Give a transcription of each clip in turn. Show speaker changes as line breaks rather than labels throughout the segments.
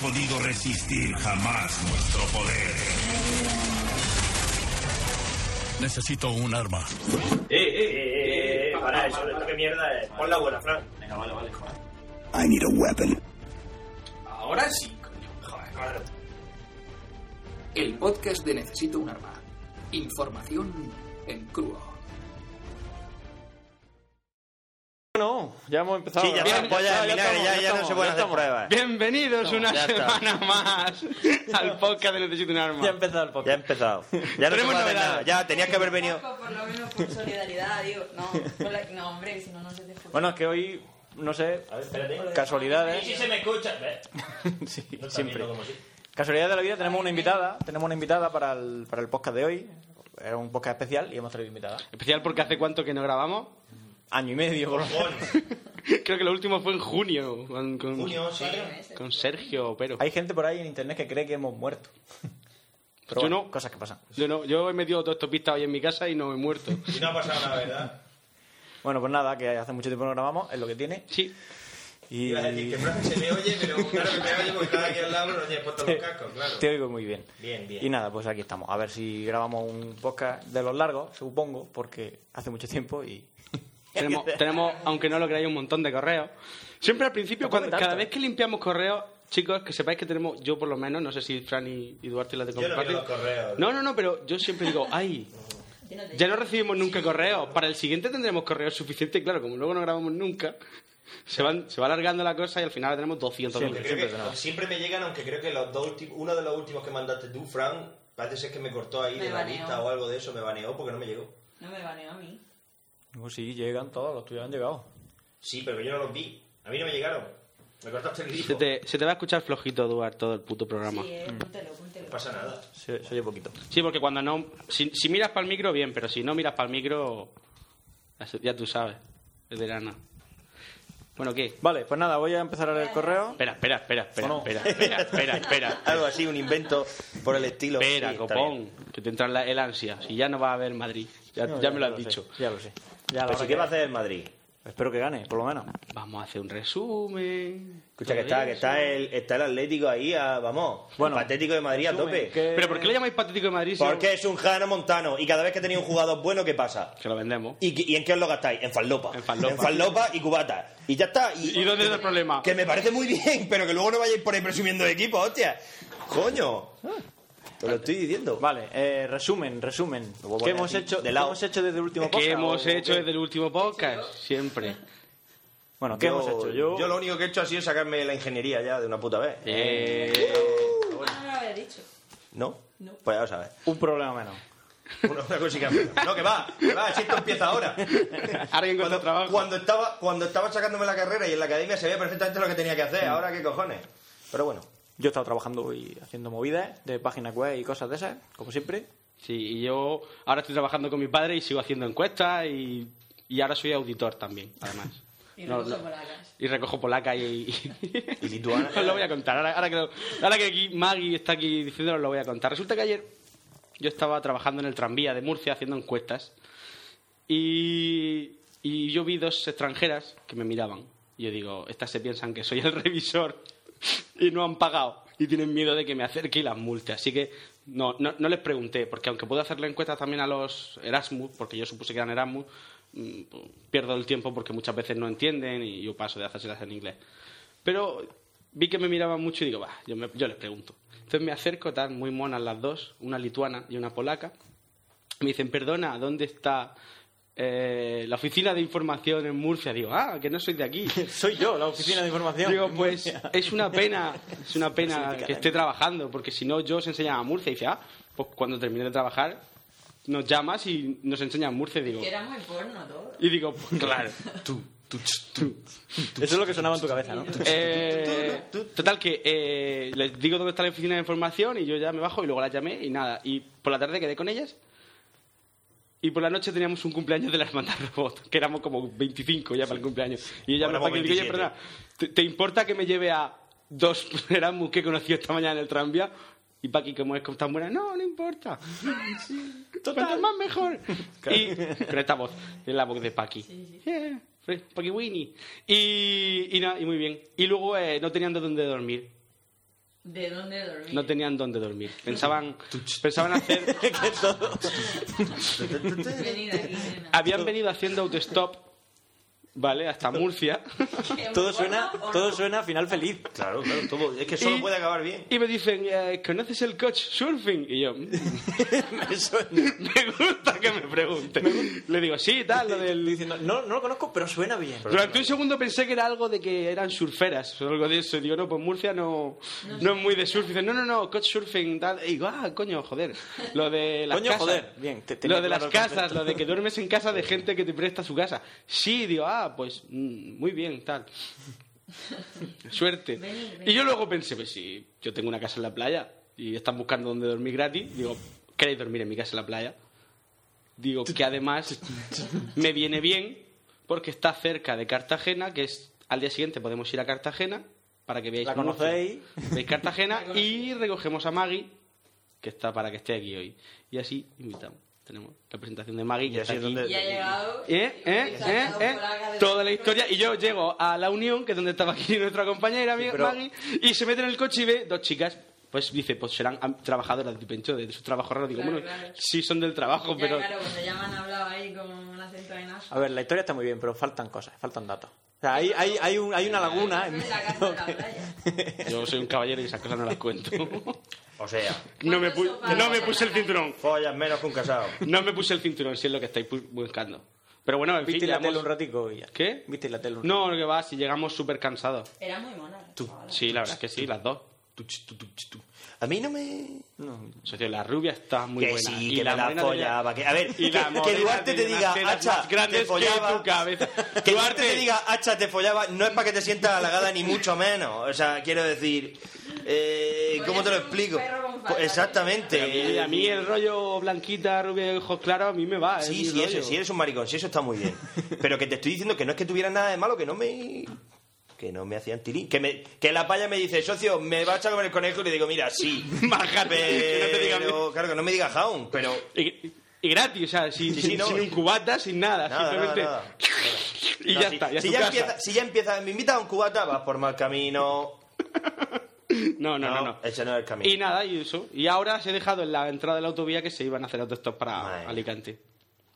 podido resistir jamás nuestro poder.
Necesito un arma.
Eh, eh, eh, eh, para eso, qué mierda es. Pon la buena, Fran. Venga, vale, vale, joder.
I need a weapon.
Ahora sí, coño.
Joder, claro.
El podcast de Necesito un arma. Información en crudo.
No, ya hemos empezado.
Sí, ya
¿verdad?
está, pues ya,
Ah, está,
mira, ya-
estamos,
ya no
estamos,
se pueden
ya
hacer
estamos.
pruebas.
Bienvenidos una
ya está.
semana más al podcast de Necesito un Arma.
Ya ha empezado el
Ya ha
podcast.
empezado. Ya no se
Tenemos
puede hacer
novedades.
nada. Ya tenías que haber venido.
Por lo menos por solidaridad, digo. No, por la- no hombre, que si no, no se te escucha.
Bueno, es que hoy, no sé,
A ver, espérate. ¿Y
casualidades.
si se me escucha? ¿Ves?
Sí,
No está
siempre.
viendo como sí.
Casualidad de la vida, tenemos una invitada. Tenemos una invitada para el, para el podcast de hoy. Era un podcast especial y hemos traído invitada.
Especial porque hace cuánto que no grabamos.
Año y medio, por lo menos.
Creo que lo último fue en junio. Con, con-
Junio, sí.
Cuatro meses.
con Sergio, pero.
Hay gente por ahí en internet que cree que hemos muerto. Pero
Yo
bueno,
no.
cosas que pasan.
Yo no, yo he metido autostopista hoy en mi casa y no he muerto.
Y no ha pasado nada, ¿verdad?
Bueno, pues nada, que hace mucho tiempo no grabamos, es lo que tiene.
Sí.
Y
Ibas a decir que Fran se me oye, pero claro que me oye porque estaba aquí al lado, pero no tenía puesto los cascos, claro.
te oigo muy bien.
Bien, bien.
Y nada, pues aquí estamos. A ver si grabamos un podcast de los largos, supongo, porque hace mucho tiempo y...
Tenemos, tenemos, aunque no lo creáis, un montón de correos. Siempre al principio,
Tampoco
cuando,
tanto.
cada vez que limpiamos correos, chicos, que sepáis que tenemos, yo por lo menos, no sé si Fran y, y Duarte la de
Yo no
compartir.
miro los correos.
No, no, no, pero yo siempre digo, ay,
Yo no te
ya no recibimos nunca correos. Para el siguiente tendremos correos suficientes, y claro, como luego no grabamos nunca, se, van, se va alargando la cosa y al final tenemos 200
Aunque
dólares.
creo que- siempre me llegan, aunque creo que los dos últimos, uno de los últimos que mandaste tú, Fran, parece ser que me cortó ahí
Me
de la
baneó.
lista o algo de eso, me baneó porque no me llegó.
No me baneó a mí.
No, pues sí, llegan todos, los tuyos han llegado.
Sí, pero yo no los vi. A mí no me llegaron. Me cortaste el
Se
grifo.
te, se te va a escuchar flojito, Duarte, todo el puto programa. Mm.
Sí, eh, púntelo, púntelo.
No pasa nada.
Se, se oye poquito.
Sí, porque cuando no. Si, si miras para el micro, bien, pero si no miras para el micro. Ya tú sabes. Es verano. Bueno, ¿qué?
Vale, pues nada, voy a empezar a leer el correo.
Espera, espera, espera, espera,
Bueno.
espera, espera, espera, espera.
Algo así, un invento por el estilo.
Espera,
Sí, está bien.
copón, que te entra la- el ansia. Si ya no va a haber Madrid, ya,
No,
ya me lo has
sé,
dicho.
ya lo sé.
Pero
Ya la
sí,
hora
¿qué
que-
va a hacer el Madrid?
Espero que gane, por lo menos.
Vamos a hacer un resumen.
Escucha, que está, que está el, está el Atlético ahí, a- vamos,
Bueno.
el Patético de Madrid a tope.
Que-
¿Pero por qué le llamáis Patético de Madrid? si-
Porque es un Jano Montano y cada vez que tenéis un jugador bueno, ¿qué pasa?
Que lo vendemos.
¿Y, qué- y en qué os lo gastáis? En falopa.
En falopa.
y cubata. Y ya está.
¿Y dónde está el problema?
Que me parece muy bien, pero que luego no vayáis por ahí presumiendo de equipo, hostia. Coño. Te lo estoy diciendo.
Vale, eh, resumen, resumen.
Lo voy a
¿Qué
poner
hemos
aquí,
hecho,
de
qué
lado.
hemos hecho desde el último podcast?
¿Qué hemos
o-
hecho desde el último podcast? Siempre.
Bueno, ¿qué hemos hecho? Yo,
yo lo único que he hecho ha sido sacarme la ingeniería ya de una puta vez.
Eh,
Ah, no me lo había dicho.
¿No?
No.
Pues ya lo sabes.
un problema menos.
Una, una cosita menos. No, que va, que va, si esto empieza ahora.
Alguien encuentra
Cuando,
trabajo.
cuando estaba, cuando estaba sacándome la carrera y en la academia se veía perfectamente lo que tenía que hacer. Ahora qué cojones. Pero bueno.
Yo he estado trabajando y haciendo movidas de páginas web y cosas de esas, como siempre.
Sí, y yo ahora estoy trabajando con mi padre y sigo haciendo encuestas y, y ahora soy auditor también, además.
Y
No,
no,
no.
por acá.
Y recojo polaca y... Y,
lituana.
Os lo voy a contar. Ahora, eh". ahora que, lo- ahora que aquí Maggie está aquí diciéndolo, os lo voy a contar. Resulta que ayer yo estaba trabajando en el tranvía de Murcia haciendo encuestas y, y yo vi dos extranjeras que me miraban. Y yo digo, estas se piensan que soy el revisor y no han pagado y tienen miedo de que me acerque y las multe. Así que no, no, no les pregunté, porque aunque puedo hacerle encuestas también a los Erasmus, porque yo supuse que eran Erasmus, mm, pierdo el tiempo porque muchas veces no entienden y yo paso de hacérselas en inglés. Pero vi que me miraban mucho y digo, va, yo, me- yo les pregunto. Entonces me acerco, tan muy monas las dos, una lituana y una polaca. Me dicen, perdona, ¿dónde está eh, la oficina de información en Murcia? Digo, ah, que no soy de aquí.
Soy yo, la oficina de información.
Digo, pues es una pena, es una pena que esté trabajando, porque si no yo os enseñaba a Murcia y dice, ah, pues cuando termine de trabajar nos llamas y nos enseñas Murcia, digo.
Que era muy porno todo.
Y digo, pues, claro, tú, tú, tú.
Eso es lo que sonaba en tu cabeza, ¿no?
Eh, total que eh, les digo dónde está la oficina de información y yo ya me bajo y luego la llamé y nada. Y por la tarde quedé con ellas y por la noche teníamos un cumpleaños de la hermandad robot, que éramos como 25 ya para el cumpleaños. Y yo llamé
Ahora
para que digo, oye,
27.
perdona, ¿te, te importa que me lleve a dos Erasmus que he conocido esta mañana en el tranvía? Y Paqui, como es tan buena, no, no importa. Cuanto más mejor. Y con esta voz, es la voz de Paqui. Yeah, fue eh, Paqui Winnie. Y, y nada, y muy bien. Y luego eh, no tenían de dónde dormir.
¿De dónde dormir?
No tenían dónde dormir. Pensaban, pensaban hacer.
Venid aquí, nena.
Habían venido haciendo autostop, ¿vale? Hasta Murcia.
¿Es
Todo
muy
suena,
gordo o
todo
no?
suena a final feliz.
Claro, claro, todo. Es que solo
Y-
puede acabar bien.
Y me dicen, eh, ¿conoces el coach surfing? Y yo, "Mm,
Eso-
me gusta que me pregunten. Le digo, sí, tal, lo del...
Dice, no, no, no lo conozco, pero suena bien.
Durante un segundo pensé que era algo de que eran surferas o algo de eso. Y digo, no, pues Murcia no, no es muy de surf. Y Dicen, no, no, no, coach surfing, tal. Y digo, ah, coño, joder. Lo de las
Coño,
casas.
joder, bien, te- tenía
lo de
claro
las
el
casas,
concepto.
lo de que duermes en casa de gente que te presta su casa. Sí, digo, ah, pues mm, muy bien, tal. Suerte.
Venid, venid.
Y yo luego pensé, pues si yo tengo una casa en la playa y están buscando dónde dormir gratis, digo, ¿queréis dormir en mi casa en la playa? Digo que además me viene bien porque está cerca de Cartagena, que es al día siguiente podemos ir a Cartagena para que veáis
La
Murcia.
conocéis.
Veis Cartagena y recogemos a Maggie, que está para que esté aquí hoy. Y así invitamos. Tenemos la presentación de Maggie. que
así
está
es
aquí.
donde-
Y ha llegado.
¿Eh?
y
¿Eh?
se ha
¿Eh?
quedado
¿Eh?
por acá de-
Toda la historia. Y yo llego a La Unión, que es donde estaba aquí nuestra compañera, amiga
pero-
Maggie, y se mete en el coche y ve dos chicas. Pues dice, pues serán am- trabajadoras de pencho, de su trabajo raro. Digo,
Claro,
bueno,
claro.
sí son del trabajo,
Ya,
pero...
claro, cuando ya me han hablado ahí con un acento de nazo.
A ver, la historia está muy bien, pero faltan cosas, faltan datos. O sea, hay, hay, hay, un- hay una laguna.
Ah,
en
Eso es la
medio
casa de la
que-
playa.
Yo soy un caballero y esas cosas no las cuento.
O sea,
No me, pu-
¿Cuántos sofás?
no me puse el cinturón.
follas menos que un casado.
No me puse el cinturón, si es lo que estáis pu- buscando. Pero bueno, en fin,
Viste la
llegamos-
tele un ratico y ya.
¿Qué?
Viste la tele un
No, lo que va, si llegamos súper cansados.
Era muy mona. la chavala.
Sí, la verdad es que sí, las dos.
Tuch, tu, tuch, tu. A mí no me.
Socio, la rubia está muy
que
buena.
sí, que me la
morena tenía-
follaba. Que, a ver,
Y
que,
la
que
morena
Duarte te
tenía
diga,
unas telas
hacha,
más grandes
te follaba.
que tu cabeza.
Que Duarte
Duarte,
te diga, hacha, te follaba, no es para que te sientas halagada ni mucho menos. O sea, quiero decir. eh,
Podría
¿Cómo te lo
ser un
explico?
perro con
Pues
falda, ¿no?
Exactamente.
a mí, a mí el rollo blanquita, rubia de ojos claros, a mí me va.
Sí,
es
sí,
mi
eso,
rollo.
sí, eres un maricón, sí, eso está muy bien. Pero que te estoy diciendo que no es que tuviera nada de malo, que no me. Que no me hacían tirín. Que, me, que la paya me dice, socio, me vas a comer el conejo y le digo, mira, sí.
Májate, que no te diga-
Pero, claro, que no me diga jaun, pero.
Y, y gratis, o sea, sin,
Sí, sí,
sin-
no.
sin un cubata, sin nada.
Nada, nada,
Ah,
nada.
simplemente. Y
No,
ya
si,
está, ya
si
es tu
ya
casa.
empieza, si ya empieza, me invitas a un cubata, vas por mal camino.
No, no, no, no.
Ese no es el camino.
Y nada, y eso. Y ahora se he dejado en la entrada de la autovía que se iban a hacer autostop para
Madre.
Alicante.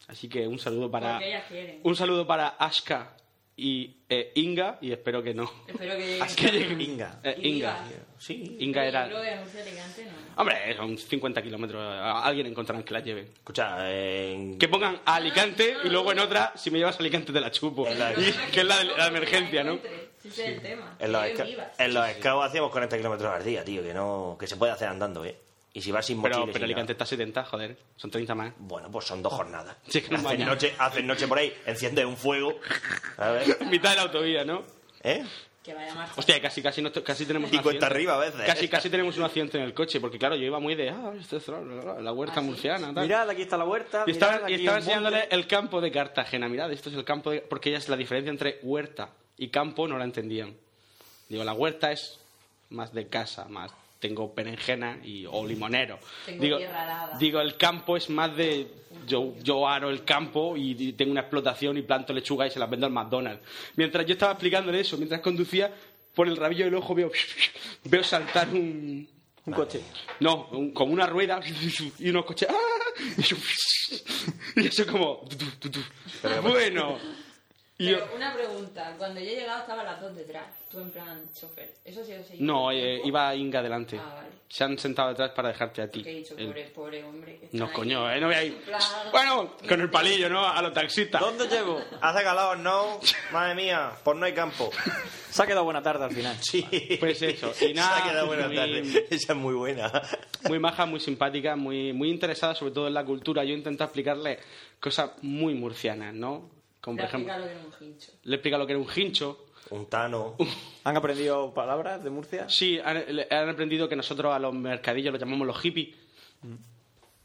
Así que un saludo para.
Porque ellas quieren.
Un saludo para Ashka y eh, Inga, y espero que no.
Espero que llegue.
Ah, Que lleguen-
Inga.
Eh, Inga.
Sí.
Inga
Yo creo
era.
que es Murcia Alicante, no.
Hombre, son 50 kilómetros. a- Alguien encontrarán que la lleve.
Escucha, en...
Que pongan a Alicante y luego en otra, si me llevas a Alicante te la chupo.
En la-
Y- que es la, de la emergencia, ¿no?
Sí, ese es el tema.
en los,
Que
esca-
vivas.
en los escabos hacíamos 40 kilómetros al día, tío, que no que se puede hacer andando, ¿eh? Y si vas sin mochila...
Pero,
y
pero
sin nada.
Alicante está a 70, joder. Son 30 más.
Bueno, pues son dos jornadas.
Ah. Sí, que no
haces,
mañana.
noche, haces noche por ahí, enciendes un fuego. A ver,
Mitad de la autovía, ¿no?
¿eh?
Que vaya marcha.
Hostia, casi, casi, no, casi tenemos
Y
un
cuesta
accidente.
arriba a veces.
Casi, casi tenemos un accidente en el coche, porque claro, yo iba muy de, ah, esto es la
Ah,
huerta murciana, tal.
Mirad, aquí está la huerta.
y
mirad,
estaba, y
aquí
estaba
un monte.
enseñándole el campo de Cartagena, mirad, esto es el campo de... Porque ya es la diferencia entre huerta y campo, no la entendían. Digo, la huerta es más de casa, más tengo berenjena y, o limonero.
Tengo
digo,
tierra arada.
digo, el campo es más de yo, yo aro el campo y, y tengo una explotación y planto lechuga y se las vendo al McDonald's. Mientras yo estaba explicándole eso, mientras conducía, por el rabillo del ojo veo, veo saltar un...
Un coche.
No, un- como una rueda y unos coches. ¡ah! Y yo, y eso como. tu, tu, tu, tu. Bueno. Y yo-
Pero una pregunta. Cuando yo he llegado estaba las dos detrás. Tú en plan chofer. Eso ha sido seguido.
no, eh, iba Inga adelante.
Ah, vale.
Se han sentado detrás para dejarte a ti.
Que he dicho,
El-
pobre, pobre hombre. que está
No,
ahí.
coño, eh, no veáis.
Claro.
Bueno, con el palillo, ¿no? A los taxistas.
¿Dónde llevo?
Hace calor, ¿no? Madre mía, por no hay campo.
Se ha quedado buena tarde al final.
Sí.
Pues eso, y nada,
Se ha quedado buena
muy-
tarde. Esa es muy buena.
Muy maja, muy simpática, muy, muy interesada sobre todo en la cultura. Yo intento explicarle cosas muy murcianas, ¿no? Como
Le
por
ha explicado
ejemplo,
lo que era un hincho.
le explica lo que era un hincho.
Un tano.
¿Han aprendido palabras de Murcia?
Sí, han, le- han aprendido que nosotros a los mercadillos los llamamos los hippies.
Mm.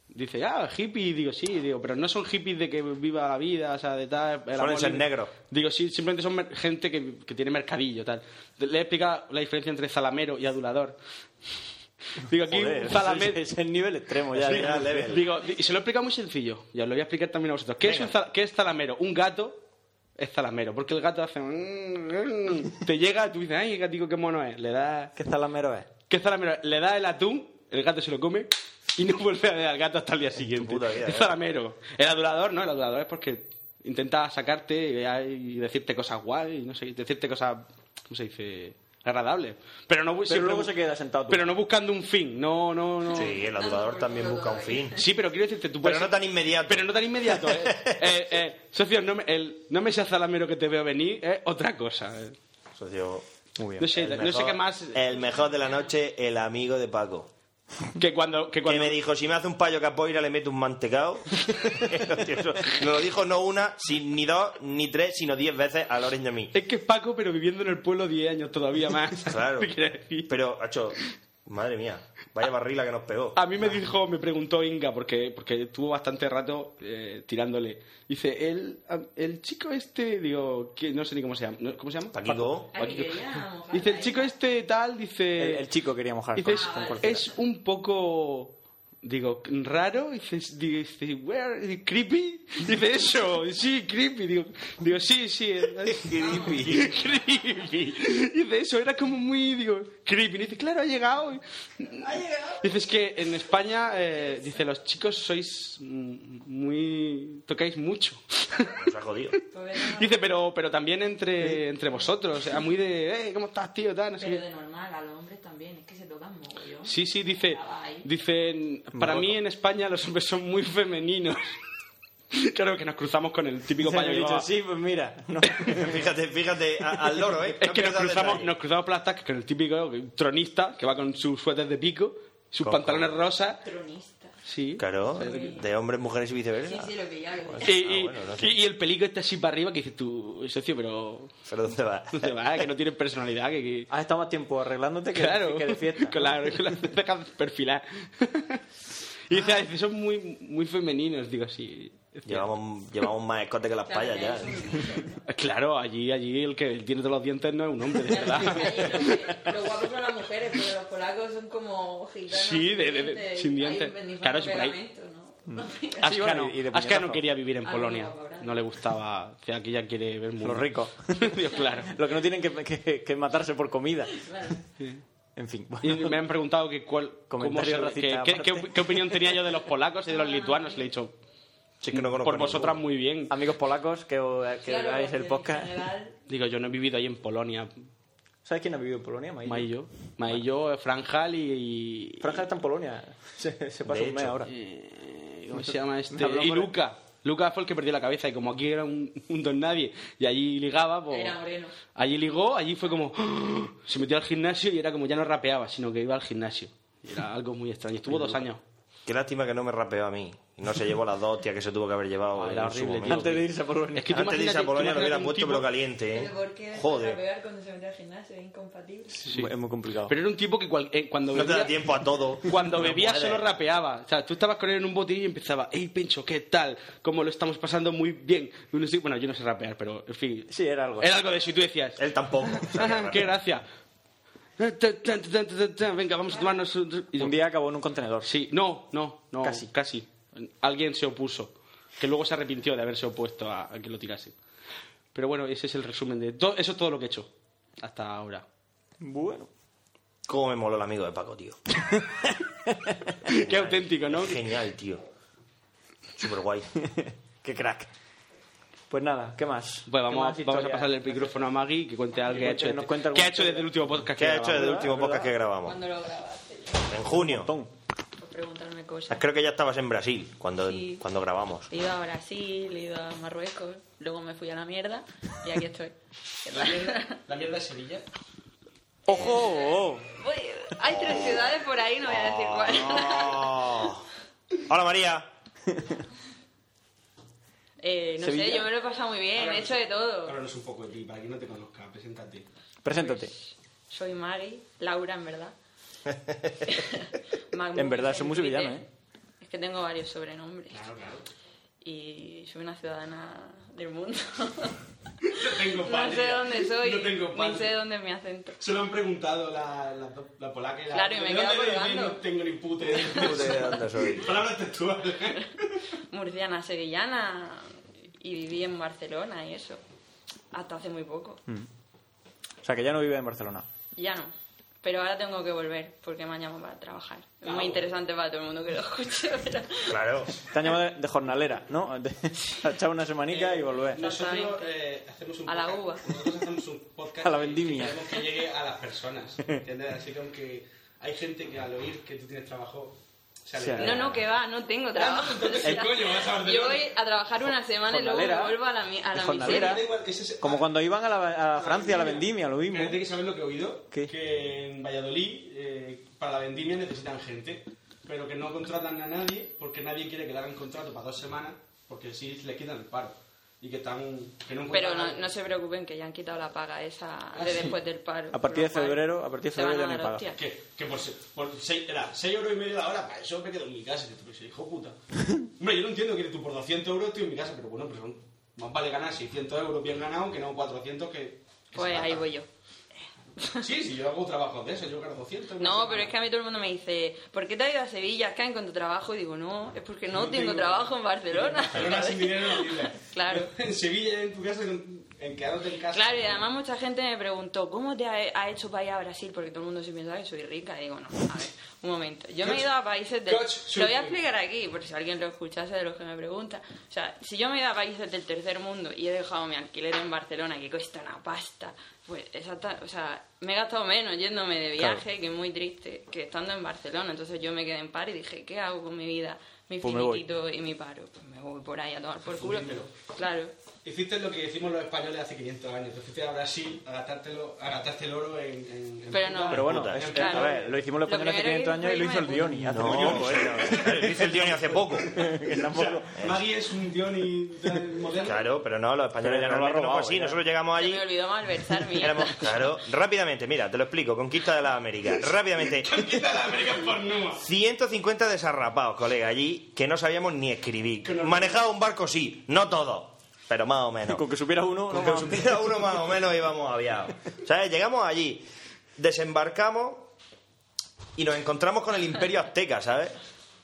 Dice, ah, hippie, digo, sí, digo, pero no son hippies de que viva la vida, o sea, de tal. el
Suelen
amor
ser
libre".
negros.
Digo, sí, simplemente son mer- gente que, que tiene mercadillo, tal. Le he explicado la diferencia entre zalamero y adulador. Digo, aquí un zalamero.
Ese es el nivel extremo ya.
Sí,
ya.
ya, level.
Digo, y se lo he explicado muy sencillo, y os lo voy a explicar también a vosotros. ¿Qué, es, un za- qué es zalamero? Un gato es zalamero, porque el gato hace. mm, mm, te llega, tú dices, ay, el gatico, qué mono es. Le das.
¿Qué zalamero es?
Que Zaramero le da el atún, el gato se lo come y no vuelve a ver al gato hasta el día siguiente.
puta vida,
es
eh.
Zaramero. El adulador, ¿no? El adulador es porque intenta sacarte y y decirte cosas guay, y no sé, decirte cosas, ¿cómo se dice? Agradables. Pero no, bu-
Pero luego
bu-
se queda sentado tú.
Pero no buscando un fin, no, no, no.
Sí, el adulador también busca un fin.
Sí, pero quiero decirte, tú puedes.
Pero no tan inmediato.
Pues Pero no tan inmediato, ¿eh? eh, eh, socio, no me, el, no me seas zalamero que te veo venir, es otra cosa. eh.
Socio,
Muy bien.
No sé,
el
no sé
mejor-
qué más.
El mejor de la noche, el amigo de Paco.
Que cuando. Que cuando
Que me dijo, si me hace un payo capoeira le meto un mantecao. Nos lo dijo no una, si- ni dos, ni tres, sino diez veces a Loren y a mí.
es que es Paco, pero viviendo en el pueblo 10 años todavía más.
Claro.
¿Qué quiere decir?
Pero, hacho, madre mía, vaya barrila que nos pegó.
A mí me dijo, me preguntó Inga, porque, porque estuvo bastante rato eh, tirándole. Dice, el, el chico este, digo, que no sé ni cómo se llama. ¿no? ¿Cómo se llama?
Paquico.
Ah, que quería mojarla
Dice, el
ahí.
chico este tal,
El,
dice.
el chico quería mojar con,
Dices,
Ah,
con
vale.
cualquiera.
es un poco, digo, raro. Dices, dice, where, creepy. Dice eso, sí, creepy. Digo, digo sí, sí. ah, creepy. creepy. Dice eso, era como muy, digo, creepy. Dice, claro, ha llegado. Dices que en España, eh, dice, los chicos sois mm, muy, tocáis mucho.
Nos ha jodido.
Pues venga,
Dice, pero, pero también entre, entre vosotros, o sea, muy de, eh, ¿cómo estás, tío? Tal, no sé
Pero
qué.
de normal, a los hombres también, es que se tocan mogollón.
Sí, sí, dice,
Estaba ahí.
dicen, para
Morocco.
mí en España los hombres son muy femeninos. claro que nos cruzamos con el típico
Se lo he
paño que
dicho,
llevaba-
sí, pues mira. no.
Fíjate, fíjate, a- al loro, ¿eh?
Es que nos
pierdas
cruzamos,
detalle.
nos cruzamos por las tascas con el típico tronista que va con sus suéteres de pico, sus
Coco.
pantalones rosas.
Tronista.
Sí.
Claro, de hombres, mujeres y
Sí,
viceversa.
sí, lo pillaba. lo
Y,
pillaba.
y-
Ah, bueno, no sé.
y- y el peligro está así para arriba que dices tú, socio, pero
¿Pero dónde va?
no te vas, que no tienes personalidad, que... que-
Has estado más tiempo arreglándote Ah, que,
Claro,
que de fiesta.
Claro, con las cejas perfiladas. y dice, "Ah, dice, son muy, muy femeninos, digo así.
Llevamos, llevamos más escote que las
O sea,
payas
tenía
ya.
ahí su brillo, ¿no?
Claro, allí, allí el que tiene todos los dientes no es un hombre, de
Ya
verdad.
lo dije ayer, Lo lo guapo son las mujeres, pero los polacos son como gitanos.
Sí, de- de- de- sin dientes. Claro, sí, por ahí. Mm.
ahí.
Aska
bueno,
no,
y de
Aska
puñetazo.
no quería vivir en
Ah,
Polonia.
no, ahora.
No le gustaba. O sea, aquí ya quiere ver mundo.
Los ricos.
Digo, claro.
Los que no tienen que, que- que matarse por comida. En fin.
Y
bueno.
me han preguntado que cuál,
Comentario
cómo se-
racista
que- que-
aparte.
qué, qué opinión tenía yo de los polacos y de los lituanos. Le he dicho,
Sí, es que no conozco
por vosotras muy bien.
Amigos polacos que, os- que veáis el podcast.
Digo, yo no he vivido ahí en Polonia.
¿Sabes quién ha vivido en Polonia? Maillo.
Maillo. Maillo, Franjal y... y-
Franja está en Polonia. Se, se pasa
De
un mes
hecho.
ahora.
Eh, ¿Cómo se llama este?
Habló
Y
con el-
Luca. Luca fue el que perdió la cabeza y como aquí era un, un don nadie y allí ligaba, pues...
Era moreno.
Allí ligó, allí fue como... ¡Ah! Se metió al gimnasio y era como ya no rapeaba, sino que iba al gimnasio. Y era algo muy extraño. Estuvo dos años.
Qué lástima que no me rapeó a mí. No se llevó las dos hostias que se tuvo que haber llevado.
Ah,
en
era
su
horrible,
momento.
Antes de irse a Polonia. Ah,
Es que tú
Antes de irse
imagínate-
a Polonia
tú
lo hubiera
imagínate un
puesto,
tipo-
pero caliente, ¿eh?
Pero ¿por qué
Joder,
pegar cuando se mete al gimnasio? Es incompatible.
Sí.
Es muy complicado.
Pero era un tipo que cual- eh, cuando
no te da
bebía,
tiempo a todo.
cuando
No
bebía
puedes.
solo rapeaba. O sea, tú estabas con él en un botillo y empezaba, hey, Pencho, ¿qué tal? ¿Cómo lo estamos pasando muy bien? Y uno sí- bueno, yo no sé rapear, pero en fin...
Sí, era algo.
Era algo de eso y tú decías...
Él tampoco. O sea,
Ajá,
que
¡Qué gracia! Tan, tan, tan, tan, tan, tan, Venga, vamos a tomarnos un... y yo,
Un día acabó en un contenedor.
Sí, no, no, no.
Casi.
Casi. Casi. Alguien se opuso. Que luego se arrepintió de haberse opuesto a, a que lo tirase. Pero bueno, ese es el resumen de... to- eso es todo lo que he hecho hasta ahora.
Bueno.
Cómo me moló el amigo de Paco, tío.
Qué auténtico, ¿no?
Genial, tío. Súper guay.
Qué crack. Pues nada, ¿qué más?
Pues
¿Qué más
vamos, vamos a
historias?
pasarle el micrófono a Maggie que cuente algo que ha
cuente-
hecho, desde-
nos cuente
que ha
alguna
hecho desde el último podcast.
¿Qué
que
ha hecho
grabamos.
desde el último
¿Verdad?
podcast que grabamos?
Cuando lo grabaste,
En junio.
Montón.
por preguntarme cosas.
Creo que ya estabas en Brasil cuando,
Sí.
cuando grabamos.
He ido a Brasil, he ido a Marruecos, luego me fui a la mierda y aquí estoy.
¿La mierda de Sevilla?
¡Ojo!
Pues-
Voy- hay tres ciudades por ahí, no voy a decir cuál.
Oh. Hola, María.
Eh, no
¿Sevilla?
sé, yo me lo he pasado muy bien, he hecho de todo.
un poco de ti, para quien no te conozca, preséntate.
Preséntate.
Soy Maggie, Laura en verdad. Magmu
En verdad,
es
soy
el
muy
Twitter.
sevillano, ¿eh?
Es que tengo varios sobrenombres
claro.
y soy una ciudadana del mundo.
tengo
no sé dónde soy,
No tengo
ni
patria.
sé dónde es mi acento.
Se lo han preguntado la, la, la polaca y la...
Claro, y me he
¿De dónde
quedado
eres?
colgando.
No tengo ni puta
¿De dónde soy?
Palabras textuales.
Murciana, sevillana y viví en Barcelona y
Mm.
eso. Hasta hace muy poco.
O sea, que ya no vive en Barcelona.
Ya no. Pero ahora tengo que volver porque me han llamado para trabajar.
Ah,
Es muy interesante para todo el mundo que lo escuche, pero...
Claro.
Te han llamado de, de jornalera, ¿no? De, a echar una semanica y volver.
Exactamente.
Nosotros eh, hacemos un
A la
podcast-
uva.
Nosotros hacemos un podcast
A la
que-
vendimia.
Que, queremos que llegue a las personas. ¿entiendes? Así que aunque hay gente que al oír que tú tienes trabajo se
Sí,
alegra.
No, no, que va, no tengo trabajo. O sea,
¿Qué coño vas a
yo voy a trabajar una semana y luego me
Jornalera.
vuelvo a la, mi- a la
Jornalera.
miseria.
Da igual, ese es-
Como cuando iban a, la- a Francia, a la vendimia, lo mismo.
Que Tiene que saber lo que he oído,
¿Qué?
que en Valladolid eh, para la vendimia necesitan gente, pero que no contratan a nadie porque nadie quiere que le hagan contrato para dos semanas porque si le quitan el paro y que están que no
Pero
encuentran a
no,
nadie.
no se preocupen que ya han quitado la paga esa de
sí.
después del paro.
A partir de
Con lo cual,
febrero- a partir de
se van
febrero ya
a
no hay
dar
paga.
hostias.
que, que por, se- por seis, era 6 euros y medio la hora, para eso me quedo en mi casa. Y yo, pero hijo puta. Hombre, yo no entiendo que tú por 200 euros estoy en mi casa, pero bueno, pues son- más vale ganar 600 euros bien ganado que no 400 que. que se
Pues ahí
matan.
voy yo.
Sí, sí, yo hago trabajos de eso, yo gano 200. una
No,
semana.
pero es que a mí todo el mundo me dice, ¿por qué te has ido a Sevilla? Es que has encontrado trabajo. Y digo, no, es porque no, tengo, trabajo en Barcelona.
Barcelona sin dinero no vive.
Claro.
En Sevilla, en tu casa, en en quedándote en casa.
Claro, y además mucha gente me preguntó, ¿cómo te ha, ha hecho para ir a Brasil? Porque todo el mundo se piensa que soy rica. Y digo, no, a ver, un momento. Yo me he ido a países del...
Coach
Lo voy a
surfing.
explicar aquí, por si alguien lo escuchase de los que me pregunta. O sea, si yo me he ido a países del tercer mundo y he dejado mi alquiler en Barcelona, que cuesta una pasta, pues exacta, o sea, me he gastado menos yéndome de viaje, que es muy triste, que estando en Barcelona. Entonces yo me quedé en par y dije, ¿qué hago con mi vida? Mi
Pues me voy.
finiquito y mi paro. Pues me voy por ahí a tomar por culo.
Fundímelo.
Claro.
Hiciste lo que hicimos los españoles hace 500 años. Te fuiste a Brasil a gastártelo- a gastarte el oro en. en- en
Pero no.
putas.
Pero bueno,
Puta,
es-
claro.
a ver, lo hicimos los
Lo
españoles hace
primero
500
que
años y lo
hice
hizo el
fue
Dioni. hace muy
No,
poco, ¿eh?
pues, dice el Diony hace poco.
Que tampoco-
Maggie es un Diony moderno.
Claro, pero no, los españoles ya
Pero ya
no
lo ha robado,
así.
ya.
Nosotros llegamos
Se
allí.
me olvidó malversar mi...
éramos- claro, rápidamente, mira, te lo explico. Conquista de la América. Rápidamente.
Quita la América por Numa.
150 desarrapados, colega, allí que no sabíamos ni escribir.
Que no-
Manejaba un barco, sí, no todo, pero más o menos.
Con que supiera uno, no
Con que
más.
supiera uno más o menos íbamos aviados. ¿Sabes? Llegamos allí, desembarcamos y nos encontramos con el Imperio Azteca, ¿sabes?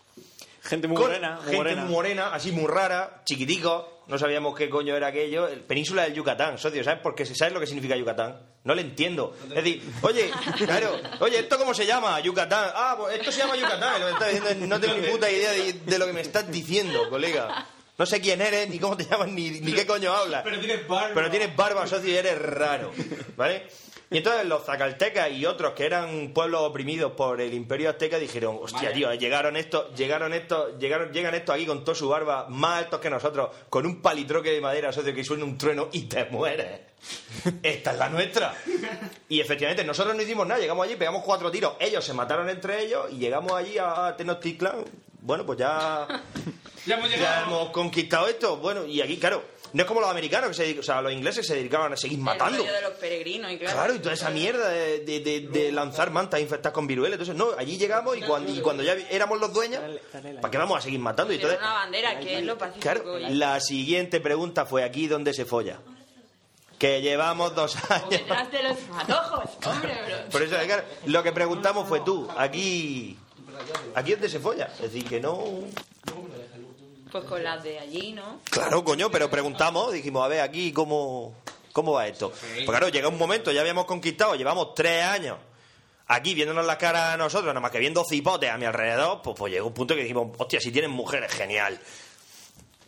gente muy
Con
morena, muy
gente
morena.
muy morena, así muy rara, chiquitico, no sabíamos qué coño era aquello. El península del Yucatán, socio, ¿sabes? Porque ¿sabes lo que significa Yucatán? No le entiendo. Es decir, oye, claro, oye, ¿esto cómo se llama? Yucatán. Ah, pues esto se llama Yucatán. Y lo que estás diciendo es, no tengo ni puta idea de, de lo que me estás diciendo, colega. No sé quién eres, ni cómo te llamas, ni, ni qué coño hablas.
Pero tienes barba.
Pero tienes barba, socio, y eres raro, ¿vale? Y entonces los zacaltecas y otros que eran pueblos oprimidos por el imperio azteca dijeron, hostia,
Vaya.
tío, llegaron estos, llegaron estos, llegaron, llegan estos aquí con toda su barba, más altos que nosotros, con un palitroque de madera, socio, que suena un trueno y te mueres. Esta es la nuestra. Y efectivamente, nosotros no hicimos nada, llegamos allí, pegamos cuatro tiros, ellos se mataron entre ellos y llegamos allí a Tenochtitlan. Bueno, pues ya
Ya hemos
ya
llegado.
hemos conquistado esto. Bueno, y aquí, claro, no es como los americanos, que se dedic- o sea, los ingleses se dedicaban a seguir
El
matando.
rollo de los peregrinos y claro.
Claro, y toda esa mierda de, de- de- de lanzar mantas infectadas con viruela. Entonces, no, allí llegamos y cuando, y cuando ya vi- éramos los dueños, ¿para qué vamos a seguir matando? Y
Pero
entonces,
una bandera que es lo pacífico.
claro,
y-
la siguiente pregunta fue aquí donde se folla. Que llevamos dos
o
años.
detrás de los matojos, hombre, bro.
Por eso, claro, lo que preguntamos fue tú, aquí, aquí donde se folla. Es decir, que no...
Pues con las de allí, ¿no?
Claro, coño, pero preguntamos, dijimos, a ver, aquí cómo, cómo va esto. Pues claro, llega un momento, ya habíamos conquistado, llevamos tres años aquí viéndonos la cara a nosotros, nada más que viendo cipotes a mi alrededor, pues, pues llegó un punto que dijimos, hostia, si tienen mujeres, genial.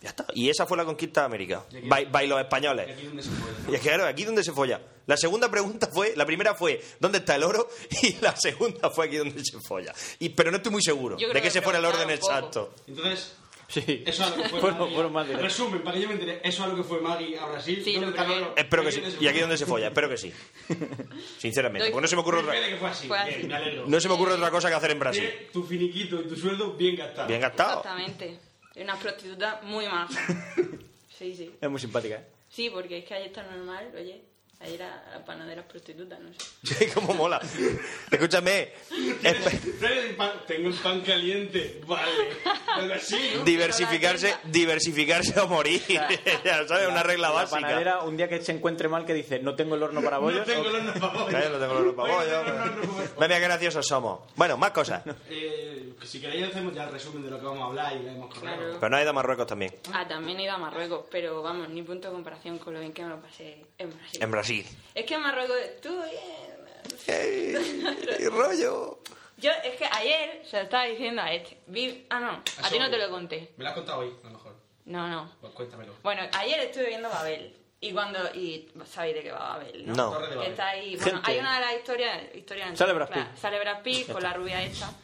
Ya está. Y esa fue la conquista de América, by, by los
Y
españoles.
aquí es donde se puede.
Y es que, claro, aquí donde se folla. La segunda pregunta fue, la primera fue, ¿dónde está el oro? Y la segunda fue aquí donde se folla. Y, pero no estoy muy seguro
Yo
de
creo
que
que
ese fuera el orden
preguntaba un
exacto.
Entonces,
Sí.
eso a lo que fue.
Fueron-
Maggie-
fueron más directos.
Resumen, para que yo me entere, eso a lo que fue Maggie a Brasil.
Sí,
¿dónde
lo
está el
primero.
oro?
Espero que sí.
¿Dónde se
Y aquí
fue?
donde se folla, espero que sí. Sinceramente,
Doy-
porque no se me ocurre otra,
Espera que fue así.
Fue así.
Bien, me alegro.
no se me ocurre otra cosa que hacer en Brasil.
Bien, tu finiquito y tu sueldo bien gastado.
Bien gastado.
Exactamente. Es una prostituta muy maja. Sí, sí.
Es muy simpática, ¿eh?
Sí, porque es que allí está normal, oye. Ahí era la panaderas prostitutas, no sé.
Cómo mola. Escúchame. espe-
Trae el pan- Tengo el pan caliente. Vale. Algo así, ¿no?
Diversificarse, diversificarse o morir. ya sabes, una regla
La
básica.
panadera, un día que se encuentre mal, que dice, no tengo el horno para
No
bollos.
tengo los pabollos.
Claro, no tengo los
Oye, no
pabollos.
tengo los pabollos.
Mira, mira qué graciosos somos. Bueno, más cosas.
Eh, que si queréis hacemos ya el resumen de lo que vamos a hablar y lo hemos corrido.
Claro.
Pero no ha ido a Marruecos también.
Ah, también he ido a Marruecos, pero vamos, ni punto de comparación con lo bien que me lo pasé en Brasil.
En Brasil.
Es que en Marruecos estuvo bien.
¡Ey! ¡Y rollo!
Yo, es que ayer se lo estaba diciendo a este. Vi... Ah, no, a ti no te lo conté.
Me lo has contado hoy, a lo mejor.
No, no.
Pues cuéntamelo.
Bueno, ayer estuve viendo Babel. Y cuando. Y sabéis de qué va Babel, ¿no?
No.
Torre de
Que
Babel.
está ahí. Bueno,
Gente.
hay una de las historias. historias
Sale Brad Pitt.
claro, Sale Brad Pitt con la rubia esta.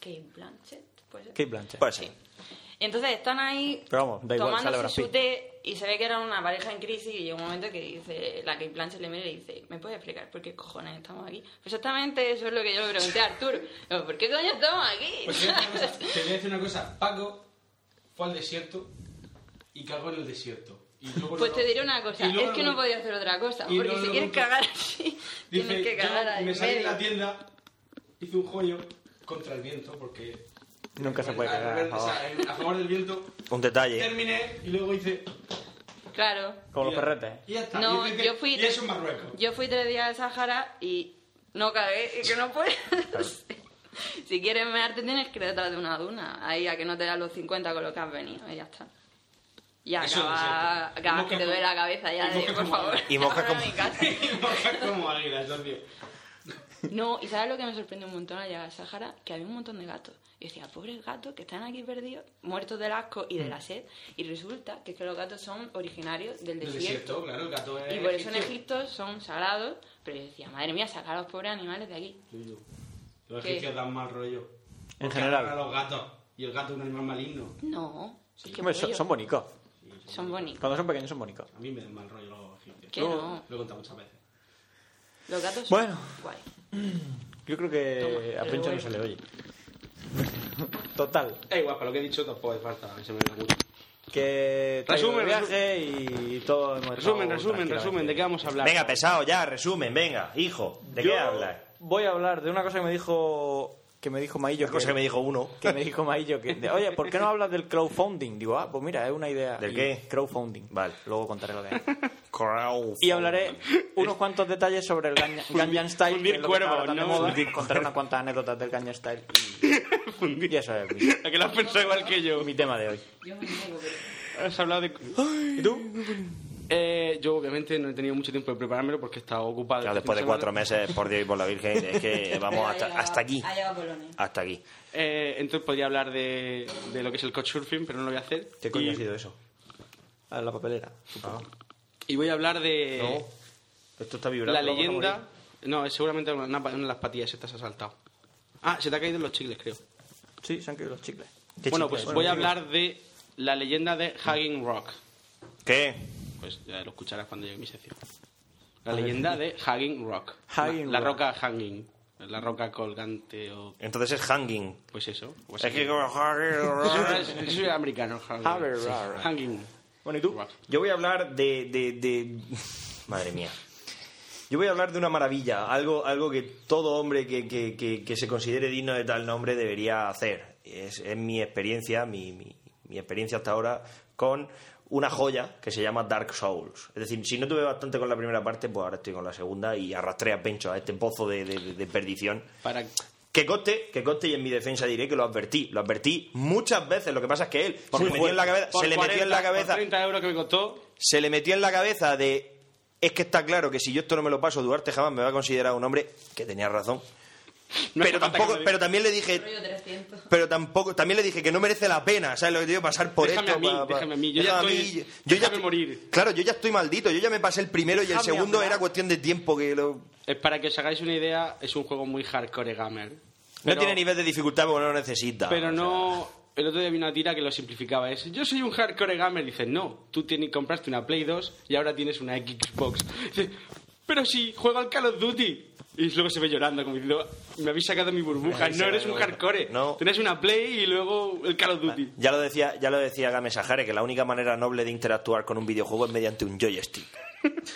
Kate Blanchett, puede ser.
Kate Blanchett.
Pues sí.
Y entonces están ahí
Pero vamos, da igual, sale Brad
tomándose su
Pitt.
té y se ve que era una pareja en crisis y llega un momento que dice, la que Blanchett le mira y dice, ¿me puedes explicar por qué cojones estamos aquí? Pues Exactamente eso es lo que yo le pregunté a Arturo. Digo, ¿Por qué coño estamos aquí?
Pues te voy a decir una cosa, te voy a decir una cosa. Paco fue al desierto y cagó en el desierto. Y luego
Pues
no-
te diré una cosa,
y luego
es que no
no-
podía hacer otra cosa,
y
porque
luego
si
lo
quieres
contó.
cagar así,
Dice,
tienes que cagar
yo
ahí.
me
en
salí de
medio.
la tienda, hice un joyo contra el viento porque...
Nunca se puede
al
cagar,
revés,
por
o sea, en- a favor del viento.
Un detalle.
Terminé y luego hice...
Claro.
Como los
mira,
perretes. ¿eh?
Y ya está.
No,
y hice-
yo fui-
Y eso en Marruecos.
Yo fui tres días al Sahara y no cagué, es que no puedo. si quieres mearte tienes que ir detrás de una duna, ahí a que no te dan los 50 con lo que has venido y ya está. Y
Eso es
acaba,
cierto.
acabas
Mosca
que te duele
como-
la cabeza ya,
y
de,
mosca
por
como-
favor.
y mosca
ahora a
como-
mi casa.
Y mojas como águilas, Dios mío.
No, y ¿sabes lo que me sorprendió un montón allá al Sahara? Que había un montón de gatos. Y decía, pobres gatos que están aquí perdidos, muertos del asco
Mm.
y de la sed. Y resulta que, es que los gatos son originarios del
Del
desierto.
desierto, claro, el gato es...
Y por eso en Egipto son sagrados. Pero yo decía, madre mía, sacar a los pobres animales de aquí.
Tuyo. Los
¿Qué?
egipcios dan mal rollo.
En
Porque
general.
adoran A los gatos. Y el gato es un animal maligno.
No. qué
Hombre, son,
rollo.
son bonitos.
Son bonitos.
Cuando son pequeños son bonitos.
A mí me dan mal rollo los egipcios.
Que no.
Lo he contado muchas veces.
Los gatos son
Bueno.
guay.
Yo creo que
Toma,
a
pero
Pencho no
bueno.
se le oye. Total,
Da igual, para lo que he dicho tampoco hace falta. A mí se me da mucho.
que está
Resumen,
el viaje y todo hemos estado
Resumen, resumen,
tranquilos.
resumen, ¿de qué vamos a hablar?
Venga, pesado, ya, resumen, venga, hijo. ¿De
Yo
qué hablas?
Voy a hablar de una cosa que me dijo que me dijo Maillo,
Una cosa que me dijo uno.
que me dijo Maillo que de, oye, ¿por qué no hablas del crowdfunding? Digo, ah, pues mira, es una idea.
¿Del
Y
qué?
Crowdfunding.
Vale.
Luego contaré lo que es.
Crowd.
Y hablaré unos cuantos detalles sobre el Ganja- Gangnam Style,
fundir
que es lo que está
cuervos,
ahora tan de
¿no?
moda.
Fundir
Contaré unas cuantas anécdotas del Gangnam Style. Y, y eso es mi,
¿A que lo has pensado igual que yo?
mi tema de hoy.
Yo me niego, pero...
Has hablado de...
¿Y tú?
Eh, yo obviamente no he tenido mucho tiempo de preparármelo porque he estado ocupado.
Claro,
este
después
fin
de cuatro
semana.
meses, por Dios y por la Virgen, es que vamos hasta, hasta aquí.
Allá va Polonia.
Hasta aquí.
Eh, entonces podría hablar de, de lo que es el couchsurfing, pero no lo voy a hacer.
¿Qué
Y-
coño ha sido eso?
A la papelera, supongo.
Y voy a hablar de...
No. Esto está vibrando.
La
vamos a
leyenda.
morir.
No, es seguramente una, una de las patillas se te has saltado. Ah, se te ha caído los chicles, creo.
Sí, se han caído los chicles.
¿Qué
Bueno,
chiste
pues
es?
voy a hablar de la leyenda de Hagging Rock.
¿Qué?
Pues ya lo escucharás cuando llegue mi sección. La leyenda de Hagging Rock.
Hagging
la, la
Rock.
roca hanging. La roca colgante o.
Entonces es hanging.
Pues eso. pues
Es que
hanging.
como
Yo soy- yo soy americano. Hanging.
Hagging
Sí,
Rock.
Hanging
Bueno, ¿y tú?
Rock.
Yo voy a hablar de, de, de- Madre mía. Yo voy a hablar de una maravilla, algo, algo que todo hombre que, que- que- que se considere digno de tal nombre debería hacer. Es, es mi experiencia, mi, mi- mi experiencia hasta ahora con una joya que se llama Dark Souls. Es decir, si no tuve bastante con la primera parte, pues ahora estoy con la segunda y arrastré a Pencho a este pozo de- de- de- de perdición.
Para.
Que coste, que coste y en mi defensa diré que lo advertí, lo advertí muchas veces. Lo que pasa es que él se, le metió en la cabeza,
por
se le metió en
40,
la
por
cabeza,
30 euros que me costó.
se le metió en la cabeza de es que está claro que si yo esto no me lo paso, Duarte jamás me va a considerar un hombre que tenía razón.
No hace
pero
falta que
tampoco,
me lo
pero también le dije,
Rollo 300.
pero tampoco, también le dije que no merece la pena, ¿sabes lo que te digo? Pasar por
Déjame
esto.
a mí,
pa- pa-
déjame a mí, yo ya
déjame a
estoy-
mí, yo ya
déjame
estoy-
morir.
Claro, yo ya estoy maldito, yo ya me pasé el primero y el
Déjame
segundo
hablar.
era cuestión de tiempo que lo...
Es para que os hagáis una idea, es un juego muy hardcore gamer.
no tiene nivel de dificultad porque no lo necesita.
Pero
o sea.
no. El otro día vi una tira que lo simplificaba. Es, yo soy un hardcore gamer. Dices, no, tú tienes, compraste una Play 2 y ahora tienes una Xbox. Dices, pero si juego al Call of Duty. Y luego se ve llorando, como diciendo, me habéis sacado mi burbuja.
Ahí se
No
ve
eres un
llorando.
hardcore.
No.
Tienes una Play y luego el Call of Duty.
Ya lo decía, ya lo decía Game Sahare, que la única manera noble de interactuar con un videojuego es mediante un joystick.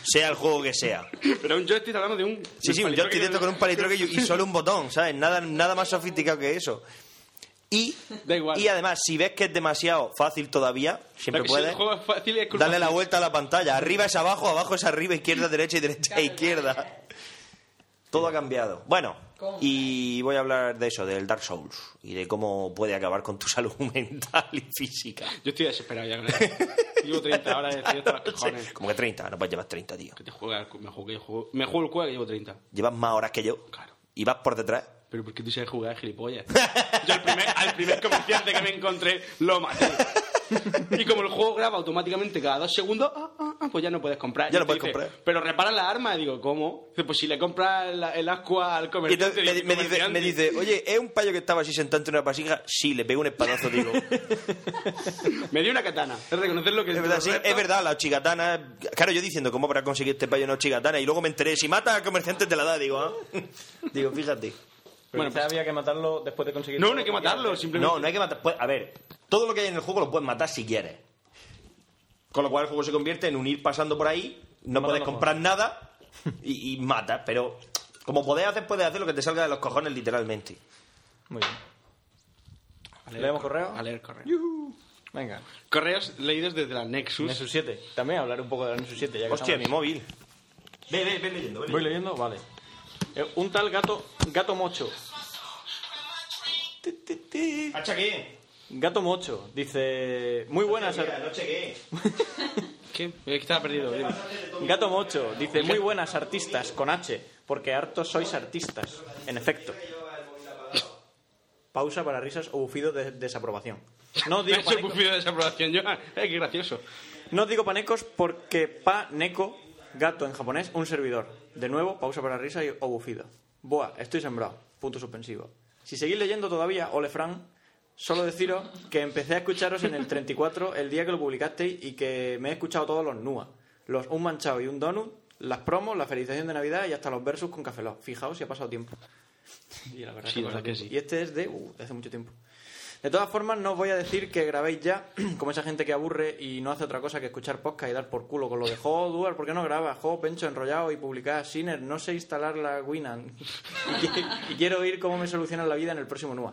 Sea el juego que sea.
Pero un joystick hablando de un.
Sí, sí, un
palito
joystick
que-
dentro con un palitroque y y solo un botón, ¿sabes? Nada, nada más sofisticado que eso. Y,
Da igual.
y además, si ves que es demasiado fácil todavía, siempre
Pero que si
puedes,
el juego es fácil y es culpa
dale la
mía.
vuelta a la pantalla. Arriba es abajo, abajo es arriba, izquierda, derecha y derecha, izquierda. Todo ha cambiado. Bueno, y voy a hablar de eso, del Dark Souls, y de cómo puede acabar con tu salud mental y física.
Yo estoy desesperado ya con esto.
llevo 30 horas de fiesta los cojones.
Como que 30, no puedes llevar 30, tío.
Que te juega, el cu- me juego, que yo juego- me juego el cueva que llevo 30.
Llevas más horas que yo.
Claro.
Y vas por detrás.
Pero porque tú sabes jugar, gilipollas. Yo al primer, al primer comerciante que me encontré lo maté. Y como el juego graba automáticamente cada dos segundos, ah, ah, ah, pues ya no puedes comprar.
Ya no
Y te
puedes
dice,
comprar.
Pero repara la arma. Y digo, ¿cómo? Dice, pues si le compras la- el ascua al
Y
comerciante.
Pues entonces me, me dice,
comerciante,
me dice, oye, ¿es un payo que estaba así sentado en una vasija? Sí, le pego un espadazo, digo.
me dio una katana. Es reconocer lo que
Es verdad, sí, es verdad, la chigatana. Claro, yo diciendo, ¿cómo para conseguir este payo una chigatana? Y luego me enteré, si mata a comerciantes te la da, digo, ah. Digo, fíjate.
Bueno,
bueno,
pues-
había que matarlo después de conseguir.
No,
todo
no hay que
lo
matarlo. Simplemente.
No, no hay que matar. pues, a ver, todo lo que hay en el juego lo puedes matar si quieres. Con lo cual el juego se convierte en un ir pasando por ahí, no puedes comprar nada y, y matas, pero como podés hacer, puedes hacer lo que te salga de los cojones, literalmente.
Muy bien. ¿Leemos correo?
A leer correo.
Venga.
Correos leídos desde la Nexus.
Nexus 7. También hablar un poco de la Nexus 7. Ya que
Hostia, mi
estamos-
móvil. Ve, ve, ve leyendo, ve
Voy leyendo, vale. Eh, Un tal gato, gato mocho. Ti, ti, ti.
Ah, chequé.
Gato mocho dice, muy buenas. ar-
No chequé.
¿Qué? Es que estaba perdido. dime.
Gato mocho dice, muy buenas artistas con H, porque hartos sois artistas. En efecto. Pausa para risas o bufido de desaprobación. No os
Me ha
digo
hecho
panecos,
bufido de desaprobación yo. Ah, qué gracioso.
no os digo panecos porque pa neko gato en japonés un servidor. De nuevo pausa para risas y- o bufido. Boa, estoy sembrado. Punto suspensivo. Si seguís leyendo todavía, Olefran, solo deciros que empecé a escucharos en el 34, el día que lo publicasteis, y que me he escuchado todos los NUA. Los Un Manchado y Un Donut, las promos, la felicitación de Navidad y hasta los versus con Café Lock. Fijaos si ha pasado tiempo. Y la verdad
Sí,
es que
la
pasa
verdad que
tiempo.
sí.
Y este es de, uh, de hace mucho tiempo. De todas formas, no os voy a decir que grabéis ya, como esa gente que aburre y no hace otra cosa que escuchar podcast y dar por culo con lo de Jo, Duar, ¿por qué no grabas? Jo, Pencho, enrollado y publicás Sinner, no sé instalar la Winamp. y quiero oír cómo me solucionan la vida en el próximo NUA.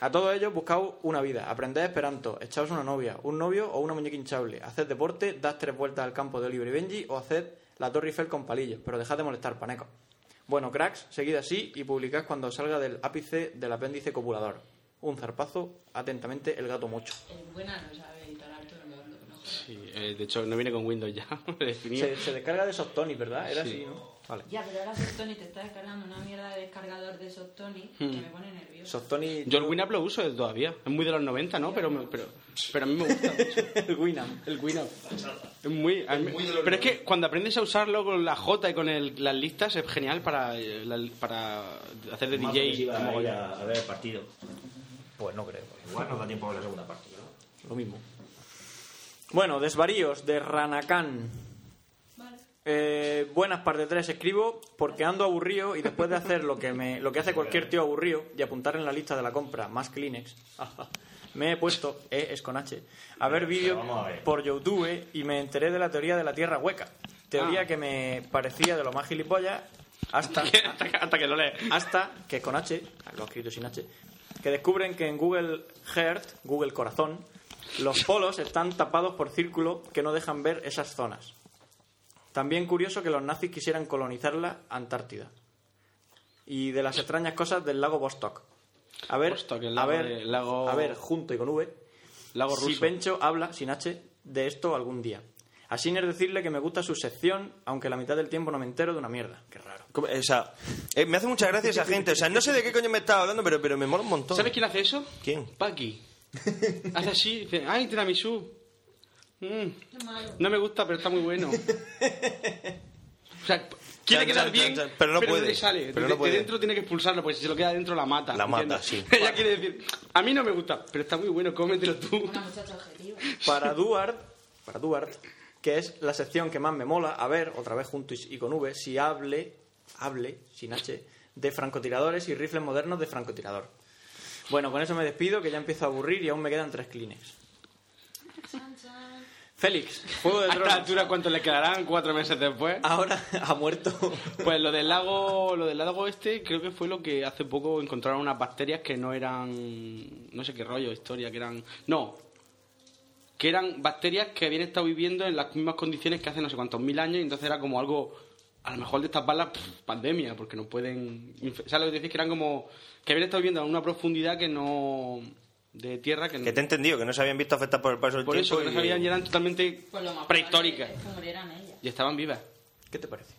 A todos ellos, buscaos una vida, aprended esperanto, echaos una novia, un novio o una muñeca hinchable, haced deporte, dad tres vueltas al campo de Oliver y Benji o haced la Torre Eiffel con palillos, pero dejad de molestar, paneco. Bueno, cracks, seguid así y publicad cuando salga del ápice del apéndice copulador. Un zarpazo, atentamente, el gato mocho.
Es buena, no sabe editar harto, pero no, no.
Sí, eh, de hecho, no viene con Windows ya. Definido.
Se, se descarga de Sostoni, ¿verdad? Era así, ¿no? Vale.
Ya, pero ahora Softoni te está descargando una mierda de descargador de Softoni que me pone nervioso.
Sostoni...
Yo el Winamp lo uso todavía. Es muy de los 90, ¿no? Pero, me- pero, pero a mí me gusta mucho
el Winamp.
el Winamp. Es muy, a mí- pero es que cuando aprendes a usarlo con la J y con el- las listas es genial para, eh, la- para hacer de DJ. como-
a, ver el partido.
Pues no creo.
Igual nos da tiempo a ver la segunda parte. ¿no?
Lo mismo. Bueno, desvaríos de Ranacán. Eh, buenas parte 3 escribo porque ando aburrido y después de hacer lo que me lo que hace cualquier tío aburrido y apuntar en la lista de la compra más Kleenex me he puesto eh, es con H a ver vídeos
vamos a ver.
por YouTube y me enteré de la teoría de la tierra hueca teoría
Ah.
que me parecía de lo más gilipollas hasta
hasta, que- hasta que lo lees.
hasta que con H, lo ha escrito sin H, que descubren que en Google Heart, Google Corazón, los polos están tapados por círculos que no dejan ver esas zonas. También curioso que los nazis quisieran colonizar la Antártida. Y de las extrañas cosas del lago Vostok. A ver,
Vostok, el
a
lago
ver,
de- lago-
a ver, junto y con V,
Lago
si
ruso.
Pencho habla, sin H, de esto algún día. A Siner decirle que me gusta su sección, aunque la mitad del tiempo no me entero de una mierda. Qué raro.
Como- O sea, eh, me hace mucha gracia esa gente. O sea, no sé de qué coño me estaba hablando, pero, pero me mola un montón.
¿Sabes quién hace eso?
¿Quién?
Paki. Hace así, dice, ay, tiramisú. Mm,
Qué malo.
no me gusta, pero está muy bueno. O sea, quiere
Chan,
quedar
chan,
bien,
chan, chan, pero no
le
puede,
sale.
pero
de,
no
de
puede.
dentro tiene que expulsarlo, porque si se lo queda dentro la mata.
La mata,
¿entiendes?
sí.
Ella quiere decir, a mí no me gusta, pero está muy bueno, cómetelo tú.
Una muchacha objetiva.
para Duarte, para Duarte, que es la sección que más me mola, a ver, otra vez junto y y con V, si hable, hable, sin H, de francotiradores y rifles modernos de francotirador. Bueno, con eso me despido, que ya empiezo a aburrir y aún me quedan tres clines. Félix, Juego de
A esta
Tronos.
altura, ¿cuánto le quedarán? Cuatro meses después.
Ahora ha muerto.
Pues lo del lago, lo del lago este, creo que fue lo que hace poco encontraron unas bacterias que no eran, no sé qué rollo, historia, que eran, no, que eran bacterias que habían estado viviendo en las mismas condiciones que hace no sé cuántos mil años y entonces era como algo, a lo mejor de estas balas, pff, pandemia, porque no pueden, inf- o sea, lo que decís que eran como, que habían estado viviendo a una profundidad que no,
de tierra que,
Que te he entendido, que no se habían visto afectadas por el paso del
por
tiempo.
eso que no
y-
sabían y eran totalmente
Pues lo más probable
prehistóricas
es que murieran ellas.
y estaban vivas
¿Qué te parece?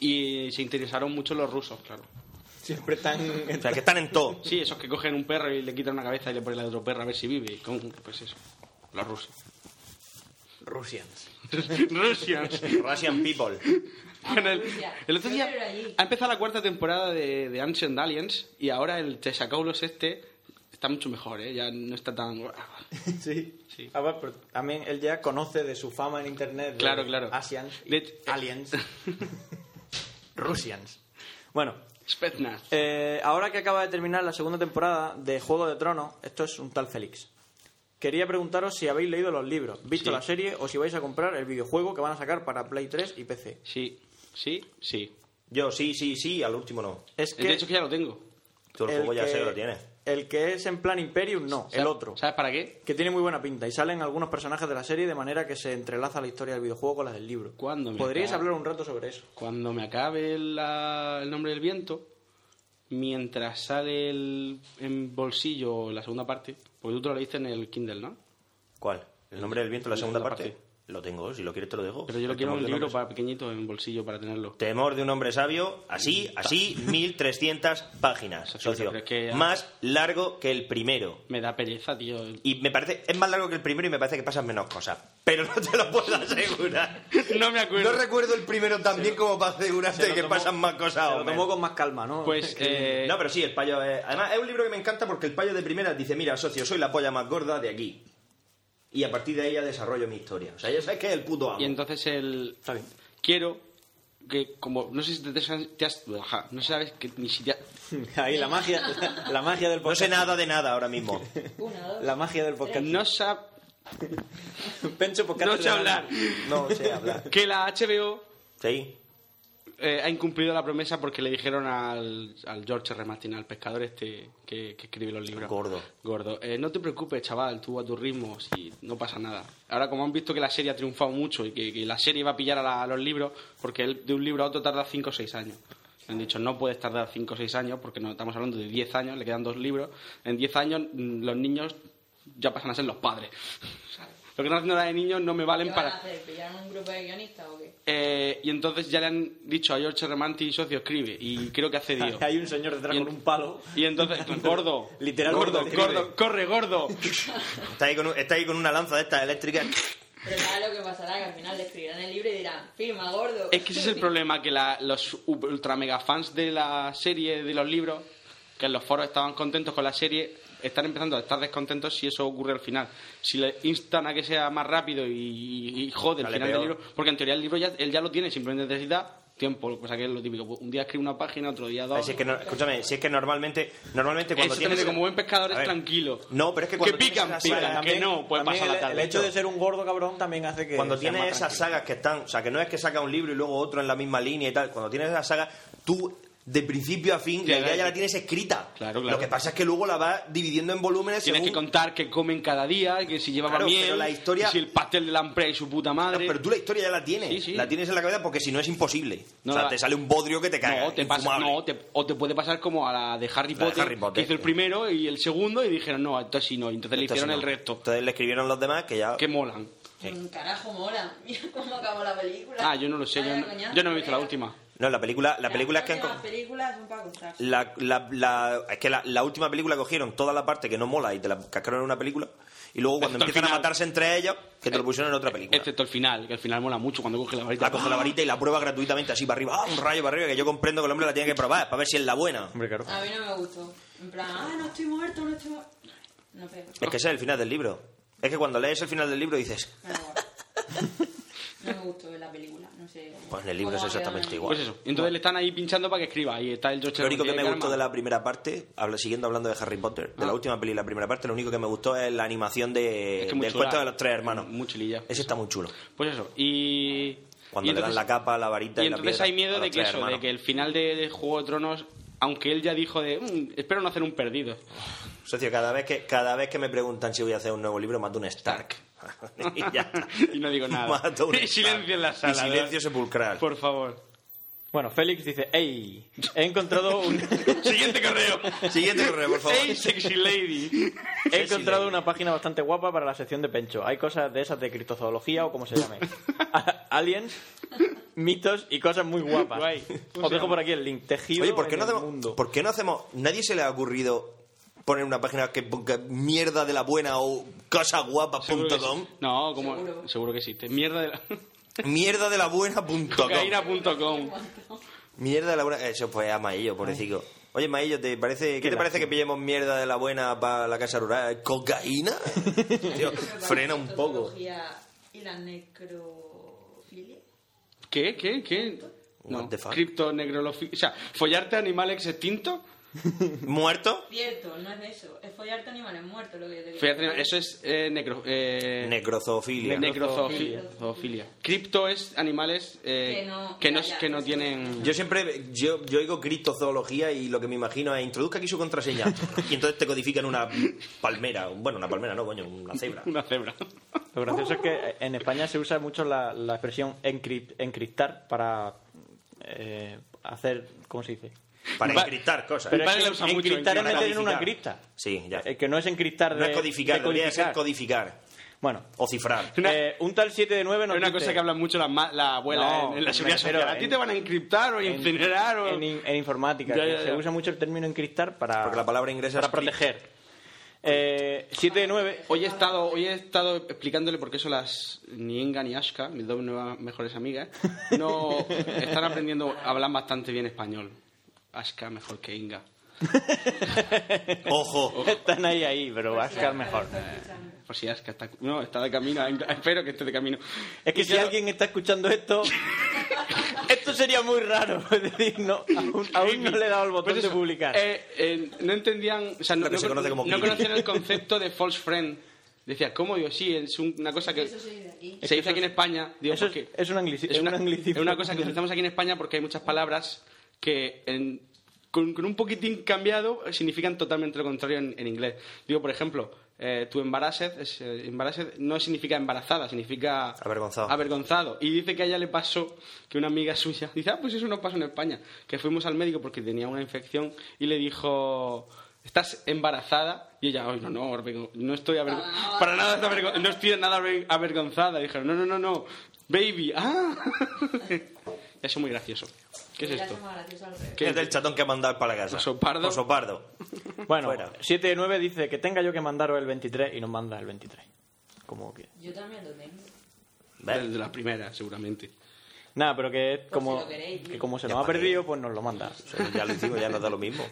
y se interesaron mucho los rusos, claro.
Siempre tan...
O sea, que están en todo.
Sí, esos que cogen un perro y le quitan una cabeza y le ponen la de otro perro a ver si vive. ¿Cómo? Pues eso. Los rusos.
Rusians.
Russians.
Russian people.
Bueno, el,
Rusia.
el otro día
Yo quiero ir allí.
ha empezado la cuarta temporada de, de Ancient Aliens y ahora el Tesacaulos este está mucho mejor, ¿eh? Ya no está tan...
Sí.
Sí.
Ah, bueno, pero también él ya conoce de su fama en internet. de
Claro, claro.
Asians. y
De-
aliens. Rusians. Bueno,
Spetsnaz.
eh, ahora que acaba de terminar la segunda temporada de Juego de Tronos, esto es un tal Félix. Quería preguntaros si habéis leído los libros, visto
Sí.
la serie o si vais a comprar el videojuego que van a sacar para Play 3 y PC.
Sí, sí, sí.
Yo sí, sí, sí, al último no.
Es que
De hecho que ya lo tengo.
Tú el, juego ya sé que lo tienes.
El que es en plan Imperium, no, el
¿Sabes-
otro.
¿Sabes para qué?
que tiene muy buena pinta y salen algunos personajes de la serie de manera que se entrelaza la historia del videojuego con la del libro.
¿Cuándo me
¿Podríais
acaba?
hablar un rato sobre eso?
Cuando me acabe la- el nombre del viento, mientras sale el, en bolsillo la segunda parte, porque tú te lo leíste en el Kindle, ¿no?
¿Cuál? ¿El nombre del viento, la
La
segunda
segunda
parte? Lo tengo, si lo quieres te lo dejo.
Pero yo lo
El
quiero
temor
en un
de
libro
hombres-
para pequeñito, en bolsillo, para tenerlo.
Temor de un hombre sabio, así,
Mm,
así, 1300 páginas,
Eso sí,
socio.
pero es que-
Más largo que el primero.
Me da pereza, tío.
Y me parece, es más largo que el primero y me parece que pasan menos cosas. Pero no te lo puedo asegurar.
No me acuerdo.
No recuerdo el primero tan bien como para asegurarte que pasan más cosas.
Se lo
Homer.
tomo con más calma, ¿no?
Pues, eh,
No, pero sí, el payo es... Además, es un libro que me encanta porque el payo de primera dice, mira, socio, soy la polla más gorda de aquí. Y a partir de ahí ya desarrollo mi historia. O sea, ya sabes que es el puto amo.
y entonces el...
Está bien.
Quiero que, como... No sé si te, te has... ajá, No sabes que ni si te ha-
Ahí la magia, la, la magia del
No sé
podcast.
nada de nada ahora mismo.
Una, dos.
La magia del podcast.
No sab...
Pencho podcast
no sé
de la-
hablar.
No sé hablar.
Que la HBO
Sí.
eh, ha incumplido la promesa porque le dijeron al, al George R. Martin, al pescador este que, que escribe los libros.
Gordo.
Gordo. Eh, no te preocupes, chaval, tú a tu ritmo, si no pasa nada. Ahora, como han visto que la serie ha triunfado mucho y que, que la serie va a pillar a, la- a los libros, porque él de un libro a otro tarda 5 o 6 años. Han dicho, no puedes tardar 5 o 6 años porque no estamos hablando de 10 años, le quedan dos libros. En 10 años mm, los niños ya pasan a ser los padres. Lo que no haciendo ahora de niños no me
¿Qué
valen
van
para...
a hacer? ¿Pillaron un grupo de guionistas o qué?
Eh, y entonces ya le han dicho a George R. Martin, socio, escribe. Y creo que ha cedido.
Hay un señor detrás
Y en-
con un palo.
Y entonces, gordo.
Literal,
gordo,
gordo, escribe.
gordo, corre, gordo.
Está ahí con, un- está ahí con una lanza de estas eléctricas.
Pero claro, lo que pasará que al final le escribirán el libro y dirán, firma, gordo.
Es que ese es el problema, que la- los ultra mega fans de la serie, de los libros, que en los foros estaban contentos con la serie, están empezando a estar descontentos si eso ocurre al final. Si le instan a que sea más rápido y, y- y jode el
Sale
final del
peor.
libro, porque en teoría el libro ya, él ya lo tiene, simplemente necesita tiempo, cosa que es lo típico. pues, Un día escribe una página, otro día dos.
Ay, si es que no- escúchame, si es que normalmente, normalmente cuando
Eso
tienes...
también, como buen pescador,
A
es
ver,
tranquilo.
No, pero es que cuando
Que
tienes
pican,
esas
pican,
sagas-
que no, pues
También
pasa la
el, el
tarde.
hecho de ser un gordo cabrón también hace que.
Cuando
sea
tienes
más
esas
tranquilo.
sagas que están, o sea, que no es que saca un libro y luego otro en la misma línea y tal, cuando tienes esas sagas, tú de principio a fin la
Claro.
idea ya la tienes escrita.
Claro, claro.
Lo que pasa es que luego la vas dividiendo en volúmenes
Tienes que
según...
contar que comen cada día, que si llevaba
Claro,
miel,
pero la historia-
que si el pastel de lamprea y su puta madre.
Pero tú la historia ya la tienes,
Sí, sí.
la tienes en la cabeza porque si no es imposible.
No,
o sea,
la-
te sale un bodrio que te cae.
No, te pasa, no te- o te puede pasar como a la de Harry,
La de
Potter,
Harry Potter,
que hizo el
sí.
primero y el segundo y dijeron, no, entonces sí, no. y Entonces le hicieron el resto,
Entonces le escribieron los demás que ya...
que molan.
Mm, Carajo, mola. Mira cómo acabó la película.
Ah, yo no lo sé, yo
Vaya
no,
coñazo,
yo no he visto la
colega.
última.
No, la película, la película es que han...
Las
co-
películas son para contar.
La, la- la- es que la, la última película cogieron toda la parte que no mola y te la cascaron en una película. Y luego cuando
Excepto el
empiezan a
final. Eh, este
matarse entre ellos, que te lo pusieron en otra película.
Excepto el final, que el final mola mucho cuando coge la varita.
La coge la varita y la prueba gratuitamente así para arriba. ¡Ah, un rayo para arriba! Que yo comprendo que el hombre la tiene que probar para ver si es la buena.
Hombre, claro.
A mí no me gustó. En plan, ah, no estoy muerto, no estoy muerto. No pego.
Es que ese es el final del libro. Es que cuando lees el final del libro dices,
Me da igual. No me gustó ver la película, no sé.
Pues en el libro
cómo
es
ha quedado
exactamente
en el-
igual.
Pues eso, y entonces le están ahí pinchando para que escriba. Y está el George
lo único que me
Lucas,
gustó
arma.
de la primera parte, habla, siguiendo hablando de Harry Potter, de la última peli, la primera parte, lo único que me gustó es la animación de,
Ah. Es que muy
del
chula.
cuento de los tres hermanos.
Muy chulilla.
Ese está muy chulo.
Pues eso, y...
Cuando
y
le dan
entonces-
la capa, la varita y,
Y
la
entonces
piedra
hay
a
miedo
los
de que
tres
eso, de
hermanos.
que el final de, de Juego de Tronos, aunque él ya dijo de, "Mm, espero no hacer un perdido.
Socio, cada vez que cada vez que me preguntan si voy a hacer un nuevo libro, mato un Stark. y ya está.
Y no digo nada.
Mato un
Y silencio
Stark.
en la sala.
Y silencio
¿verdad?
sepulcral.
Por favor.
Bueno, Félix dice, hey, he encontrado un...
Siguiente correo. Siguiente correo, por favor.
¡Hey, sexy lady!
He encontrado una página bastante guapa para la sección de Pencho. Hay cosas de esas de criptozoología o como se llame. A- Aliens, mitos y cosas muy guapas.
Guay.
Os dejo por aquí el link. Tejido
Oye, ¿por qué,
en
no
el
hacemos,
mundo.
¿por qué no hacemos.? Nadie se le ha ocurrido poner una página que ponga mierda de la buena o
Seguro que
casaguapa.com.
sí. No, como... Seguro. que existe. Mierda de la...
Mierda de la buena.com.
Cocaína.com.
Mierda de la buena. Eso, pues a Maillo, pobrecito. Oye, Maillo, ¿te parece, ¿qué te parece que pillemos mierda de la buena para la casa rural? ¿Cocaína? Tío,
Pues
frena un poco.
Y la necrofilia.
¿Qué? ¿Qué? ¿Qué?
What the fuck?
Cripto, negrolofi- O sea, follarte a animales extintos.
¿Muerto?
Cierto, no es eso. Es follarte animales muertos lo que yo te
Follarte a anim- Eso es eh, necro... eh,
Necrozoofilia.
necrozoofilia. zoofilia. Cripto es animales eh,
Que no-
que no,
ya, ya,
que no
pues,
tienen...
Yo siempre, yo, yo oigo criptozoología y lo que me imagino es introduzca aquí su contraseña y entonces te codifican una palmera, bueno, una palmera no, coño, una cebra.
Una cebra.
Lo gracioso es que en España se usa mucho la, la expresión encript- encriptar para eh, hacer... ¿Cómo se dice?
Para
Va-
encriptar cosas.
Pero
es
Mi padre
que
la usa mucho,
encriptar es
encriptar.
meter en una
Codificar.
cripta.
Sí, ya.
Eh, que no es encriptar de...
no es codificar,
de
debería ser
codificar.
codificar
Bueno,
o cifrar.
Una-
eh, un tal 7 de 9 nos
Es una
dice-
cosa que hablan mucho las ma- la, abuela
No,
en, en la seguridad
me refiero
social. A ti
en-
te van a encriptar o
en-
incinerar o...
en, in- en informática.
Ya,
que
ya, ya.
Se usa mucho el término encriptar para,
Porque la palabra inglesa
para
es cri-
proteger. Eh, 7 de 9.
Hoy he estado, hoy he estado explicándole por qué son las Nienga ni Ashka, mis dos nuevas mejores amigas, no están aprendiendo a hablar bastante bien español. Ashka mejor que Inga.
Ojo,
Están ahí, ahí, pero va a quedar mejor.
Por si Ashka está, no, está de camino, a Inga. espero que esté de camino.
Es que
Y
si
yo-
alguien está escuchando esto, esto sería muy raro. Es decir, no, aún, aún no le he dado el botón
Pues eso,
de publicar.
eh, eh, no entendían, o sea, no,
Lo que
no
se
con-
conoce como
no
clickbait.
conocían el concepto de false friend. Decías, ¿cómo? Digo, sí, es un- una cosa que
Eso soy de aquí.
se dice aquí en España. Digo,
Eso
¿por
es,
qué?
es un anglici-
es
un
una,
anglicismo.
es una cosa que utilizamos aquí en España porque hay muchas palabras que en- con, con un poquitín cambiado significan totalmente lo contrario en, en inglés. Digo, por ejemplo, eh, tu embaraced, es, eh, embaraced no significa embarazada, significa
Avergonzado.
avergonzado. Y dice que a ella le pasó que una amiga suya, dice, ah, pues eso no pasó en España, que fuimos al médico porque tenía una infección y le dijo... ¿Estás embarazada? Y ella, "Ay, no, no, avergo- no estoy avergonzada. Para nada, está avergo- no estoy nada aver- avergonzada. Dijeron, no, no, no, no, baby, ah. Eso es muy gracioso. ¿Qué es esto?
¿qué es del chatón que ha mandado para la casa?
Oso pardo.
Oso pardo.
Bueno,
Fuera.
7 de 9 dice que tenga yo que mandaros el 23 y nos manda el 23. Como que...
Yo también lo tengo.
¿Ves?
El de la primera, seguramente.
Nada, pero que es como,
Pues si lo queréis, ¿no?
que como se
Ya
nos ha
para
perdido, pues nos lo manda.
Eso Ya lo hicimos, ya nos da lo mismo.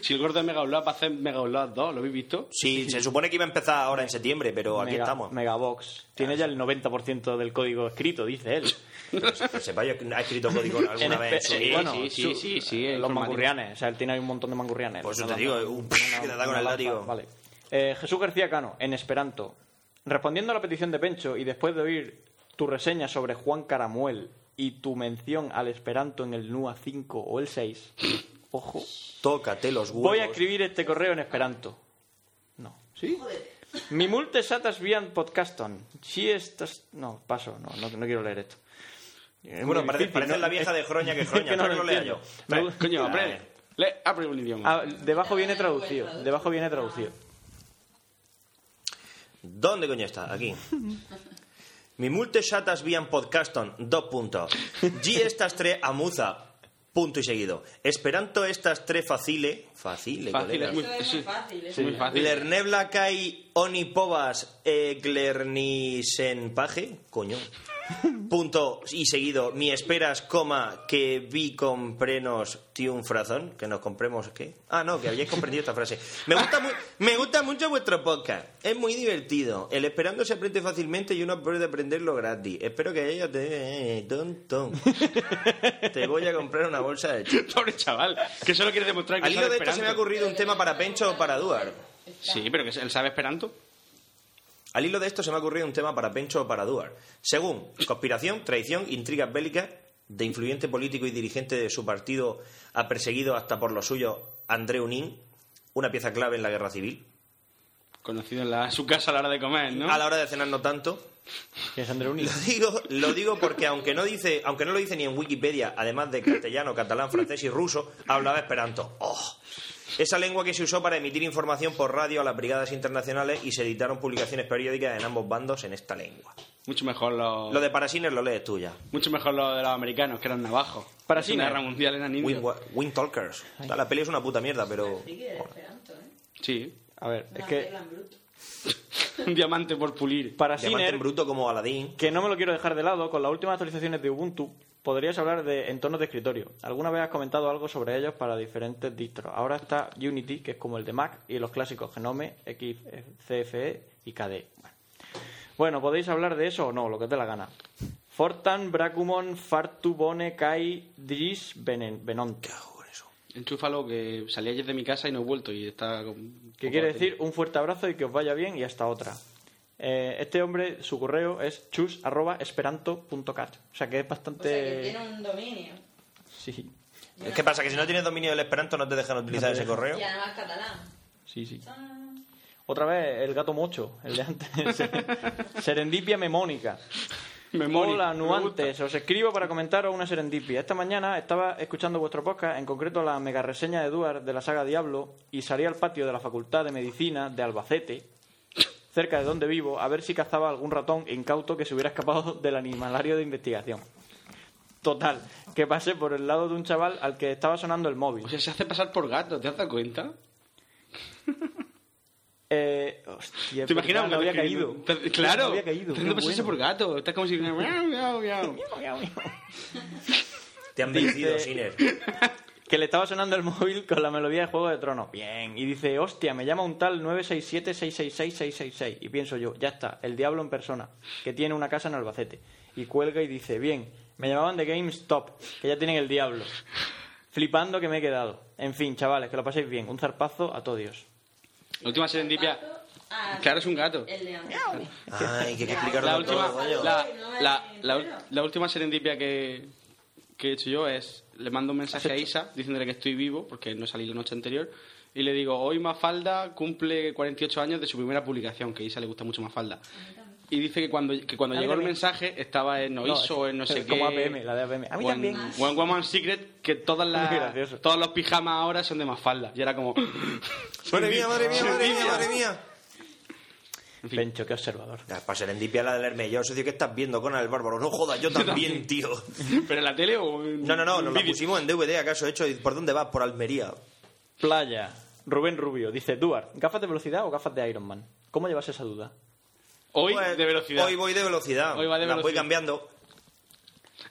si el gordo de Mega Upload va a hacer Mega Upload 2, ¿lo habéis visto?
Sí, se supone que iba a empezar ahora en septiembre, pero aquí
Mega-
estamos.
Megabox. Tiene ya el 90% del código escrito, dice él.
Pues, Que sepa, yo que ha escrito código
En
alguna
espe-
vez. en su
eh,
vida.
bueno,
sí, sí,
su-
sí, sí,
eh,
en
Los
informática.
mangurrianes. O sea, él tiene ahí un montón de mangurrianes.
Por eso
Una
Pues te digo,
lanza-
un que le da con
una
el
lanza,
látigo.
Vale. Eh, Jesús García Cano, en Esperanto. Respondiendo a la petición de Pencho y después de oír tu reseña sobre Juan Caramuel y tu mención al Esperanto en el NUA 5 o el 6, ojo,
Tócate los huevos.
voy a escribir este correo en Esperanto. No. ¿Sí? Mi multe satas vian podcaston. Si estas... No, paso, no, no, no quiero leer esto. Es
Bueno,
muy
parece,
difícil,
parece
¿no?
la vieja de Groña que Groña.
que no
pero lo
lo
lea yo. Eh,
entiendo.
Ve,
Me-
Coño, aprende.
Dale.
Le, aprende un idioma.
Ah, debajo viene traducido. Debajo viene traducido.
¿Dónde coño está? Aquí. Mi multe chatas vian podcaston, dos puntos. G estas tres amuza, punto y seguido. Esperanto estas tres facile, facile,
fácil,
colega.
es muy,
Eso es
sí,
muy fácil.
es muy fácil.
Lernebla kai oni povas eh, glernisenpaje, coño. Punto y seguido, mi esperas, coma, que vi comprenos triunfrazón, que nos compremos, ¿qué? Ah, no, que habíais comprendido esta frase. Me gusta, mu- me gusta mucho vuestro podcast, es muy divertido. El esperando se aprende fácilmente y uno puede aprenderlo gratis. Espero que ella te... eh, Ton, ton. Te voy a comprar una bolsa de chips.
Pobre chaval, que solo quiere demostrar que
Al hilo
sabe
de esto se me ha
esperanto.
ocurrido un tema para Pencho o para Duar.
Sí, pero que él sabe esperanto.
Al hilo de esto se me ha ocurrido un tema para Pencho o para Duar. Según, conspiración, traición, intrigas bélicas de influyente político y dirigente de su partido ha perseguido hasta por lo suyo André Unín, una pieza clave en la guerra civil.
Conocido en la- su casa a la hora de comer, ¿no?
A la hora de cenar no tanto.
Alejandro Uni.
Lo digo, lo digo porque aunque no dice, aunque no lo dice ni en Wikipedia, además de castellano, catalán, francés y ruso, hablaba esperanto. ¡Oh! Esa lengua que se usó para emitir información por radio a las brigadas internacionales y se editaron publicaciones periódicas en ambos bandos en esta lengua.
Mucho mejor los...
Lo de Parasines lo lees tú ya.
Mucho mejor lo de los americanos, que eran navajos.
Para
Es
sí,
una
¿no?
guerra mundial eran
Wind,
indios.
Wind Talkers. O sea, la peli es una puta mierda, pero...
Sí, que era esperanto, ¿eh?
Sí.
A ver, es
Una
que
perla en bruto.
Un diamante por pulir.
para
Diamante en
Sinner,
bruto como Aladdin.
que no me lo quiero dejar de lado, con las últimas actualizaciones de Ubuntu podrías hablar de entornos de escritorio. Alguna vez has comentado algo sobre ellos para diferentes distros. Ahora está Unity, que es como el de Mac, y los clásicos Genome, XCFE E y KDE. Bueno. Bueno, podéis hablar de eso o no, lo que os dé la gana. Fortan, Bracumon, Fartu, Bone, Kai, Dris, Benen- Benont.
Enchúfalo que salí ayer de mi casa y no he vuelto y está... con-
Que
con
quiere
batería.
decir un fuerte abrazo y que os vaya bien y hasta otra. Eh, este hombre, su correo es chus.esperanto.cat. O sea que es
O sea, que
bastante.
tiene un dominio.
Sí,
Es que pasa que si no tienes dominio del esperanto no te dejan utilizar ese correo.
Y además catalán.
sí, sí.
Ah,
Otra vez el gato mocho, el de antes. serendipia memónica.
Memónica,
Hola,
me gusta.
nuantes. Os escribo para comentaros una serendipia. Esta mañana estaba escuchando vuestro podcast, en concreto la mega reseña de Eduard de la saga Diablo, y salí al patio de la Facultad de Medicina de Albacete, cerca de donde vivo, a ver si cazaba algún ratón incauto que se hubiera escapado del animalario de investigación. Total, que pasé por el lado de un chaval al que estaba sonando el móvil.
O sea, se hace pasar por gato, ¿te has dado cuenta?
Eh, hostia,
¿Te imaginas?
no
un gato
había caído.
escribiendo? Te- Claro.
No había caído.
Te hace
qué
pasarse por
bueno.
gato. Estás como si... miau, miau, miau.
Te han vencido,
Dice-
Siner.
Que le estaba sonando el móvil con la melodía de Juego de Tronos. Bien. Y dice, hostia, me llama un tal 967-666-666. Y pienso yo, ya está, el diablo en persona, que tiene una casa en Albacete. Y cuelga y dice, bien, me llamaban de GameStop, que ya tienen el diablo. Flipando que me he quedado. En fin, chavales, que lo paséis bien. Un zarpazo a todos Dios.
La última serendipia...
ah,
Claro, es un gato.
El de antes.
Ay, que hay que explicarlo
La
todo,
última,
coño.
la, la- la- la última serendipia que, que he hecho yo es, le mando un mensaje a Isa diciéndole que estoy vivo, porque no salí la noche anterior, y le digo, hoy Mafalda cumple 48 años de su primera publicación, que a Isa le gusta mucho Mafalda. Y dice que cuando, que cuando
A mí
llegó el
también.
mensaje estaba en Oiso o en no sé
es como
qué.
APM, la de APM. A mí
o en-
también.
o en Woman Secret, que todas
Muy
las,
gracioso.
todos los pijamas ahora son de Mafalda. Y era como...
Madre mía, madre mía, madre mía, madre mía.
Pencho, qué observador.
Ah, Para serendipia la del Hermes, yo socio, ¿qué estás viendo con el bárbaro? No jodas, yo también, tío.
¿Pero en la tele o en
No, no, no, nos la
vídeo?
pusimos en DVD, ¿acaso hecho? ¿Y ¿Por dónde vas? Por Almería.
Playa. Rubén Rubio dice, Duarte, ¿gafas de velocidad o gafas de Iron Man? ¿Cómo llevas esa duda?
Hoy
Pues,
de velocidad.
Hoy voy de velocidad.
Hoy va de
Las voy
velocidad.
cambiando.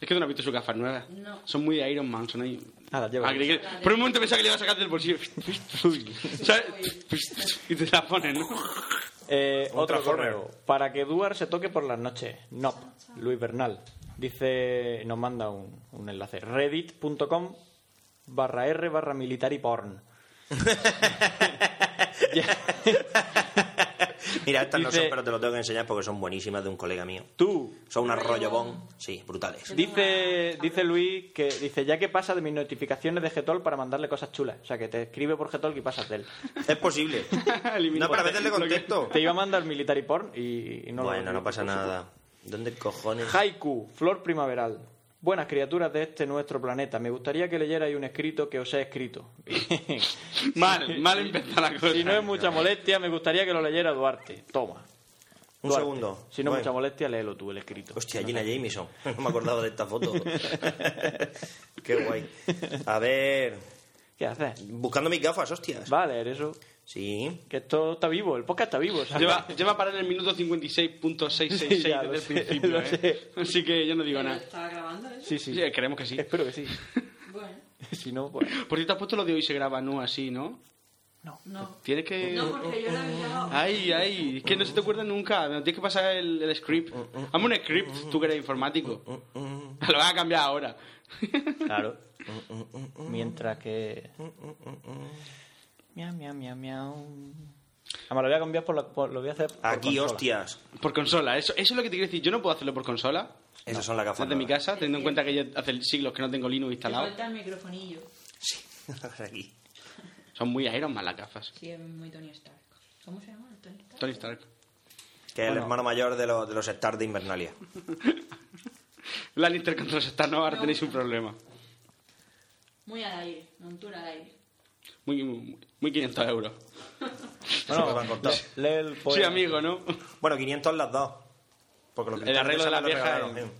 Es que tú no has visto sus gafas nuevas.
No.
Son muy de Iron Man, son ahí.
Ah, las llevo.
Ah, creí que- Por un momento pensaba que le iba a sacar del bolsillo. ¿Sabes? y te la pones, ¿no?
Eh,
Un
otro
Transformer.
correo. Para que Duar se toque por las noches. No. Luis Bernal. Dice, nos manda un, un enlace. Reddit.com barra R barra militar y porn.
Mira, estas no
Dice-
son, pero te lo tengo que enseñar porque son buenísimas de un colega mío.
Tú.
Son un arroyo bon. Sí, brutales.
Dice, dice Luis que dice, ya que pasa de mis notificaciones de Getol para mandarle cosas chulas. O sea, que te escribe por Getol y pasas de él.
Es posible.
Elimina-
No, para meterle contexto.
Te iba a mandar militar y porn y, y no lo- Pues
Bueno, no pasa nada. ¿Dónde cojones?
Haiku, flor primaveral. Buenas criaturas de este nuestro planeta. Me gustaría que leyerais un escrito que os he escrito. Bien.
Mal, mal empezar la cosa.
Si no es mucha molestia, me gustaría que lo leyera Duarte. Toma.
Un
Duarte.
segundo.
Si no
Bueno.
es mucha molestia, léelo tú, el escrito.
Hostia, Gina Jameson. No me acordaba de esta foto. Qué guay. A ver.
¿Qué haces?
Buscando mis gafas, hostias.
Va a leer eso.
Sí.
Que esto está vivo, el podcast está vivo. ¿sabes?
Lleva, lleva para en el minuto 56.666
Sí, ya, lo
desde el
sé,
principio,
lo
¿eh?
sé.
Así que yo no digo
¿Pero
nada.
¿Estaba grabando eso?
Sí, sí.
Sí, creemos que sí.
Espero que sí.
Bueno,
si no, pues...
Por cierto, has puesto lo de hoy se graba no así, ¿no?
no.
Tienes que...
No, porque yo lo había grabado.
Ay, ay, es que no se te acuerda nunca. Me tienes que pasar el, el script.
Mm,
Hazme un script, tú que eres informático. Lo vas a cambiar ahora.
Claro. Mientras que... Miau, miau, miau, miau. Además, lo voy a cambiar por la... por- lo voy a hacer por
Aquí,
consola.
hostias.
Por consola, eso, eso es lo que te quiero decir. Yo no puedo hacerlo por consola,
Esas son las gafas.
desde mi
nuevas.
casa, teniendo en cuenta que yo hace siglos que no tengo Linux
Te
instalado.
falta el microfonillo.
Aquí.
Son muy Iron Man las gafas.
Sí, es muy Tony Stark. ¿Cómo se llama? Tony Stark.
Tony Stark.
Que es el hermano mayor de los, de los stars de Invernalia.
La Inter contra los Stars, no, ahora tenéis un problema.
Muy al aire, montura al aire.
Muy, muy, muy 500 euros.
Eso me lo han contado.
Lee el poema.
Sí, amigo, ¿no?
Bueno, 500 las dos. Porque los
El
cristales
arreglo
esa
de la
me lo
vieja
regalaron,
es-
eh.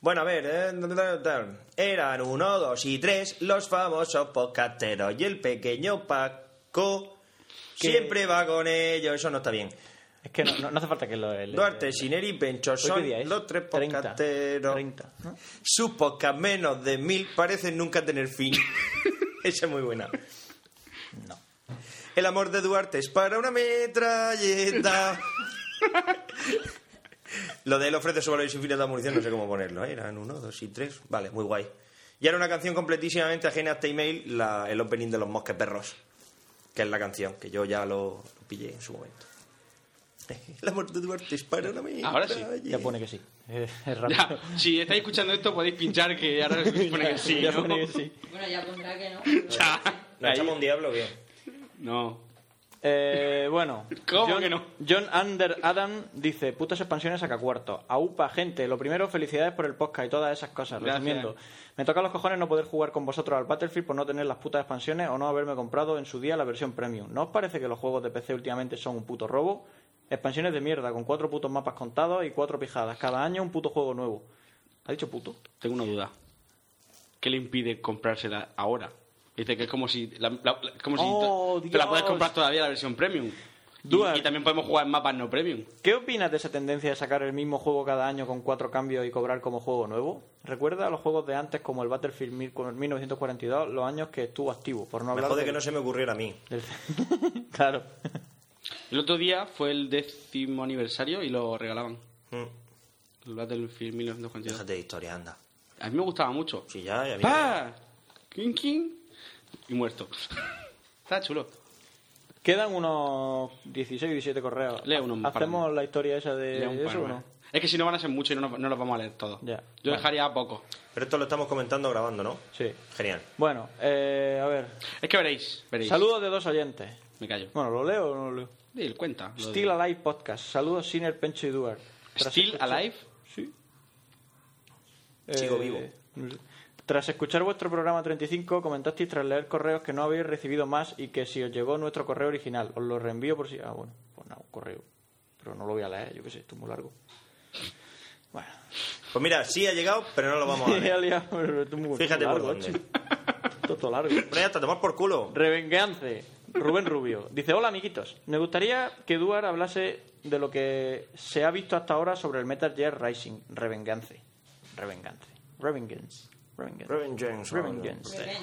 Bueno, a ver. eh, ta, ta, ta. Eran uno, dos y tres los famosos podcasteros. Y el pequeño Paco siempre va con ellos. Eso no está bien.
Es que no, no- no hace falta que lo lea.
Duarte, Sineri y Pencho
¿Hoy
son
qué día es?
los tres
30,
podcasteros.
30, ¿no?
Sus podcasts menos de mil parecen nunca tener fin. Esa es muy buena.
No.
El amor de Duarte es para una metralleta. Lo de él ofrece su valor infinita de munición, no sé cómo ponerlo. ¿eh? Eran uno, dos y tres. Vale, muy guay. Y era una canción completísimamente ajena a este email, la- el opening de los Mosques Perros, que es la canción que yo ya lo, lo pillé en su momento. El amor de Duarte es para una metralleta.
Ahora sí,
Ya pone que sí. Es rápido.
Ya, si estáis escuchando esto podéis pinchar que ahora os pone que sí,
Ya
¿no?
pone que sí.
Bueno, ya pondrá que no. pero-
Ya.
¿Nos echamos un diablo o qué?
No.
Eh, bueno,
¿Cómo
John,
que no?
John Under Adam dice: putas expansiones saca cuarto. Aupa, gente. Lo primero, felicidades por el podcast y todas esas cosas.
Gracias.
Resumiendo, me toca los cojones no poder jugar con vosotros al Battlefield por no tener las putas expansiones o no haberme comprado en su día la versión premium. ¿No os parece que los juegos de PC últimamente son un puto robo? Expansiones de mierda, con cuatro putos mapas contados y cuatro pijadas. Cada año un puto juego nuevo. ¿Ha dicho puto?
Tengo una duda. ¿Qué le impide comprársela ahora? Dice que es como si, la, la- la- como si
¡Oh,
te la puedes
Dios!
comprar todavía la versión premium. Y,
Dual.
y también podemos jugar en mapas no premium.
¿Qué opinas de esa tendencia de sacar el mismo juego cada año con cuatro cambios y cobrar como juego nuevo? Recuerda a los juegos de antes como el Battlefield 1942, los años que estuvo activo, por no
Me
hablar
jode
de-
que no se me ocurriera a mí.
del- claro.
El otro día fue el décimo aniversario y lo regalaban.
Mm.
El Battlefield 1942.
Déjate de historia, anda.
A mí me gustaba mucho.
Si ya, ya mira.
¡Ah! ¡King, king! Y muerto. Está chulo.
Quedan unos 16 o 17 correos.
Lee uno, un par de-
¿Hacemos la historia esa de
Ya un par,
Eh, eso o
bueno.
no?
Es que si no van a ser muchos y no, nos- no los vamos a leer todos.
Ya,
Yo
vale.
dejaría a poco.
Pero esto lo estamos comentando grabando, ¿no?
Sí.
Genial.
Bueno, eh, a ver.
Es que veréis, veréis.
Saludos de dos oyentes.
Me callo.
Bueno, ¿lo leo o no lo leo?
Dil, cuenta. lo
Still Alive Podcast. Saludos Sinner, Pencho y este Duar.
de- Still Alive.
Sí. Eh,
Sigo vivo.
Tras escuchar vuestro programa 35, comentasteis tras leer correos que no habéis recibido más y que si os llegó nuestro correo original, os lo reenvío por si. Ah, bueno, pues nada, un correo. Pero no lo voy a leer, yo qué sé, esto es muy largo. Bueno,
Pues mira, sí ha llegado, pero no lo vamos a
Ya
ver.
he liado, pero esto es muy-
Fíjate
muy
por
largo,
dónde.
macho. Esto es todo largo.
Pero ya está, tomar por culo.
Revenganze, Rubén Rubio. Dice, hola amiguitos, me gustaría que Duar hablase de lo que se ha visto hasta ahora sobre el Metal Gear Rising. Revengance. Revengance. Revengance. Revengance.
Revenge.
Revengance.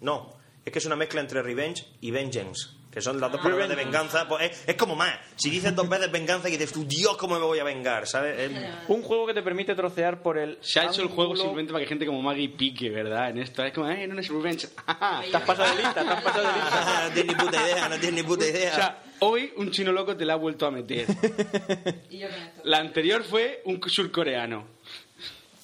No, es que es una mezcla entre revenge y vengeance, que son las dos palabras de venganza. Pues es, es como más. Si dices dos veces venganza y dices, tú, Dios, cómo me voy a vengar, ¿sabes? Es-
Un juego que te permite trocear por el...
Se ha hecho el juego
ángulo-
simplemente para que gente como Maggie pique, ¿verdad? En esto. Es como, eh, no Ah, es revenge. Ajá.
Te has pasado de lista, te has pasado de lista.
Ah, no tienes ni puta idea, no tienes ni puta idea.
O sea, hoy un chino loco te la ha vuelto a meter.
Y yo con esto.
La anterior fue un surcoreano.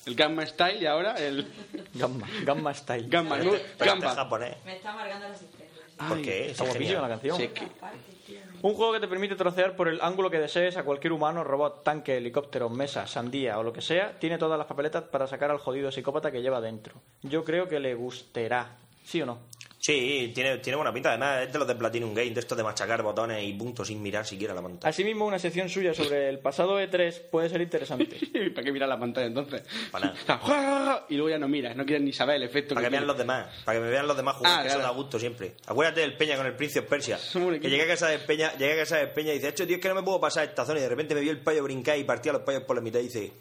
El Gamma Style y ahora el
Gamma, Gamma Style.
Gamma. ¿no?
Pero este es
Gamma.
japonés.
Me está amargando las estrellas.
¿Por qué?
Está
Sí, es
guapísima la
genial.
canción.
Sí, que-
Aparte, tío.
Un juego que te permite trocear por el ángulo que desees a cualquier humano, robot, tanque, helicóptero, mesa, sandía o lo que sea, tiene todas las papeletas para sacar al jodido psicópata que lleva dentro. Yo creo que le gustará. ¿Sí o no?
Sí, tiene, tiene buena pinta. Además, es de los de Platinum Game, de estos de machacar botones y puntos sin mirar siquiera la pantalla.
Asimismo, una sección suya sobre el pasado E3 puede ser interesante.
¿Para qué mirar la pantalla entonces?
Para nada.
Está, ¡jua, jua, jua! Y luego ya no miras, no quieres ni saber el efecto
Para que
que
vean
tiene.
los demás, para que me vean los demás jugar,
Ah,
que eso
claro.
da gusto siempre. Acuérdate del Peña con el Príncipe de Persia.
Somos un
Que
equipo.
llegué a casa del Peña, llegué a casa del Peña y dice, hecho, tío, es que no me puedo pasar esta zona. Y de repente me vio el payo brincar y partía los payos por la mitad y dice,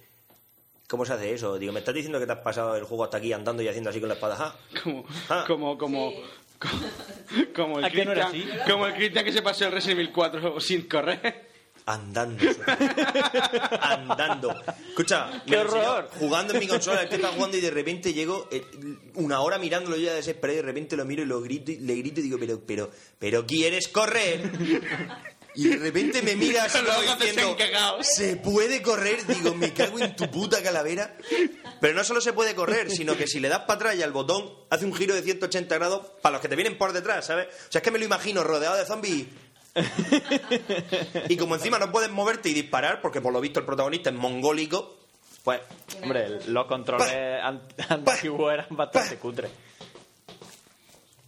¿cómo se hace eso? Digo, ¿me estás diciendo que te has pasado el juego hasta aquí andando y haciendo así con la espada? Ah,
Como,
Ah.
como, como, como, como el
¿A que no era
Cristian como el Cristian que se pasó el Resident Evil 4 sin correr.
Andando. andando. Escucha,
¡Qué
me lo enseñó
horror!
Jugando en mi consola, el que está jugando y de repente llego eh, una hora mirándolo yo ya desesperado y de repente lo miro y lo grito y le grito y digo, pero, pero, pero quieres correr. Y de repente me miras
Los ojos te
diciendo,
se han cagado.
se puede correr, digo, me cago en tu puta calavera. Pero no solo se puede correr, sino que si le das para atrás y al botón, hace un giro de 180 grados para los que te vienen por detrás, ¿sabes? O sea, es que me lo imagino rodeado de zombies. Y como encima no puedes moverte y disparar, porque por lo visto el protagonista es mongólico, pues
Hombre, el- los controles an- antiguos eran bastante cutres.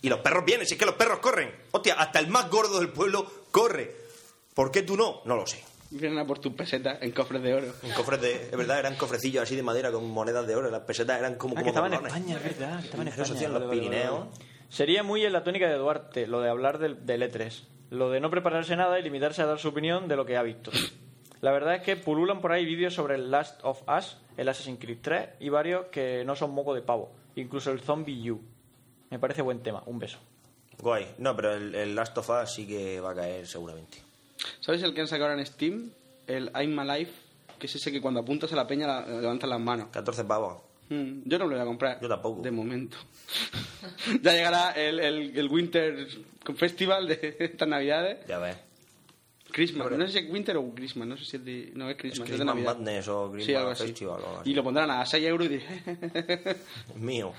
Y los perros vienen, si es que los perros corren. Hostia, hasta el más gordo del pueblo corre. ¿Por qué tú no? No lo sé.
Vienen a por tus pesetas en cofres de oro.
En cofres de. Es verdad, eran cofrecillos así de madera con monedas de oro. Las pesetas eran como.
Ah,
como
que estaban en
cordones.
España, es verdad. que Estaban en
Eso
España.
se hacía en
vale,
los
vale, vale,
Pirineos.
vale. Sería muy en la tónica de Duarte, lo de hablar del, del E3. Lo de no prepararse nada y limitarse a dar su opinión de lo que ha visto. La verdad es que pululan por ahí vídeos sobre el Last of Us, el Assassin's Creed 3 y varios que no son moco de pavo. Incluso el Zombie U. Me parece buen tema. Un beso.
Guay. No, pero el, el Last of Us sí que va a caer seguramente.
¿Sabes el que han sacado ahora en Steam? El I'm Alive, que es ese que cuando apuntas a la peña la- levantas las manos.
14 pavos.
Mm, Yo no lo voy a comprar.
Yo tampoco.
De momento. ya llegará el, el- el Winter Festival de estas navidades.
Ya ves.
Christmas. No sé si es Winter o Christmas. No sé si es de... No, es
Es
Christmas. es de
Christmas
Navidad.
Madness o
sí, algo
Christmas
así.
Festival o algo así.
Y lo pondrán a 6 euros y diré...
Mío.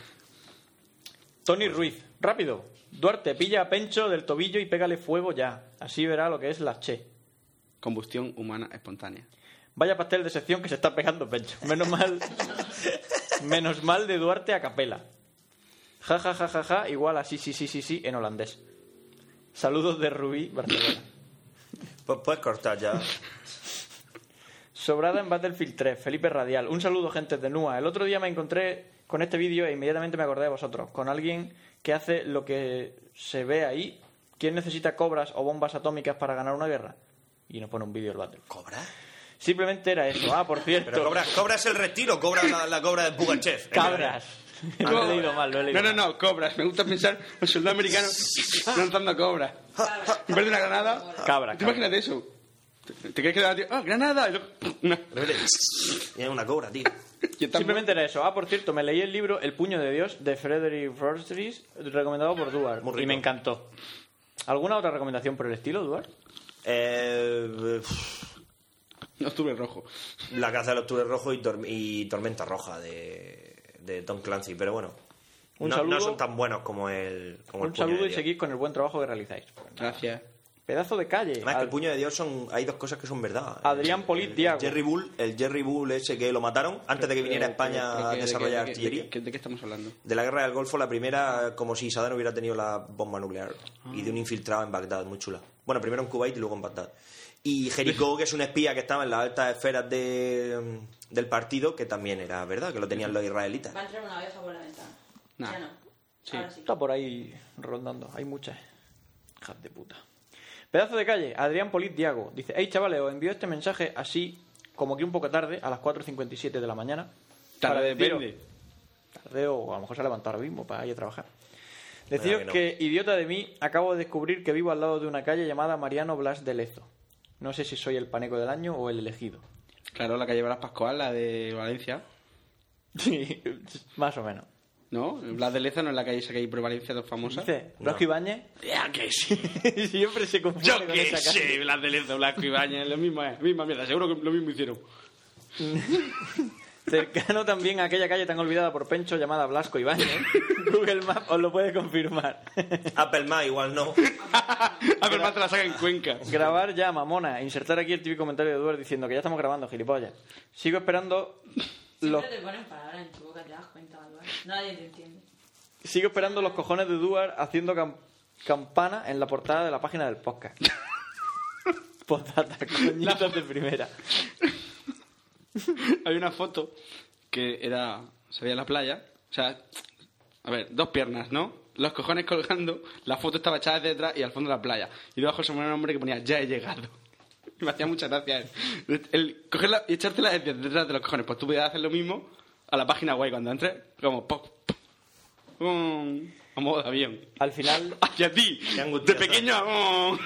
Tony
Pues
Ruiz. Rápido. Duarte, pilla a Pencho del tobillo y pégale fuego ya. Así verá lo que es la che.
Combustión humana espontánea.
Vaya pastel de sección que se está pegando Pencho. Menos mal. menos mal de Duarte a capela. Ja, ja, ja, ja, ja, igual a sí, sí, sí, sí, sí en holandés. Saludos de Rubí, Barcelona.
Pues puedes cortar ya.
Sobrada en Battlefield 3, Felipe Radial. Un saludo, gente de NUA. El otro día me encontré con este vídeo e inmediatamente me acordé de vosotros. Con alguien que hace lo que se ve ahí. ¿Quién necesita cobras o bombas atómicas para ganar una guerra? Y nos pone un vídeo el Battlefield.
¿Cobras?
Simplemente era eso. Ah, por cierto.
Pero cobras, cobras el retiro, cobras la, la cobra de Pugachev.
Cabras. Lo he leído mal, lo he leído
Ah, No, no,
mal.
no, cobras. Me gusta pensar un soldado americano lanzando cobras. En vez de una granada.
Cabra,
¿Te
cabra.
imaginas eso? ¿Te- ¿Te crees que le da tío? ¡Ah, granada! Y luego, una.
Es una cobra, tío.
Y está
Simplemente era eso. Ah, por cierto, me leí el libro El puño de Dios de Frederick Forstris, recomendado por Duarte
Muy rico.
y me encantó. ¿Alguna otra recomendación por el estilo, Duarte?
Eh,
muy- Octubre rojo.
La caza del octubre rojo y, Tor- y tormenta roja de, de Tom Clancy, pero bueno.
Un
no,
saludo.
no son tan buenos como el. Como el
Un
puño
saludo
de
y
Dios.
seguid con el buen trabajo que realizáis.
Gracias.
Pedazo de calle.
Además, Ah, que
Ad-
el puño de Dios son. Hay dos cosas que son verdad.
Adrián
El-
Polit
el
Diago.
Jerry Bull, el Jerry Bull ese que lo mataron antes de que viniera a España
Creo que-
a desarrollar
de qué- de
artillería.
qué- de qué- ¿De qué estamos hablando?
De la guerra del Golfo, la primera, como si Saddam hubiera tenido la bomba nuclear. Y de un infiltrado en Bagdad, muy chula. Bueno, primero en Kuwait y luego en Bagdad. Y Jericó, que es un espía que estaba en las altas esferas de- mm, del partido, que también era verdad, que lo tenían los israelitas.
Va a entrar una abeja por la ventana.
Nah.
Ya no.
Sí.
Ahora sí.
Está por ahí rondando. Hay muchas. Hijas de puta. Pedazo de calle. Adrián Polit Diago. Dice, hey chavales, os envío este mensaje así como que un poco tarde, a las 4.57 de la mañana. para
Tarde
deciros-
depende.
tarde o a lo mejor se ha levantado ahora mismo para ir a trabajar.
Nada que
Deciros que,
no.
idiota de mí, acabo de descubrir que vivo al lado de una calle llamada Mariano Blas de Lezo. No sé si soy el paneco del año o el elegido.
Claro, la que llevarás Pascual, la de Valencia.
Sí, más o menos.
¿No? La de Leza no es la calle esa que hay por Valencia, tan famosa.
Dice, Blasco Ibáñez. Siempre se confunde
Yo
con
qué
esa calle.
sé, la de Leza, Blasco Ibáñez, lo mismo es, misma mierda, seguro que lo mismo hicieron.
Cercano también a aquella calle tan olvidada por Pencho llamada Blasco Ibáñez. Google Maps os lo puede confirmar.
Apple más igual no.
A ver, más te la saca en Cuenca.
Grabar ya, mamona. Insertar aquí el típico comentario de Duarte diciendo que ya estamos grabando, gilipollas. Sigo esperando los,
Siempre te ponen palabras en tu boca, te das cuenta, Álvaro. Nadie te entiende.
sigo esperando los cojones de Duarte haciendo cam- campana en la portada de la página del podcast. Potata, coñitas de primera.
Hay una foto que era. Se veía la playa. O sea, a ver, dos piernas, ¿no? Los cojones colgando, la foto estaba echada desde detrás y al fondo la playa. Y debajo se ponía un hombre que ponía, ya he llegado. Y me hacía mucha gracia el, el cogerla y echártela desde detrás de los cojones. Pues tú podías hacer lo mismo a la página web cuando entres, como pop, pop, um, a modo de avión.
Al final
¡Hacia ti!
Qué angustia,
¡De pequeño! um.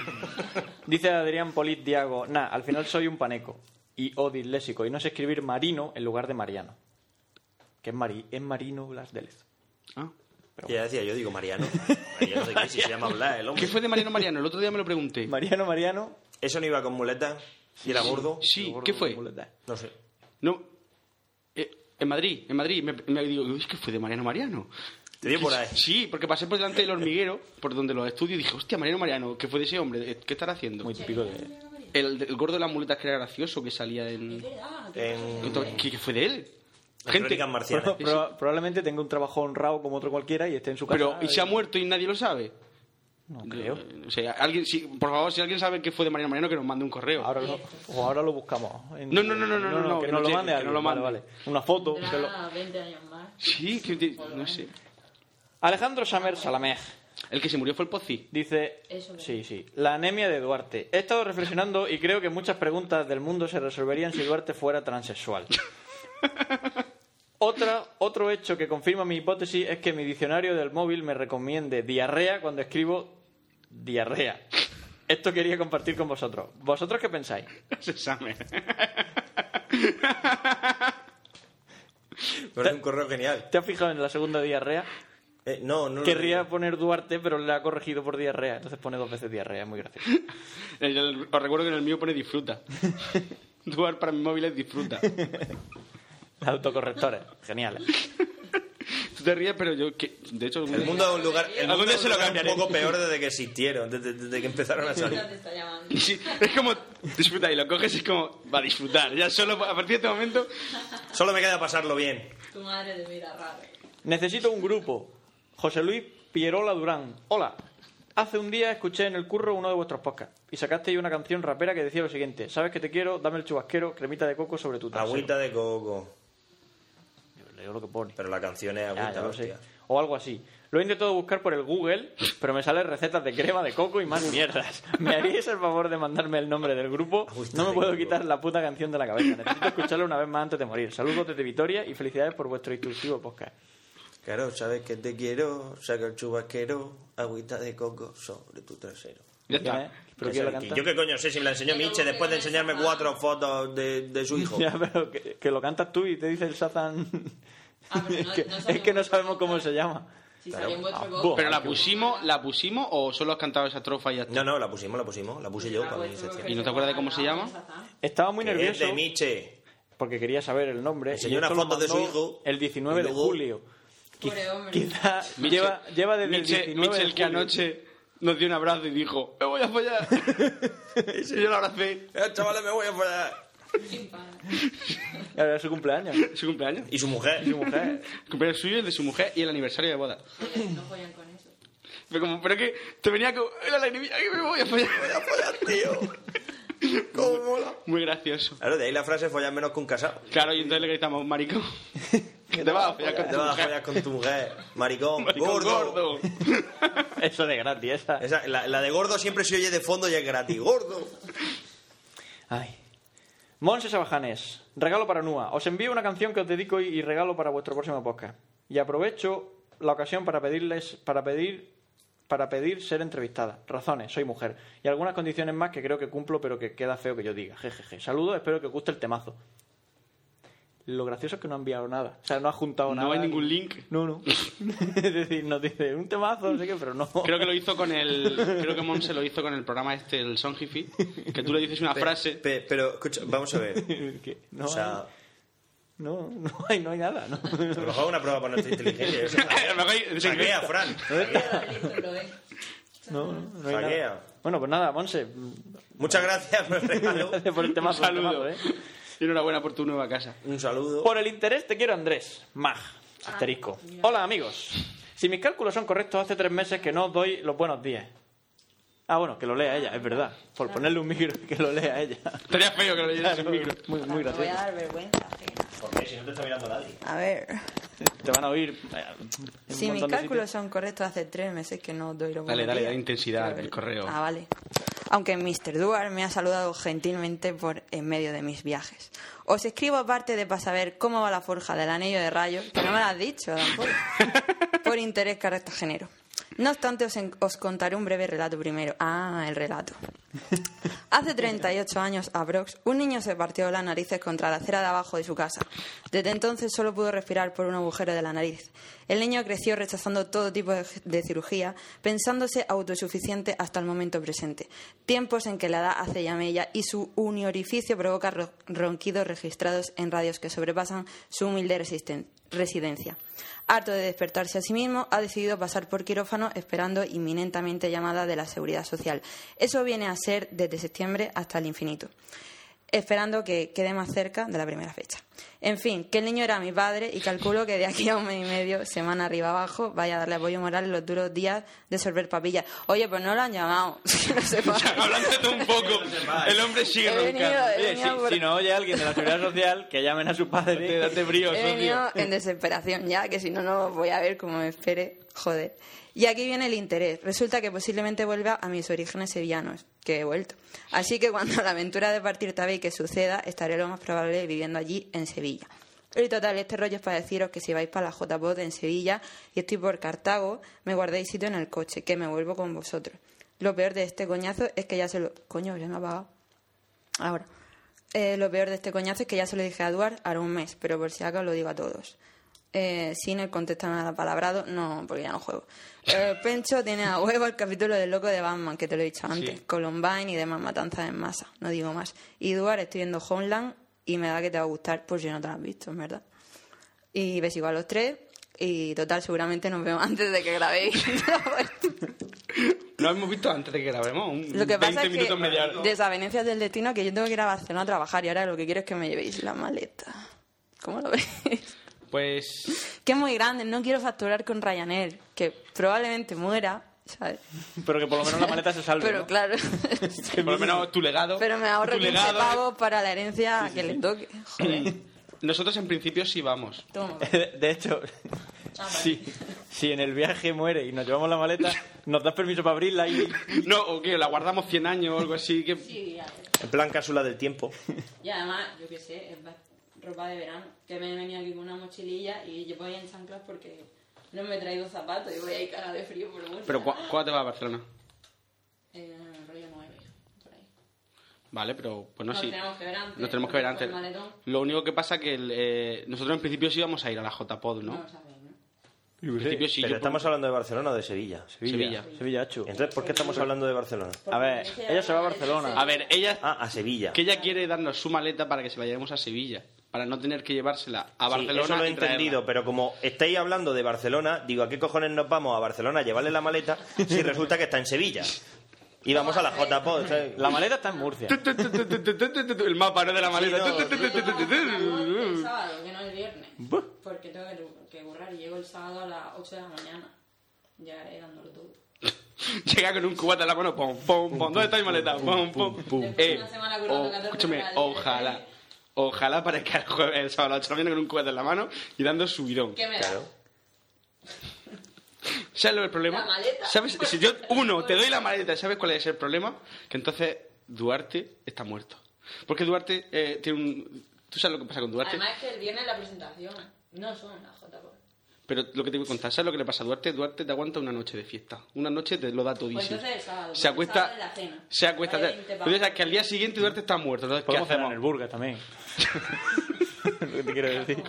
Dice Adrián Polit Diago, nah, al final soy un paneco y o disléxico y no sé escribir marino en lugar de mariano. Que es, mari es marino Blas Délez.
Ah.
Ya decía, yo digo Mariano. Yo no sé qué, si se llama Blas, el hombre.
¿Qué fue de Mariano Mariano? El otro día me lo pregunté.
Mariano, Mariano.
¿Eso no iba con muletas? ¿Y era gordo?
Sí, ¿qué fue?
muleta.
No sé.
No. Eh, en Madrid, en Madrid. Me, me digo, es que fue de Mariano Mariano.
Te dio por ahí.
Sí, porque pasé por delante del hormiguero, por donde los estudios, y dije, hostia, Mariano Mariano, ¿qué fue de ese hombre? ¿Qué estará haciendo?
Muy típico de...
El, el gordo de las muletas que era gracioso, que salía en...
Ah,
En
Entonces, ¿Qué, qué fue de él?
las crónicas marcianas.
Proba- probablemente tenga un trabajo honrado como otro cualquiera y esté en su casa.
Pero, ¿y se ha muerto y nadie lo sabe?
Ah,
Eh,
No creo.
O sea, alguien, si- por favor, si alguien sabe qué fue de Mariano Mariano, que nos mande un correo.
Ahora lo, o ahora lo buscamos. En-
No, no, no, no, no, no,
que
que
no
no
lo
llegue,
mande
que
alguien,
no lo
vale,
mande.
vale. Una foto. que lo-
Ah,
Tendrá 20 años más.
Sí, que, te- no sé.
Alejandro Samer Salamej
El que se murió fue el Pozzi.
dice...
Eso es.
Sí, sí. La anemia de Duarte. He estado reflexionando y creo que muchas preguntas del mundo se resolverían si Duarte fuera transexual. Otra, otro hecho que confirma mi hipótesis es que mi diccionario del móvil me recomiende diarrea cuando escribo diarrea. Esto quería compartir con vosotros. ¿Vosotros qué pensáis?
Se sabe.
Pero es un correo genial.
¿Te has fijado en la segunda diarrea?
Eh, no, no.
Querría poner Duarte, pero le ha corregido por diarrea. Entonces pone dos veces diarrea, es muy gracioso.
El- el- os recuerdo que en el mío pone disfruta. Duar para mi móvil es disfruta.
Autocorrectores, genial.
Tú te ríes, pero yo... Que, de hecho,
El mundo es un lugar. El
Algún
mundo
día
se lo
se lo
cambiaría un poco peor desde que existieron, desde, desde que empezaron a salir.
Ya te está llamando.
Sí, es como disfruta y lo coges y es como va a disfrutar. Ya solo a partir de este momento
Solo me queda pasarlo bien.
Tu madre te mira raro.
Necesito un grupo. José Luis Pierola Durán. Hola. Hace un día escuché en el curro uno de vuestros podcasts y sacasteis una canción rapera que decía lo siguiente: Sabes que te quiero, dame el chubasquero, cremita de coco sobre tu trasero.
Agüita de coco.
Yo leo lo que pone.
Pero la canción es
Ya,
agüita,
ya lo sé.
hostia.
O algo así. Lo he intentado buscar por el Google, pero me salen recetas de crema de coco y más mierdas. ¿Me haríais el favor de mandarme el nombre del grupo?
Agüita
No me
de
puedo
coco.
quitar la puta canción de la cabeza. Necesito escucharla una vez más antes de morir. Saludos desde Vitoria y felicidades por vuestro instructivo podcast.
Claro, sabes que te quiero, saca el chubasquero, agüita de coco sobre tu trasero.
ya
¿Quién
está.
es? ¿Pero quién la canta?
Yo qué coño sé si me la enseñó
Pero
Miche después de
que no
enseñarme
sepa.
cuatro fotos de, de su hijo.
Ya, pero que, que lo cantas tú y te dice el Satan.
Ah, pero no-
que-
no sabemos cómo
es que no sabemos cómo
cantar.
se llama.
Si salió en vuestro
Ah,
boca.
Pero la pusimos, la pusimos o solo has cantado esa trofa y ya está.
No, no, la pusimos, la pusimos, la puse yo
Ah,
ah,
para mi sección.
¿Y no te acuerdas de cómo se
pues
llama?
Estaba muy
Que Es
nervioso
de Miche.
porque quería saber el nombre. y
Enseñó una
esto lo
foto de su
mandó
hijo
El 19
y
de
luego-
julio. Qui-
Pobre hombre.
Quizá
Michel-
lleva, lleva desde
Michel-
el 19
Michel
de
que
julio.
anoche nos dio un abrazo y dijo, me voy a follar. y yo lo abracé.
Eh, chavales, me voy a follar.
Y ahora es su cumpleaños.
Su cumpleaños.
Y su mujer.
Su mujer.
El cumpleaños suyo, el de su mujer y el aniversario de boda.
No juegan con eso.
Pero como, pero que te venía como, la lagrimilla, que me voy a follar.
voy a follar, tío. ¿Cómo mola?
Muy gracioso.
Claro, de ahí la frase follar menos que un casado.
Claro, y entonces le gritamos, maricón, que te vas a follar con
Te
tu
vas a
mujer.
follar con tu mujer. Maricón,
Maricón
gordo.
gordo.
Eso de gratis, esa.
Esa- la, la de gordo siempre se oye de fondo y es gratis. Gordo.
Ay. Monse Sabajanes, regalo para Nua. Os envío una canción que os dedico y, y regalo para vuestro próximo podcast. Y aprovecho la ocasión para pedirles, para pedir, para pedir ser entrevistada. Razones, soy mujer. Y algunas condiciones más que creo que cumplo, pero que queda feo que yo diga. Jejeje. Saludos, espero que os guste el temazo. Lo gracioso es que no ha enviado nada. O sea, no ha juntado
No
nada.
hay ningún link.
No, no. es decir, nos dice un temazo, no sé qué, pero no.
Creo que lo hizo con el. Creo que Monse lo hizo con el programa este, el Songifi. Que tú le dices una frase.
Pe- pero, escucha, vamos a ver.
Que no,
O sea,
hay, no, no hay, no hay nada. No.
a lo mejor una prueba para nuestra inteligencia. yo sé.
A lo mejor-
Saquea, Fran.
No, no, no hay
Saquea.
nada. Bueno, pues nada, Monse.
Muchas gracias por el regalo.
Gracias por el tema.
Un saludo.
¿eh?
Y enhorabuena por tu nueva casa.
Un saludo.
Por el interés te quiero, Andrés. Mag. Asterisco.
Ah,
Hola, amigos. Si mis cálculos son correctos, hace tres meses que no os doy los buenos días. Ah, bueno, que lo lea ella, es verdad. Por ponerle un micro, que lo lea ella.
Estaría feo que lo leyeras sin micro.
Muy, muy
Te voy a
gracioso.
dar vergüenza ajena.
¿Por qué? Si no te está mirando nadie.
A ver.
Te van a oír. eh, en
Si
un
mis
montón de
cálculos
sitios.
son correctos, hace tres meses que no doy los
Dale,
buenos
dale,
días.
dale intensidad
Pero-
al correo.
Ah, vale. Aunque Mr. Duar me ha saludado gentilmente por en medio de mis viajes. Os escribo aparte de para saber cómo va la forja del anillo de rayo, que no me lo has dicho tampoco, por interés cartagenero. No obstante, os, en- os contaré un breve relato primero. Ah, el relato. Hace 38 años, a Brox, un niño se partió las narices contra la acera de abajo de su casa. Desde entonces solo pudo respirar por un agujero de la nariz. El niño creció rechazando todo tipo de, de cirugía, pensándose autosuficiente hasta el momento presente. Tiempos en que la edad hace llamella y su uniorificio provoca ro- ronquidos registrados en radios que sobrepasan su humilde resisten- resistencia
residencia. Harto de despertarse a sí mismo, ha decidido pasar por quirófano esperando inminentemente llamada de la Seguridad Social. Eso viene a ser desde septiembre hasta el infinito esperando que quede más cerca de la primera fecha. En fin, que el niño era mi padre y calculo que de aquí a un mes y medio, semana arriba abajo, vaya a darle apoyo moral en los duros días de sorber papillas. Oye, pues no lo han llamado, que no sepa.
Hablándote un poco, el hombre sigue
He venido-
roncando.
he
Oye, si,
venido por-
si no oye alguien de la Seguridad Social, que llamen a su padre.
Date brío,
He venido
socio.
en desesperación ya, que si no, no voy a ver cómo me espere. Joder. Y aquí viene el interés. Resulta que posiblemente vuelva a mis orígenes sevillanos, que he vuelto. Así que cuando la aventura de partir tabe y que suceda, estaré lo más probable viviendo allí, en Sevilla. Y total, este rollo es para deciros que si vais para la J-Pod en Sevilla y estoy por Cartago, me guardéis sitio en el coche, que me vuelvo con vosotros. Lo peor de este coñazo es que ya se lo... Coño, ya me ha apagado. Ahora, eh, lo peor de este coñazo es que ya se lo dije a Eduard hará un mes, pero por si acaso lo digo a todos. Eh, sin el contexto nada palabrado, no, porque ya no juego. Eh, Pencho tiene a huevo el capítulo del loco de Batman, que te lo he dicho antes. Columbine y demás matanzas en masa, no digo más. Y Eduard, estoy viendo Homeland y me da que te va a gustar por si no te lo has visto, en verdad. Y ves igual los tres. Y total, seguramente nos vemos antes de que grabéis.
Lo hemos visto antes de que grabemos. un
Lo que
20
pasa es
minutos media hora.
que desavenencias del destino que yo tengo que ir a Barcelona a trabajar y ahora lo que quiero es que me llevéis la maleta. ¿Cómo lo veis?
Pues
Que es muy grande, no quiero facturar con Ryanair, que probablemente muera, ¿sabes?
Pero que por lo menos la maleta se salve.
Pero
¿no?
claro,
por lo menos tu legado.
pero me ahorro
tu
15
legado. ¿eh?
pavos para la herencia que le toque. Joder,
Nosotros en principio sí vamos.
toma.
De de hecho, si, si en el viaje muere y nos llevamos la maleta, nos das permiso para abrirla y...
No, o que la guardamos 100 años o algo así. Que...
Sí, ya.
En plan cápsula del tiempo.
Y además, yo qué sé, es ba- ropa de verano. Que me he venido aquí con una mochililla y yo voy en chanclas porque no me he traído zapatos y voy a ir cara de frío por mucho.
Pero ¿cu- ¿cuándo te vas a Barcelona?
Eh, rollo 9, por ahí.
Vale, pero bueno,
Nos
sí.
tenemos que ver antes.
Nos tenemos que ver
Con
antes.
maletón.
Lo único que pasa que el, eh, nosotros en principio sí íbamos a ir a la J-Pod, ¿no?
No, lo sabéis, ¿no?
En principio sí.
Pero
yo
estamos
por-
hablando de Barcelona o de Sevilla.
Sevilla.
Sevilla, Achu.
Entonces, ¿por qué estamos hablando de Barcelona?
A ver, ella se va a Barcelona.
A ver, ella
Ah, a Sevilla.
que ella quiere darnos su maleta para que se la llevemos a Sevilla, para no tener que llevársela a
Sí,
Barcelona.
eso lo he
y traerla.
entendido, pero como estáis hablando de Barcelona, digo, ¿a qué cojones nos vamos a Barcelona a llevarle la maleta si resulta que está en Sevilla? Y vamos a la J-Pod. ¿sabes?
La maleta está en Murcia.
El mapa no de la maleta.
El sábado, que no el viernes. Porque tengo que- que currar y llego el sábado a las 8 de la mañana. Llegaré dándolo todo.
Llega con un cubata en la mano, pom, pom, pom. ¿Dónde está mi maleta? Pom, pom, pum. Eh, oh,
Después de una semana currando 14
escúchame,
horas,
ojalá, ojalá parezca el, jueves, el sábado a las 8 de la mañana con un cubata en la mano y dando su virón.
¿Qué me da?
¿Sabes lo del problema?
La maleta.
¿Sabes? Si yo, uno, te doy la maleta, ¿sabes cuál es el problema? Que entonces Duarte está muerto. Porque Duarte eh, tiene un... ¿Tú sabes lo que pasa con Duarte?
Además que el viernes la presentación. No son las JPO.
Pero lo que te voy a contar, ¿sabes lo que le pasa a Duarte? Duarte te aguanta una noche de fiesta. Una noche te lo da todísimo.
Pues entonces el sábado,
se
el
acuesta.
sábado de la cena.
Se acuesta.
Vale, veinte
Entonces,
pavos.
que al día siguiente Duarte está muerto. Entonces, ¿qué
Podemos cenar en el
hacemos?
Burger también. lo que te quiero decir.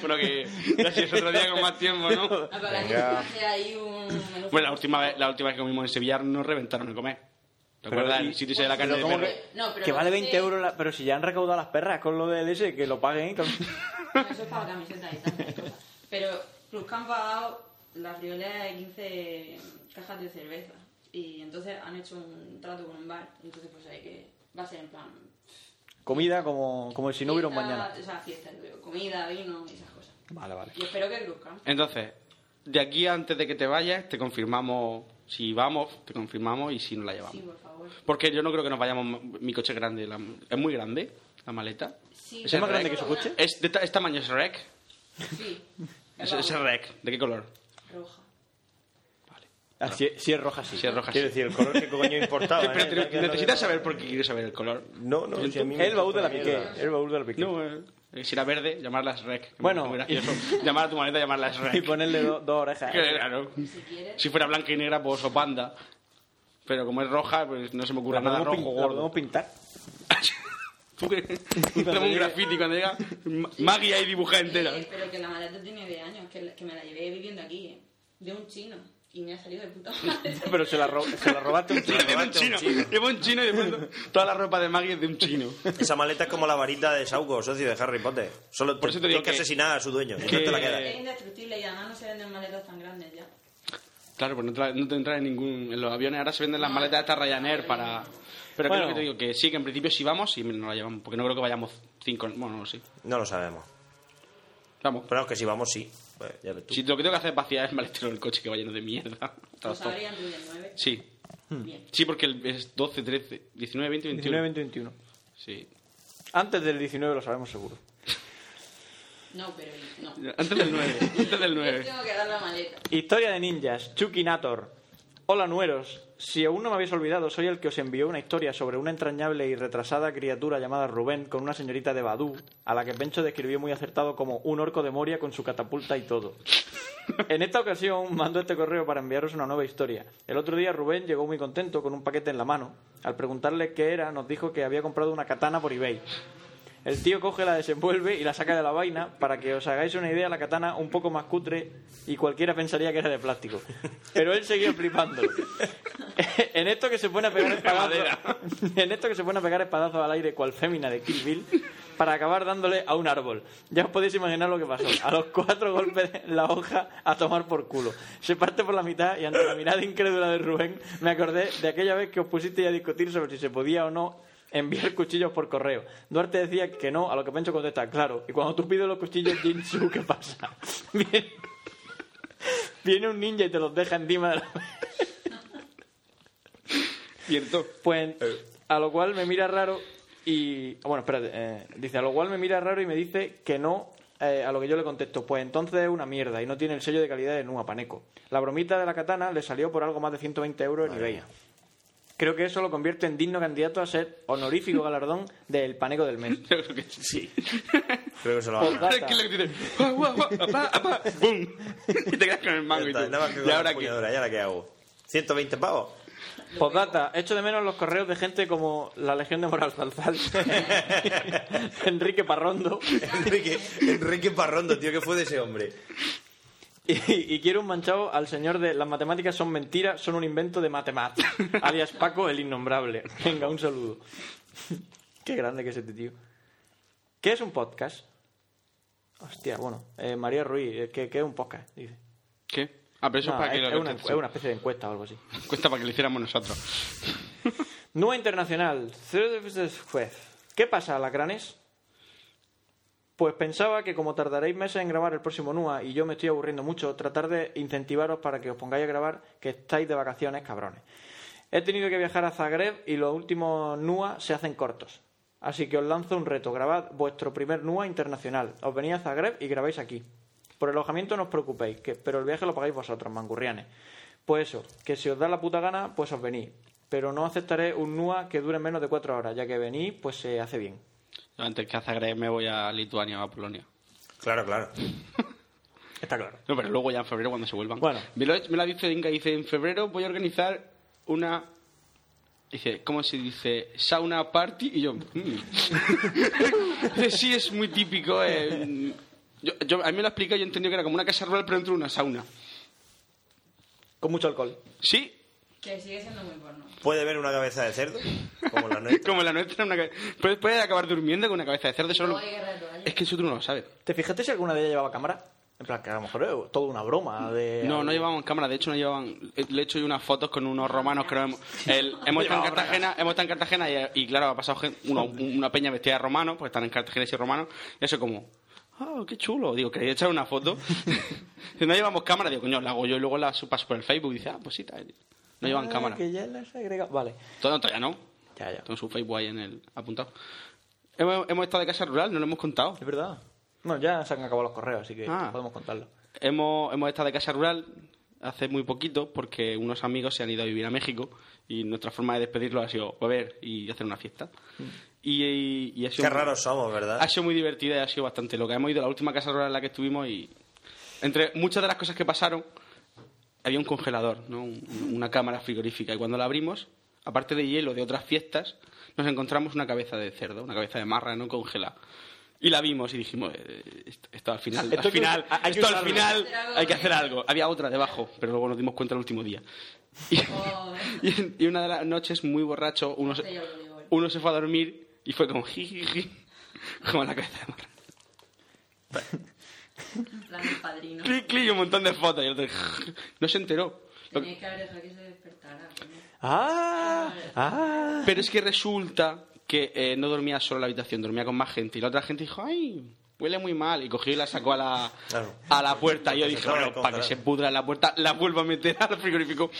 bueno, que ya si es otro día con más tiempo, ¿no?
Ah, para que hace ahí un menú.
Bueno, la última, vez, la última vez que comimos en Sevilla nos reventaron de comer. ¿Te
Pero,
acuerdas?
¿y-
El sitio ese de la carne de
pero cómo
perro.
que-
No, pero
que
lo
vale
que
20
sé-
euros, la- pero si ya han recaudado las perras con lo del ese, que lo paguen. con-
No, Eso es para camisetas y tantas cosas. Pero Cruzcamp ha dado la friolera de 15 cajas de cerveza. Y entonces han hecho un trato con un bar. Entonces, pues hay que. Va a ser en plan.
Comida como, como si no hubiera un
fiesta,
mañana.
O sea, fiesta, digo, comida, vino y esas cosas.
Vale, vale.
Y espero que Cruzcamp.
Entonces, de aquí a antes de que te vayas, te confirmamos si vamos, te confirmamos y si nos la llevamos.
Sí, por favor.
Porque yo no creo que nos vayamos. Mi coche es grande, la- es muy grande la maleta.
Sí,
¿Es el más grande
que su coche?
Es, de ta- es tamaño, es rec.
Sí.
Es, es rec. ¿De qué color?
Roja.
Ah, si, si es roja, sí.
Si es roja.
Quiero
sí.
decir, el color que coño importaba. ¿eh?
Pero
Ya
te-
que no
necesitas
le-
saber por qué quieres saber el color.
No, no, si a mí me
El baúl de la
importa
piqué.
mierda.
El baúl de la piqué.
No, eh, eh, si era verde, llamarla es rec. que me
Bueno,
parece muy gracioso. llamar a tu maleta, llamarla es
Y
rec.
ponerle do- dos orejas.
Que, claro. Si fuera blanca y negra, pues o panda. Pero como es roja, pues no se me ocurre
La
nada
podemos,
rojo
pin-
o
la podemos
gordo.
pintar.
¿Tú crees?
cuando
Hacemos un
llegue-
graffiti cuando llega. ma- Maggie ahí dibujada entera.
Eh, pero que la maleta tiene 10 años, que, la- que me la llevé viviendo aquí, eh, de un chino. y me ha salido de puta madre.
Pero se la, ro- se la robaste un chico.
Llevo un chino. Llevo un chino y de pronto toda la ropa de Maggie es de un chino.
Esa maleta es como la varita de Sauco, socio de Harry Potter. Solo te-
Por eso te digo
tienes que
que-
asesinar a su dueño. y no
que-
te la quedas.
Es indestructible y además no se venden maletas tan grandes ya.
Claro, pues no te, la- no te entra en ningún. En los aviones ahora se venden las maletas de esta Ryanair para. Pero
Bueno.
creo que te digo que sí, que en principio sí vamos y no la llevamos, porque no creo que vayamos cinco. Bueno, no, sí.
No lo sabemos.
Vamos.
Pero es que si vamos, sí. Pues ya ves tú.
Si lo que tengo que hacer es vaciar el maletero del coche que va lleno de mierda. Hasta las
Nos sabrían tú de nueve.
dos. Sí.
Bien.
Sí, porque el- es 12, 13, 19, 20, 21.
19, 20, 21.
Sí.
Antes del 19 lo sabemos seguro.
No, pero no.
Antes del 9. antes del 9.
Tengo que dar la maleta.
Historia de ninjas, Chucky Nator. Hola, nueros. Si aún no me habéis olvidado, soy el que os envió una historia sobre una entrañable y retrasada criatura llamada Rubén con una señorita de Badú, a la que Pencho describió muy acertado como un orco de Moria con su catapulta y todo. En esta ocasión mando este correo para enviaros una nueva historia. El otro día Rubén llegó muy contento con un paquete en la mano. Al preguntarle qué era, nos dijo que había comprado una katana por eBay. El tío coge, la desenvuelve y la saca de la vaina. Para que os hagáis una idea, la katana un poco más cutre y cualquiera pensaría que era de plástico. Pero él seguía flipando. en esto que se pone a pegar espadazos, en esto que se pone a pegar espadazos al aire cual fémina de Kill Bill para acabar dándole a un árbol. Ya os podéis imaginar lo que pasó. A los cuatro golpes de la hoja a tomar por culo. Se parte por la mitad y ante la mirada incrédula de Rubén me acordé de aquella vez que os pusisteis a discutir sobre si se podía o no enviar cuchillos por correo. Duarte decía que no, a lo que Pencho contesta, claro. Y cuando tú pides los cuchillos, Jinsu, ¿qué pasa? Viene, viene un ninja y te los deja encima de la...
Cierto.
Pues,
Eh.
a lo cual me mira raro y... Bueno, espérate. eh, dice, a lo cual me mira raro y me dice que no... eh, a lo que yo le contesto, pues entonces es una mierda y no tiene el sello de calidad de Nua Paneco. La bromita de la katana le salió por algo más de 120 euros en eBay. Creo que eso lo convierte en digno candidato a ser honorífico galardón del Paneco del mes.
Yo creo que sí.
Creo que se lo
Por
van a ganar.
dar-
Ahora es que le dices, "Guau, guau, guau, apá, apá", ¡Bum! Y te quedas con el
Ya
mango y
está,
tú.
nada más que con
¿Y
la
ahora qué?
empuñadura, ¿y ahora qué hago? ¿120 pavos?
Postdata, echo de menos los correos de gente como la Legión de Moral González, Enrique Parrondo,
Enrique, Enrique Parrondo, tío, ¿qué fue de ese hombre?
y, y quiero un manchado al señor de Las matemáticas son mentiras, son un invento de matemat, alias Paco el Innombrable. Venga, un saludo. Qué grande que es este tío. ¿Qué es un podcast? Hostia, bueno, eh, María Ruiz, eh, ¿qué, qué es un podcast? Dice.
¿Qué? Ah, pero eso
No,
es para que
es-
lo
es una-
contestes
es una especie de encuesta o algo así.
tú. Cuesta para que lo hiciéramos nosotros.
Nueva Internacional. Cero de veces juez. ¿Qué pasa, alacranes? Pues pensaba que como tardaréis meses en grabar el próximo NUA y yo me estoy aburriendo mucho, tratar de incentivaros para que os pongáis a grabar que estáis de vacaciones, cabrones. He tenido que viajar a Zagreb y los últimos NUA se hacen cortos. Así que os lanzo un reto, grabad vuestro primer NUA internacional. Os venís a Zagreb y grabáis aquí. Por el alojamiento no os preocupéis, que, pero el viaje lo pagáis vosotros, mangurrianes. Pues eso, que si os da la puta gana, pues os venís. Pero no aceptaré un NUA que dure menos de cuatro horas, ya que venís, pues se hace bien.
Yo Antes que a Zagreb me voy a Lituania o a Polonia.
Claro, claro.
Está claro.
No, pero luego ya en febrero cuando se vuelvan.
Bueno.
Me lo, me lo ha dicho Inca, dice, en febrero voy a organizar una... Dice, ¿cómo se dice? Sauna party. Y yo, mm. Dice, sí, es muy típico. eh. Yo, yo- a mí me lo explica, yo entendí que era como una casa rural, pero dentro de una sauna.
Con mucho alcohol.
Sí,
Que sigue siendo muy porno.
¿Puede ver una cabeza de cerdo? Como la nuestra.
como la nuestra. Una... ca- Puedes, puedes acabar durmiendo con una cabeza de cerdo. Solo...
No hay guerra de toallas.
Es que eso tú no lo sabes.
¿Te fijaste si alguna de ellas llevaba cámara? En plan, que a lo mejor es toda una broma
Eh,
de...
No, no llevaban cámara, de hecho no llevaban... eh, Le he hecho yo unas fotos con unos romanos, creo... Hemos, el- hemos, estado, en Cartagena, hemos estado en Cartagena y, y, claro, ha pasado gen- uno- una peña vestida de romano, pues están en Cartagena y romanos, y eso como... ¡Ah, qué chulo! Digo, quería echar una foto. si no llevamos cámara, digo, coño, la hago yo y luego la subas por el Facebook. Y dice, ah, pues sí, tal. No llevan
Ah,
cámara.
Que ya las he agregado. Vale.
Todo, todavía no.
Ya, ya.
Tengo su Facebook ahí en el apuntado. Hemos, hemos estado de casa rural, no lo hemos contado.
Es verdad. Bueno, ya se han acabado los correos, así que
Ah.
podemos contarlo.
Hemos, hemos estado de casa rural hace muy poquito porque unos amigos se han ido a vivir a México y nuestra forma de despedirlos ha sido beber y hacer una fiesta. Y, y- y ha sido
Qué
muy-
raros somos, ¿verdad?
Ha sido muy divertida y ha sido bastante loca. Hemos ido a la última casa rural en la que estuvimos y entre muchas de las cosas que pasaron había un congelador, ¿no? Un- una cámara frigorífica y cuando la abrimos, aparte de hielo de otras fiestas, nos encontramos una cabeza de cerdo, una cabeza de marrano congelada. Y la vimos y dijimos, eh, esto, esto al final,
Esto
al
hay que
final,
usar- hay que
esto al
usarlo.
final hay que hacer
Hay
algo. Había otra debajo, pero luego nos dimos cuenta el último día. Y, y- y una de las noches, muy borracho, uno se, uno se fue a dormir y fue como, jijiji, como la cabeza de marrano.
En plan, el padrino.
Clic, clic, y un montón de fotos. Y el otro, no se enteró. Lo que-
Teníais que haber dejado que se despertara. coño.
¡Ah! ¡Ah!
Pero es que resulta que eh, no dormía solo en la habitación, dormía con más gente. Y la otra gente dijo, ay, huele muy mal. Y cogió y la sacó a la, a la puerta. Y yo dije,
acaba de
bueno, para que
congelar".
se pudra en la puerta, la vuelvo a meter al frigorífico.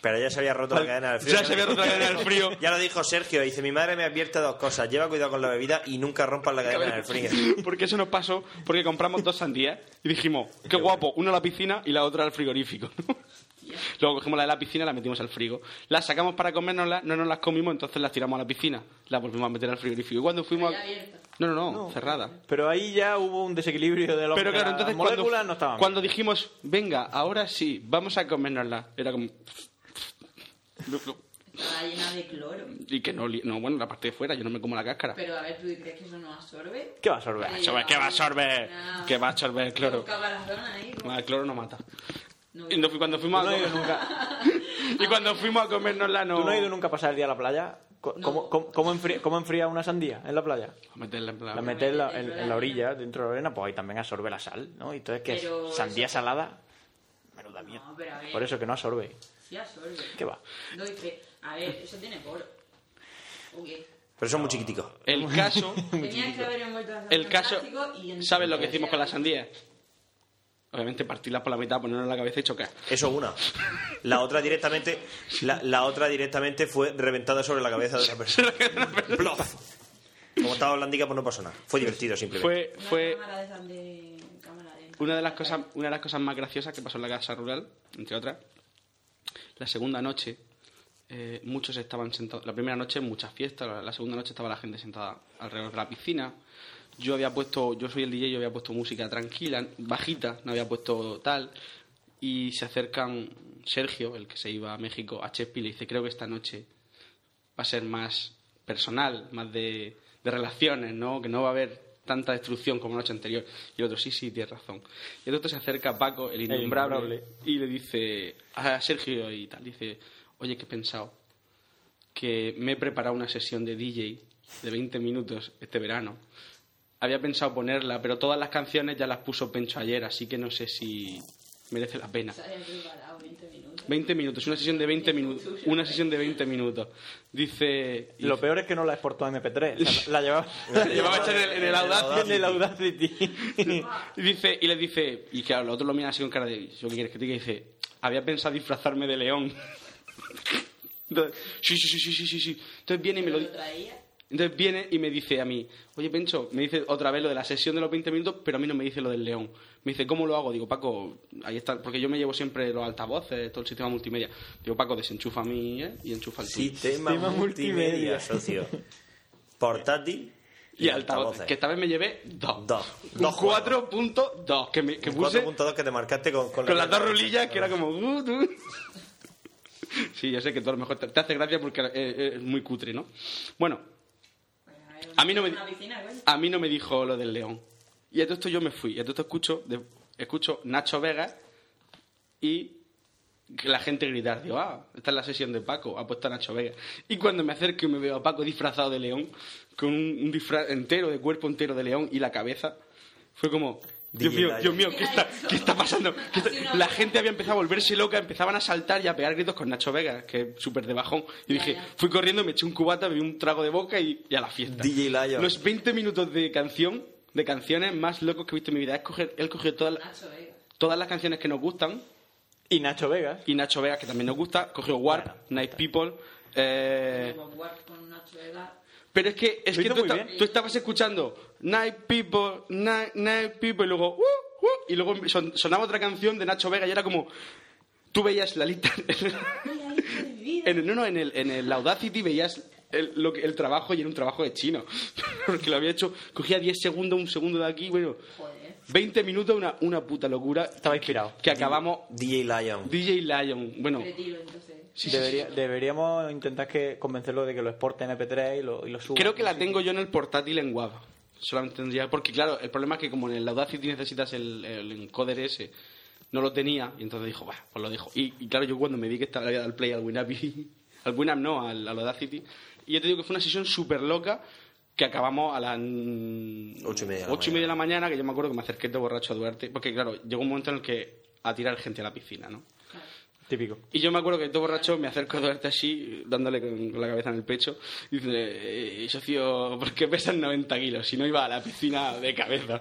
Pero ya se había roto la
Vale,
cadena del
ya
frío.
se había roto la cadena del frío.
Ya lo dijo Sergio. Dice, mi madre me advierte dos cosas. Lleva cuidado con la bebida y nunca rompas la cadena del frío.
Porque eso nos pasó, porque compramos dos sandías y dijimos, qué guapo, una a la piscina y la otra al frigorífico. ¿no? Luego cogimos la de la piscina, la metimos al frigo. Las sacamos para comérnoslas, no nos las comimos, entonces las tiramos a la piscina. Las volvimos a meter al frigorífico. Y cuando fuimos... a- No, no, no, cerrada.
Pero ahí ya hubo un desequilibrio de los
Pero claro, entonces cuando,
moléculas no estaban.
cuando dijimos, venga, ahora sí, vamos a comérnosla, era como...
Estaba llena de cloro.
Y que no, li- no, bueno, la parte de fuera, yo no me como la cáscara.
Pero a ver, ¿tú crees que eso no absorbe?
¿Qué va a sorber?
Sí.
Absorbe, ¿Qué va a absorber?
Ah.
¿Qué va a absorber el cloro?
Tocaba la zona ahí. ¿no?
No, Ah, el cloro no mata.
No,
Y no fui- cuando fuimos a
No he ido
comer-
nunca.
y cuando fuimos a comérnosla no...
¿Tú no has ido nunca a pasar el día a la playa? Co-
No.
¿Cómo, cómo- cómo enfría, cómo enfría una sandía en la playa?
A meterla en plan-
La metes en la, en- en la orilla, dentro de la arena, pues ahí también absorbe la sal, ¿no? Y entonces, ¿qué
Pero
es? ¿Sandía
eso-
salada? Menuda mierda.
No, pero a ver.
Por eso que no absorbe.
Sí absorbe.
¿Qué va?
No, y que- a ver, eso tiene poro. ¿O qué?
Pero son muy chiquiticos.
El caso...
Tenías que haber envuelto la sandía
El
en
caso...
plástico y en-
¿Sabes lo que hicimos con la sandía? Obviamente partirla por la mitad, ponerla en la cabeza y chocar.
Eso una. La otra directamente, la, la otra directamente fue reventada sobre la cabeza de otra persona. Plof. Como estaba blandica, pues no pasó nada. Fue divertido simplemente.
Fue,
Una
fue
cámara de esas de- cámara de-
una, de las cosas, una de las cosas más graciosas que pasó en la casa rural, entre otras. La segunda noche, eh, muchos estaban sentados. La primera noche, muchas fiestas. La, la segunda noche estaba la gente sentada alrededor de la piscina. Yo había puesto, yo soy el DJ, yo había puesto música tranquila, bajita, no había puesto tal. Y se acercan Sergio, el que se iba a México, a Chespi y le dice: Creo que esta noche va a ser más personal, más de, de relaciones, ¿no? Que no va a haber tanta destrucción como la noche anterior. Y el otro, sí, sí, tienes razón. Y el otro se acerca a Paco, el innombrable,
innombrable.
y le dice a Sergio y tal, dice, oye, que he pensado que me he preparado una sesión de DJ de 20 minutos este verano. Había pensado ponerla, pero todas las canciones ya las puso Pencho ayer, así que no sé si merece la pena.
Se había preparado 20 minutos.
20 minutos, una sesión de 20 minutos, una sesión de 20 minutos. Dice...
Lo peor es que no la exportó a MP3. o sea, la, la llevaba,
La llevaba hecha en el- en el Audacity.
En el Audacity.
y dice y le dice y claro los otros lo miran así con cara de yo qué quieres que te diga?" y dice había pensado disfrazarme de león Entonces, sí sí sí sí sí sí sí entonces viene y me lo
¿Lo
dice
traía?
entonces viene y me dice a mí, oye Pencho, me dice otra vez lo de la sesión de los 20 minutos, pero a mí no me dice lo del león. Me dice, ¿cómo lo hago? Digo, Paco, ahí está, porque yo me llevo siempre los altavoces, todo el sistema multimedia. Digo, Paco, desenchufa mi ¿eh? y enchufa el tuyo.
Sistema,
Sistema
multimedia,
multimedia.
socio. Portátil
Y, altavoces. Que esta vez me llevé dos.
Dos.
Un
Dos juegos.
4.2, que, me- que
Un
puse
4.2 que te marcaste con,
con las dos rulillas que era como uh, tú. sí yo sé que tú a lo mejor te, te hace gracia porque eh, eh, es muy cutre no bueno
Bueno, Pues, a ver,
a mí no me Ah.
Una piscina, coño.
a mí no me dijo lo del león y a todo esto yo me fui y a todo esto escucho de- escucho Nacho Vega y que la gente gritar digo ah esta es la sesión de Paco ha puesto a Nacho Vega y cuando me acerco y me veo a Paco disfrazado de león con un, un disfraz entero de cuerpo entero de león y la cabeza fue como Dios
DJ
mío,
Lion.
Dios mío, ¿qué está, qué está pasando? ¿Qué está- La gente había empezado a volverse loca, empezaban a saltar y a pegar gritos con Nacho Vega, que es súper de bajón. Y dije, fui corriendo, me eché un cubata, bebí un trago de boca y, y a la fiesta.
DJ Lion.
Los 20 minutos de canción, de canciones más locos que he visto en mi vida. Es coger- él cogió todas, la-
Nacho Vega.
todas las canciones que nos gustan
Y Nacho Vegas.
y Nacho Vega, que también nos gusta, cogió Warp, Night People. eh,
Como jugar con Nacho Vega.
pero es que, es
Lo
que
hizo
tú,
muy
esta-
bien.
tú estabas escuchando Night People, Night, Night People, y luego, uh, uh, y luego son- sonaba otra canción de Nacho Vega y era como. Tú veías la lista. en el, no, no, en el, en el Audacity veías el, lo que- el trabajo y era un trabajo de chino. Porque lo había hecho, cogía 10 segundos, un segundo de aquí, bueno.
Joder.
20 minutos, una, una puta locura.
Estaba inspirado.
Que acabamos.
DJ Lion.
DJ Lion, bueno.
Retiro, entonces.
sí, sí,
Debería- deberíamos intentar que convencerlo de que lo exporte a MP3 y lo, y lo suba.
Creo que la tengo yo en el portátil en WAV. Solamente tendría. Porque, claro, el problema es que como en el Audacity necesitas el, el encoder ese, no lo tenía, y entonces dijo, va, pues lo dejo. Y, y claro, yo cuando me vi que estaba al play al Winamp, y- al Winamp no, al, al Audacity, y yo te digo que fue una sesión súper loca que acabamos a las mm,
Ocho y media de la
ocho y media de la mañana, que yo me acuerdo que me acerqué de borracho a Duarte, porque claro, llegó un momento en el que a tirar gente a la piscina, ¿no?
Típico.
Y yo me acuerdo que todo borracho me acerco a Duarte así, dándole con la cabeza en el pecho, y dice, eh, socio, ¿por qué pesan 90 kilos? Si no iba a la piscina de cabeza.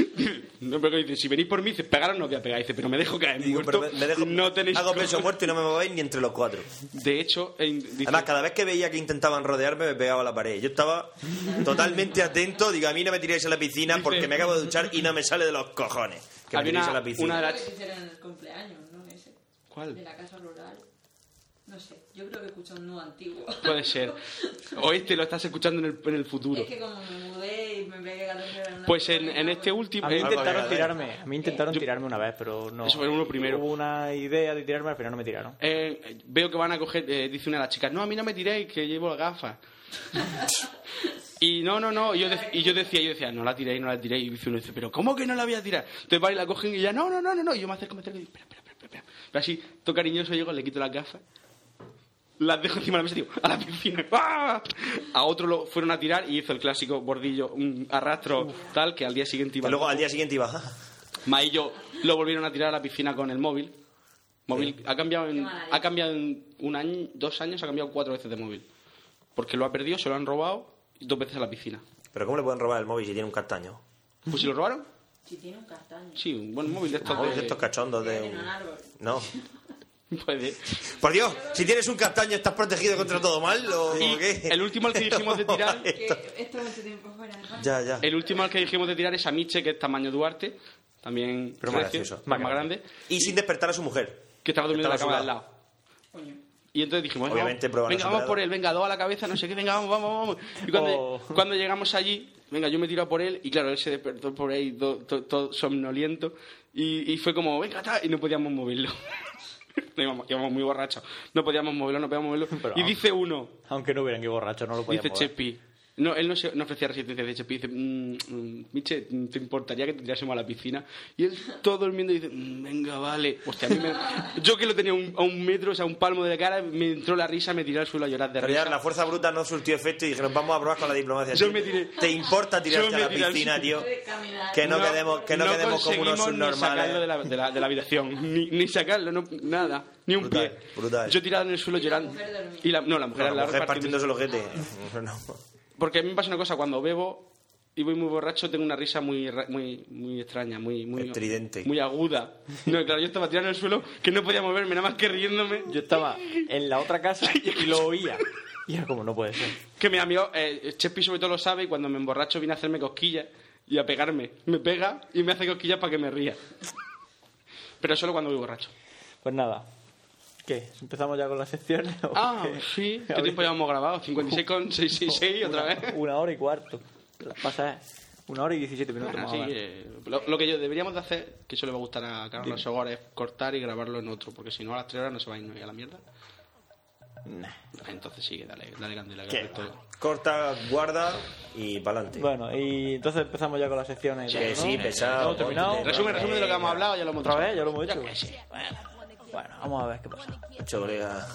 no, pero dice, si venís por mí, dice, pegaros no voy a pegar. Dice, pero me dejo caer
Digo,
muerto,
pero me- me dejo-
no tenéis...
Hago peso
cojones".
muerto y no me movéis ni entre los cuatro.
De hecho, en- dice-
Además, cada vez que veía que intentaban rodearme, me pegaba a la pared. Yo estaba totalmente atento. Digo, a mí no me tiréis a la piscina porque me acabo de duchar y no me sale de los cojones. Que me
Había
tiréis
una-
a la piscina.
una de
Creo
las-
que se hicieron en el cumpleaños, ¿no? Ese.
¿Cuál?
De la casa rural. No sé, yo creo que escuché un no antiguo.
Puede ser. O este lo estás escuchando en el, en el futuro.
Es que como me mudé y me pegué 14 horas en una
Pues en,
cocina,
en este último...
A mí
en-
intentaron
¿eh?
tirarme, a mí intentaron
Yo-
tirarme una vez, pero no.
Eso fue uno primero.
Hubo una idea de tirarme, al final no me tiraron.
Eh, veo que van a coger, eh, dice una de las chicas, no, a mí no me tiréis, que llevo las gafas. y no, no, no, y yo, de- y yo decía, yo decía, no la tiréis, no la tiréis. Y dice uno, dice, pero ¿cómo que no la voy a tirar? Entonces va y la cogen y ya, no, no, no, no, no. Y yo me acerco, me acerco y digo, espera, espera, espera, espera. espera". Pero así, todo cariñoso llego, le quito las gafas, las dejo encima de la mesa y digo, a la piscina. ¡Ah! A otro lo fueron a tirar y hizo el clásico bordillo, un arrastro tal, que al día siguiente iba
Y luego al día siguiente iba. "Ah".
Ma y yo lo volvieron a tirar a la piscina con el móvil. Móvil ha cambiado en,
mala
ha cambiado en un año, dos años, ha cambiado cuatro veces de móvil. Porque lo ha perdido, se lo han robado y dos veces a la piscina.
Pero ¿cómo le pueden robar el móvil si tiene un castaño?
Pues si lo robaron,
Si tiene un castaño.
sí, un buen móvil de estos
Móvil de
de-
estos cachondos de
En un
un...
árbol.
No.
puede.
Por Dios, si tienes un castaño, ¿estás protegido contra todo mal o
Y
qué?
el último al que dijimos de tirar,
Que esto mucho tiempo fuera. ¿no?
Ya, ya.
el último al que dijimos de tirar es a Miche, que es tamaño Duarte, también
Pero más
precio,
gracioso.
más grande,
Y sin despertar a su mujer.
que estaba durmiendo en la
Estaba
cama
a
al
su
lado.
Coño.
Y entonces dijimos, venga,
Obviamente,
vamos,
prueba no
venga, vamos
superada.
por él, venga, dos a la cabeza, no sé qué, venga, vamos, vamos, vamos. Y cuando,
Oh.
cuando llegamos allí, venga, yo me tiro a por él, y claro, él se despertó por ahí do- to- todo somnoliento, y, y fue como, venga, ta, y no podíamos moverlo. No, íbamos, íbamos muy borrachos, no podíamos moverlo, no podíamos moverlo.
Pero
y
vamos.
dice uno,
Aunque no hubieran que borracho, no lo podían
dice
mover.
Chepi, no, él no, se, no ofrecía resistencia, dice Chepi, dice, "Mm, mm, Miche, ¿te importaría que te tirásemos a la piscina? Y él todo durmiendo dice, "Mm, venga, vale. Hostia, a mí me- yo que lo tenía un- a un metro, o sea, un palmo de la cara, me entró la risa, me tiré al suelo a llorar de
En realidad, la
risa.
fuerza bruta no surtió efecto y dijeron, vamos a probar con la diplomacia.
Yo
tío.
me tiré-
¿Te importa tirarte
Yo
a
me
la
tiré al
piscina, tío?
suelo.
Puede caminar.
Que no, quedemos, que no quedemos como unos
conseguimos ni sacarlo de
subnormales.
la, de la- de la habitación, ni, ni sacarlo, no- nada, ni un
Brutal,
pie.
brutal.
Yo tirado en el suelo
Y la
llorando.
mujer dormía.
y la, no, la mujer,
La
al lado
mujer
repartiendo-
partiéndose los ojete. No.
Porque a mí me pasa una cosa, cuando bebo y voy muy borracho, tengo una risa muy ra- muy, muy extraña, muy, muy,
Estridente.
muy aguda. No, claro, yo estaba tirado en el suelo que no podía moverme, nada más que riéndome.
Yo estaba en la otra casa y lo oía. Y era como, no puede ser.
Que mi amigo, eh, Chepi sobre todo lo sabe, y cuando me emborracho viene a hacerme cosquillas y a pegarme. Me pega y me hace cosquillas para que me ría. Pero solo cuando voy borracho.
Pues nada. ¿Qué? ¿Empezamos ya con las secciones? o
Ah,
qué?
sí. ¿Qué
Habéis-
tiempo llevamos grabado? 56,666 otra vez.
Una hora y cuarto. Las pasas una hora y 17 minutos más
Así
o menos.
que, Ah, eh, lo, lo que yo deberíamos de hacer, que eso le va a gustar a Carlos Sogor, es cortar y grabarlo en otro, porque si no a las 3 horas no se va a ir a la mierda. Entonces sí, que dale, dale candela. que
¿Qué?
hace todo.
Corta, guarda y pa'lante.
Bueno, y entonces empezamos ya con las secciones. y
Que
todo, ¿no?
sí, pesado.
¿Hemos terminado?
Resumen, resumen de lo que hemos hablado, ya lo hemos
¿Otra
hecho.
vez? Ya lo hemos
Ya
hecho.
que sí.
Bueno, vamos a ver qué pasa.
Mucho, colega.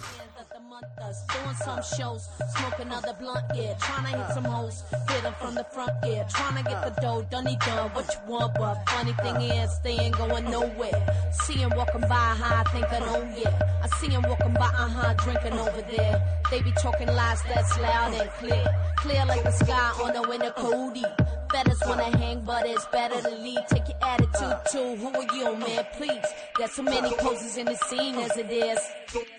Doing some shows, smoke another blunt, yeah. Tryna hit some hoes, hit 'em from the front, yeah. Tryna get the dough, done he done what you want, but funny thing is, they ain't going nowhere. See 'em walking by, high thinking, oh yeah. I see 'em walking by, uh huh, drinking over there. They be talking lies that's loud and clear, clear like the sky on a winter coldie. Betters wanna hang, but it's better to leave. Take your attitude too. Who are you, man? Please. There's so many poses in the scene as it is.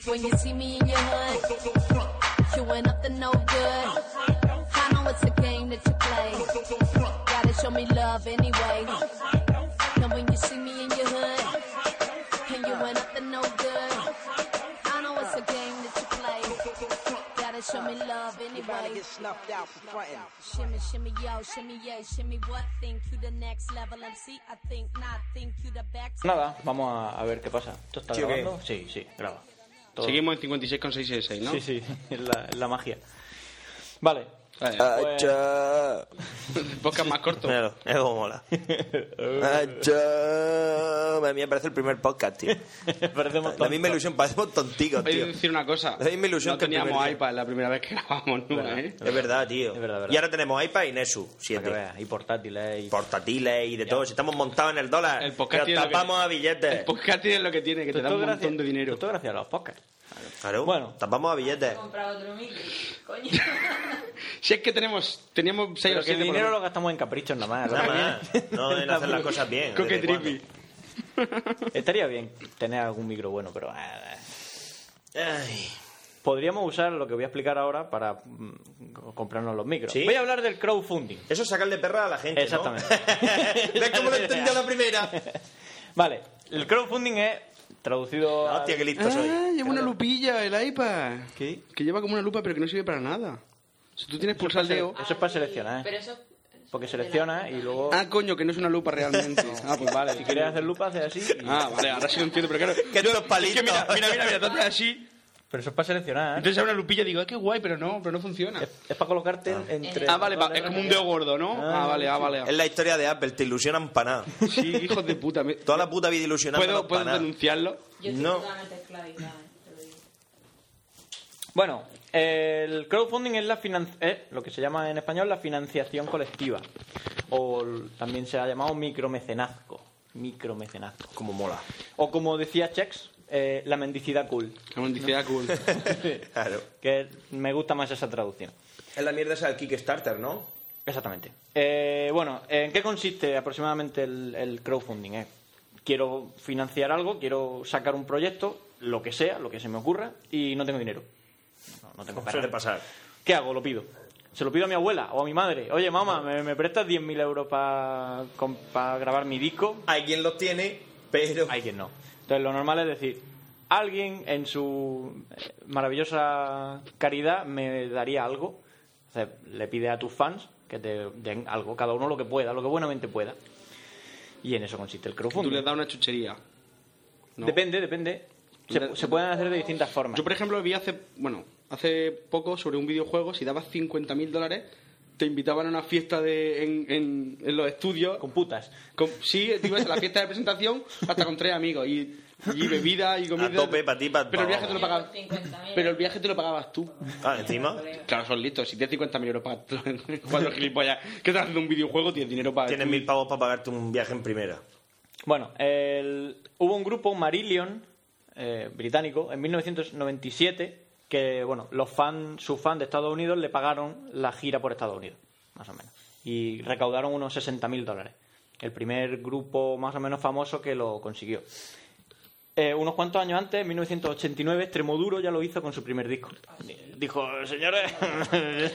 When you see me in your hood, Chewing up the no good. I know it's a game that you play. Gotta show me love anyway. Now when you see me in your hood, and you went up the no good. I know it's a game that you play. Gotta show me love anyway. Shimmy, shimmy, yo, shimmy, yeah, shimmy, what? Think you the next level MC? I think not. Think you the back.
Nada, vamos a, a ver qué pasa. ¿Esto está
¿Sí o qué?
grabando? Sí, sí, graba. Todo.
Seguimos en 56,666, ¿no?
Sí, sí, es la, es la magia. Vale,
Ah. Hacha.
Podcast más corto.
Míralo, es como mola. Hacha. Madre mía, parece el primer podcast, tío. La misma ilusión, parecemos tonticos,
Voy a
tío.
decir una cosa.
La misma ilusión
no
que el primer
teníamos
día.
iPad la primera vez que grabamos nunca, ¿eh?
Es verdad, tío.
verdad.
Y ahora tenemos iPad y Nesu 7.
veas, Y portátiles. Y...
Portatiles y de todo. Si estamos montados en el dólar,
El podcast
nos
tiene lo que-
tapamos a billetes.
El ¿eh? podcast tiene lo que tiene, que te da
Todo
un
gracias-
montón de dinero.
Todo gracias a los podcasts.
Claro,
Bueno.
tapamos a billetes.
Comprar otro micro. Coño.
Si es que tenemos, teníamos 6
Pero
o
que
7
el dinero lo gastamos en caprichos nada más.
Nada
¿verdad?
más. No en hacer las cosas bien.
Coque
¿desde cuándo?
trippy.
Estaría bien tener algún micro bueno, pero... ah,
Ay.
Podríamos usar lo que voy a explicar ahora para mm, co- comprarnos los micros.
¿Sí?
Voy a hablar del crowdfunding.
Eso es sacarle perra a la gente. ¿no?
Exactamente.
¿Ves cómo lo entendí a la primera?
Vale, el crowdfunding es traducido al-
Hostia, qué listo soy.
Ah, lleva una lupilla el iPad.
¿Qué?
Que lleva como una lupa, pero que no sirve para nada. Si tú tienes pulsado el dedo.
Eso es para seleccionar,
Ah,
¿eh?
Pero eso.
porque selecciona y luego...
Ah, coño, que no es una lupa realmente. Ah, pues vale.
Si quieres hacer lupa, haces así.
Ah, vale, ahora sí lo entiendo, pero claro.
Que estos
Es que
palitos.
mira, mira, mira, mira, tú haces así.
Pero eso es para seleccionar. ¿eh?
Entonces abre una lupilla y digo, ah, qué guay, pero no, pero no funciona.
Es, para colocarte entre...
Ah, vale, va- es como un dedo gordo, ¿no? Ah, vale, ah, vale.
Es la historia de Apple, te ilusionan para nada.
Sí, hijos de puta. me-
Toda la puta vida ilusionando
¿Puedo,
para
¿puedo
nada.
denunciarlo?
Yo estoy
No.
totalmente esclavizada. eh, te lo digo.
Bueno, el crowdfunding es la finan- es lo que se llama en español la financiación colectiva. O l- también se ha llamado micromecenazgo. Micromecenazgo.
Como mola.
O como decía Chex, eh, la mendicidad cool.
Como dice, ah, cool.
Claro.
Que me gusta más esa traducción.
Es la mierda esa del Kickstarter, ¿no?
Exactamente. Eh, bueno, ¿en qué consiste aproximadamente el, el crowdfunding? eh? Quiero financiar algo, quiero sacar un proyecto, lo que sea, lo que se me ocurra, y no tengo dinero. No, no tengo para
Suele
nada.
pasar.
¿Qué hago? Lo pido. Se lo pido a mi abuela o a mi madre. Oye, mamá, ¿me, me prestas 10.000 euros para grabar mi disco?
Hay quien los tiene, pero.
Hay quien no. Entonces, lo normal es decir, alguien en su eh, maravillosa caridad me daría algo. Entonces, le pide a tus fans que te den algo, cada uno lo que pueda, lo que buenamente pueda. Y en eso consiste el crowdfunding.
Tú le has dado una chuchería. ¿no?
Depende, depende.
Tú
Se,
le-
se pueden hacer de distintas formas.
Yo, por ejemplo, vi hace, bueno, hace poco sobre un videojuego, si dabas 50.000 dólares, te invitaban a una fiesta de, en, en- en los estudios.
Con putas.
Con- sí, te ibas a la fiesta de presentación hasta con tres amigos y, y bebida y comida.
A tope, pa' ti, pa'
Pero el viaje
pa'
te lo pagabas.
50.000.
Pero el viaje te lo pagabas tú.
Ah, encima.
Claro, son listos. Si tienes 50.000 euros para cuatro gilipollas que estás haciendo un videojuego, tienes dinero para.
Tienes mil pavos para pagarte un viaje en primera.
Bueno, el- hubo un grupo, Marillion, eh, británico, en 1997, que, bueno, los fans, sus fans de Estados Unidos le pagaron la gira por Estados Unidos, más o menos. Y recaudaron unos 60.000 dólares. El primer grupo más o menos famoso que lo consiguió. Eh, unos cuantos años antes, en 1989, Extremoduro ya lo hizo con su primer disco. Dijo, señores,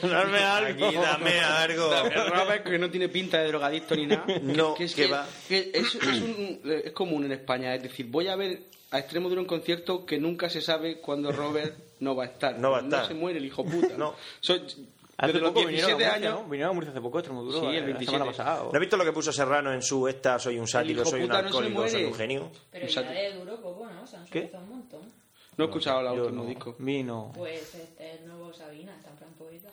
darme algo.
Aquí, dame algo.
El Robert, que no tiene pinta de drogadicto ni nada.
No,
es,
que va.
que es, es un- eh, es común en España. Es decir, voy a ver a extremo de un concierto que nunca se sabe cuando Robert no va a estar.
No va a estar.
se muere el hijo puta.
No.
Soy-
Hace
desde los
poco vinieron a
17
Murcia,
años.
¿no? Vinieron a Murcia hace poco, Extremoduro.
Sí, el
eh, la
27.
semana pasada.
¿No
o-
has visto lo que puso Serrano en su esta? Soy un sátiro,
hijo
soy un
puta no se
alcohólico, soy
muere.
un genio.
Pero ya
Exacto.
de duro poco, ¿no? Se han
¿Qué?
soltado un montón.
No he escuchado el
Yo
último
no.
disco.
Mi no.
Pues este el nuevo Sabina, está en plan poeta.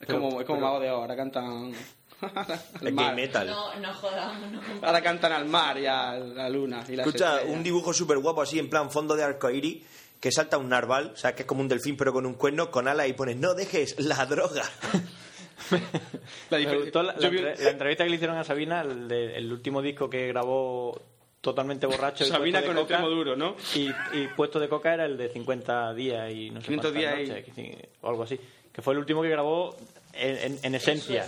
Es como, es como Mago de Oz, ahora cantan.
Es
al
gay
mar.
metal.
No, no jodamos, no compa-
Ahora cantan al mar y a la luna. Y las
Escucha,
estrellas.
un dibujo súper guapo así, en plan fondo de arcoíris, que salta un narval, o sea, que es como un delfín pero con un cuerno, con alas y pones, no dejes la droga.
La
Me
diferencia-
gustó la,
yo
la
vi-
entre- la entrevista que le hicieron a Sabina, el, de- el último disco que grabó totalmente borracho. y
Sabina
puesto
con
de
el
coca,
tema duro, ¿no?
Y, y puesto de coca era el de 50 días y no sé
500
cuántas
días y-
noches, que sí, o algo así. Que fue el último que grabó en, en- en esencia.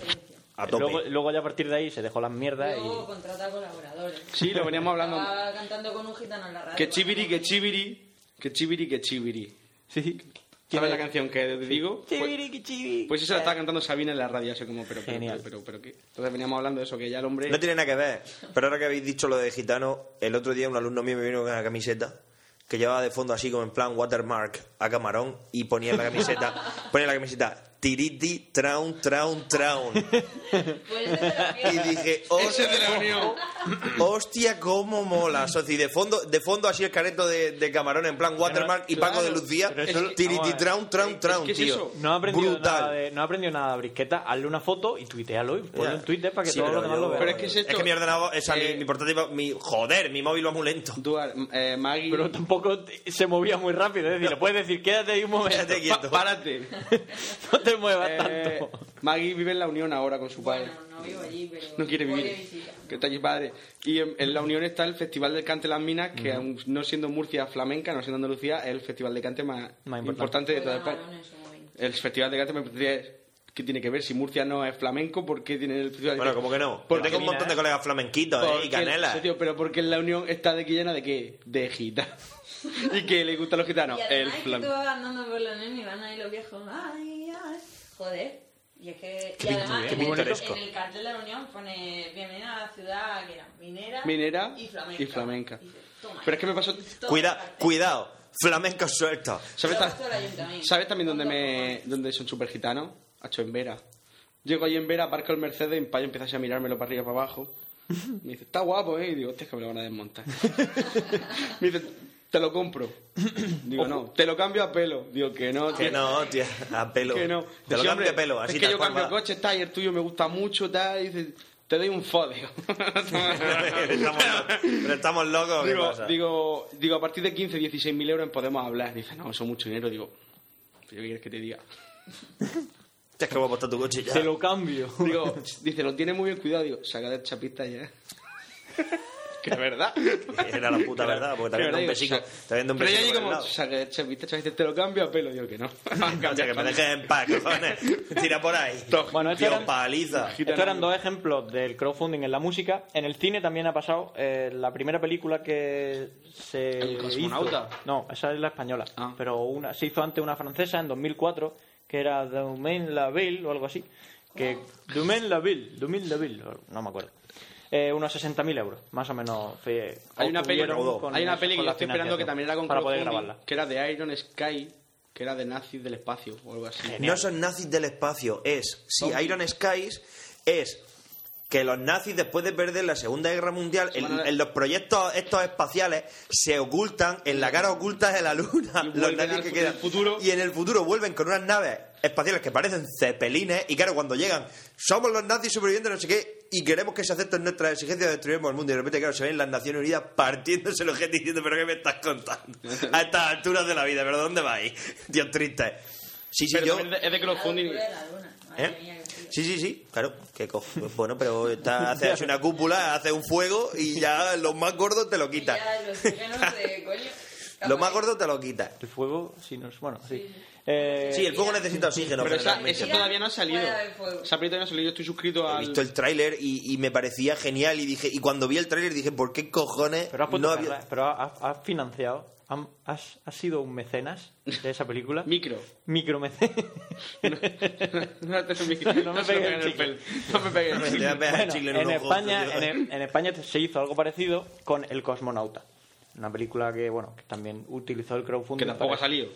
A tope.
Luego, luego ya a partir de ahí se dejó las mierdas
Luego pues.
y...
contrata colaboradores.
Sí, lo veníamos hablando.
Estaba cantando con un gitano en la radio.
Que chibiri, que chibiri. Que chibiri, que chibiri.
Sí.
¿Sabes la canción que digo? Pues,
Chibiriquichibi.
pues eso la estaba cantando Sabina en la radio, así como, pero, pero,
Eh. Genial.
pero, pero, pero, ¿qué? Entonces veníamos hablando de eso, que ya el hombre...
No tiene nada que ver. Pero ahora que habéis dicho lo de gitano, el otro día un alumno mío me vino con una camiseta que llevaba de fondo así como en plan watermark a camarón y ponía en la camiseta, ponía en la camiseta, tiriti, traun, traun, traun.
Pues, este
y dije,
Ese
hostia,
de la Unión.
hostia, cómo mola. Socio, y de fondo, de fondo así el careto de, de camarón en plan Watermark y Paco
claro,
de Lucía.
pero eso- vamos a
Tiriti,
ver.
traun, traun, traun,
¿Qué es
tío.
eso? No ha aprendido
pues, Brutal.
nada de, no ha aprendido nada de brisqueta. Hazle una foto y tuitealo y ponlo
Ya.
en Twitter eh, para que
Sí,
todos
pero
los demás
yo-
lo vean.
Es eh, que mi ordenador, o sea, mi, mi portátil, va- mi, joder, mi móvil va muy lento.
eh,
Pero tampoco te- se movía muy rápido. Es decir, le puedes decir, quédate ahí un momento.
Quédate quieto.
Pa-
Párate.
no te muevas
Eh,
tanto.
Maggie vive en la Unión ahora con su padre.
No vivo allí, pero...
No quiere
voy de
vivir.
visita.
Que está allí padre. Y en, en la Unión está el Festival del Cante de las Minas, que aun no siendo Murcia flamenca, no siendo Andalucía, es el festival de cante más,
Más importante.
importante de toda
Fue
España.
ganador en su momento.
El festival de cante me parece que tiene que ver si Murcia no es flamenco, ¿por qué tiene el festival? de
Bueno,
Cante?
como que no. Yo
Porque-
tengo un montón de colegas flamenquitos eh,
porque-
y canelas.
sí, tío, pero porque en la Unión está de que llena de qué? De gitanos. ¿Y que le gustan los gitanos?
y
El
además es que tú
flamenco.
vas andando por la nena y van ahí los viejos. Ay, ay, joder. Y es que.
Qué
y además,
pintoresco,
en el,
pintoresco.
en el cartel de la Unión pone Bienvenida a la ciudad que era minera,
Minera
y flamenca.
y flamenca.
Y dices, toma.
Pero es que me pasó...
Todo
Cuida-
el cartel.
cuidado, flamenco suelto.
¿Sabes,
Lo
ta-
ha puesto el ayuntamiento.
sabes también dónde, me, dónde son súper gitanos? Hacho en Vera. Llego allí en Vera, aparco el Mercedes y mi padre empieza así a mirármelo para arriba y para abajo. Me dice, está guapo, ¿eh? Y digo, hostia, es que me lo van a desmontar. me dice, te lo compro. Digo, no, te lo cambio a pelo. Digo, que no,
Que
tío,
no, tía, a pelo.
Que no.
Te lo
Dice,
cambio
hombre,
a pelo, así
Es que
tal
yo
cual
cambio
va.
coche, está, y el tuyo me gusta mucho, tal. Y dice, te doy un fodeo.
estamos, locos. pero estamos locos, ¿qué
digo,
pasa?
digo, digo, a partir de 15, 16 mil euros podemos hablar. Dice, no, eso es mucho dinero. Digo, ¿pero ¿qué quieres que te diga?
Hostia, es que voy a apostar tu coche ya.
Te lo cambio.
Digo, dice, lo tiene muy bien cuidado. Digo, saca del chapista ya. que es verdad.
Era la puta verdad, porque te
Que
viendo un
verdad,
pesico.
digo,
Te viendo un
Pero yo
pesico.
allí
por el
como,
lado.
saca del chapista, chapista, te lo cambio a pelo. Digo que no.
O sea, que me dejes en paz, cojones. Tira por ahí.
Bueno,
este
esto
Tío,
eran-
paliza.
Estos eran dos ejemplos del crowdfunding en la música. En el cine también ha pasado eh, la primera película que se
¿El cosmonauta?
hizo- No, esa es la española.
Ah.
Pero una, se hizo antes una francesa en 2004 que era Domaine la Ville o algo así. Que Domaine la Ville, Domaine la Ville, o- no me acuerdo. Eh, unos 60.000 euros, más o menos. fue-
Hay una peli,
obtuvieron con-
hay una peli que
con
yo
la
estoy esperando que
financiación
también era con
para poder
crowdfunding,
grabarla.
Que era de Iron Sky, que era de nazis del espacio o algo así.
No son nazis del espacio, es. Sí, Iron Skies es que los nazis, después de perder la Segunda Guerra Mundial, en,
van a-
en los proyectos estos espaciales se ocultan, en la cara oculta de la luna,
Y
los
vuelven
nazis
al
que
fu-
quedan.
en el futuro.
Y en el futuro vuelven con unas naves espaciales que parecen cepelines, y claro, cuando llegan, somos los nazis sobrevivientes, no sé qué. Y queremos que se acepten nuestras exigencias de destruiremos el mundo. Y de repente, claro, se ven las Naciones Unidas partiéndose los gente diciendo, ¿pero qué me estás contando? A estas alturas de la vida, ¿pero dónde vais? Tío, triste. Sí, sí,
Pero
yo...
también es de- es de crowdfunding.
La locura de la luna. Madre mía,
¿Eh?
qué tío.
Sí, sí, sí, claro. Que co- pues bueno, pero está, hace, hace una cúpula, hace un fuego y ya los más gordos te lo quitan.
Ya, los oxígenos de coño.
Los más gordos te lo quitan.
El fuego, si no es- Bueno, sí. Eh,
Sí, el fuego necesita oxígeno.
Pero esa,
generalmente.
esa todavía no ha salido.
Fuera del fuego.
Esa peli todavía no ha salido. Yo estoy suscrito
He
al...
visto el tráiler y, y me parecía genial y dije y cuando vi el tráiler dije ¿por qué cojones
Pero has, puesto
no
perla,
había
pero has, has financiado, han- has, has sido un mecenas de esa película.
Micro.
Micromecenas.
No te micro. No me
me pegues
pegues en el
el
pelo. No me pegues en
Te
el
voy
pelo.
a pegar el
Bueno,
chicle
en,
en un ojo,
España,
tío.
en, en España se hizo algo parecido con El Cosmonauta. Una película que, bueno, que también utilizó el crowdfunding.
Que tampoco ha
para-
salido.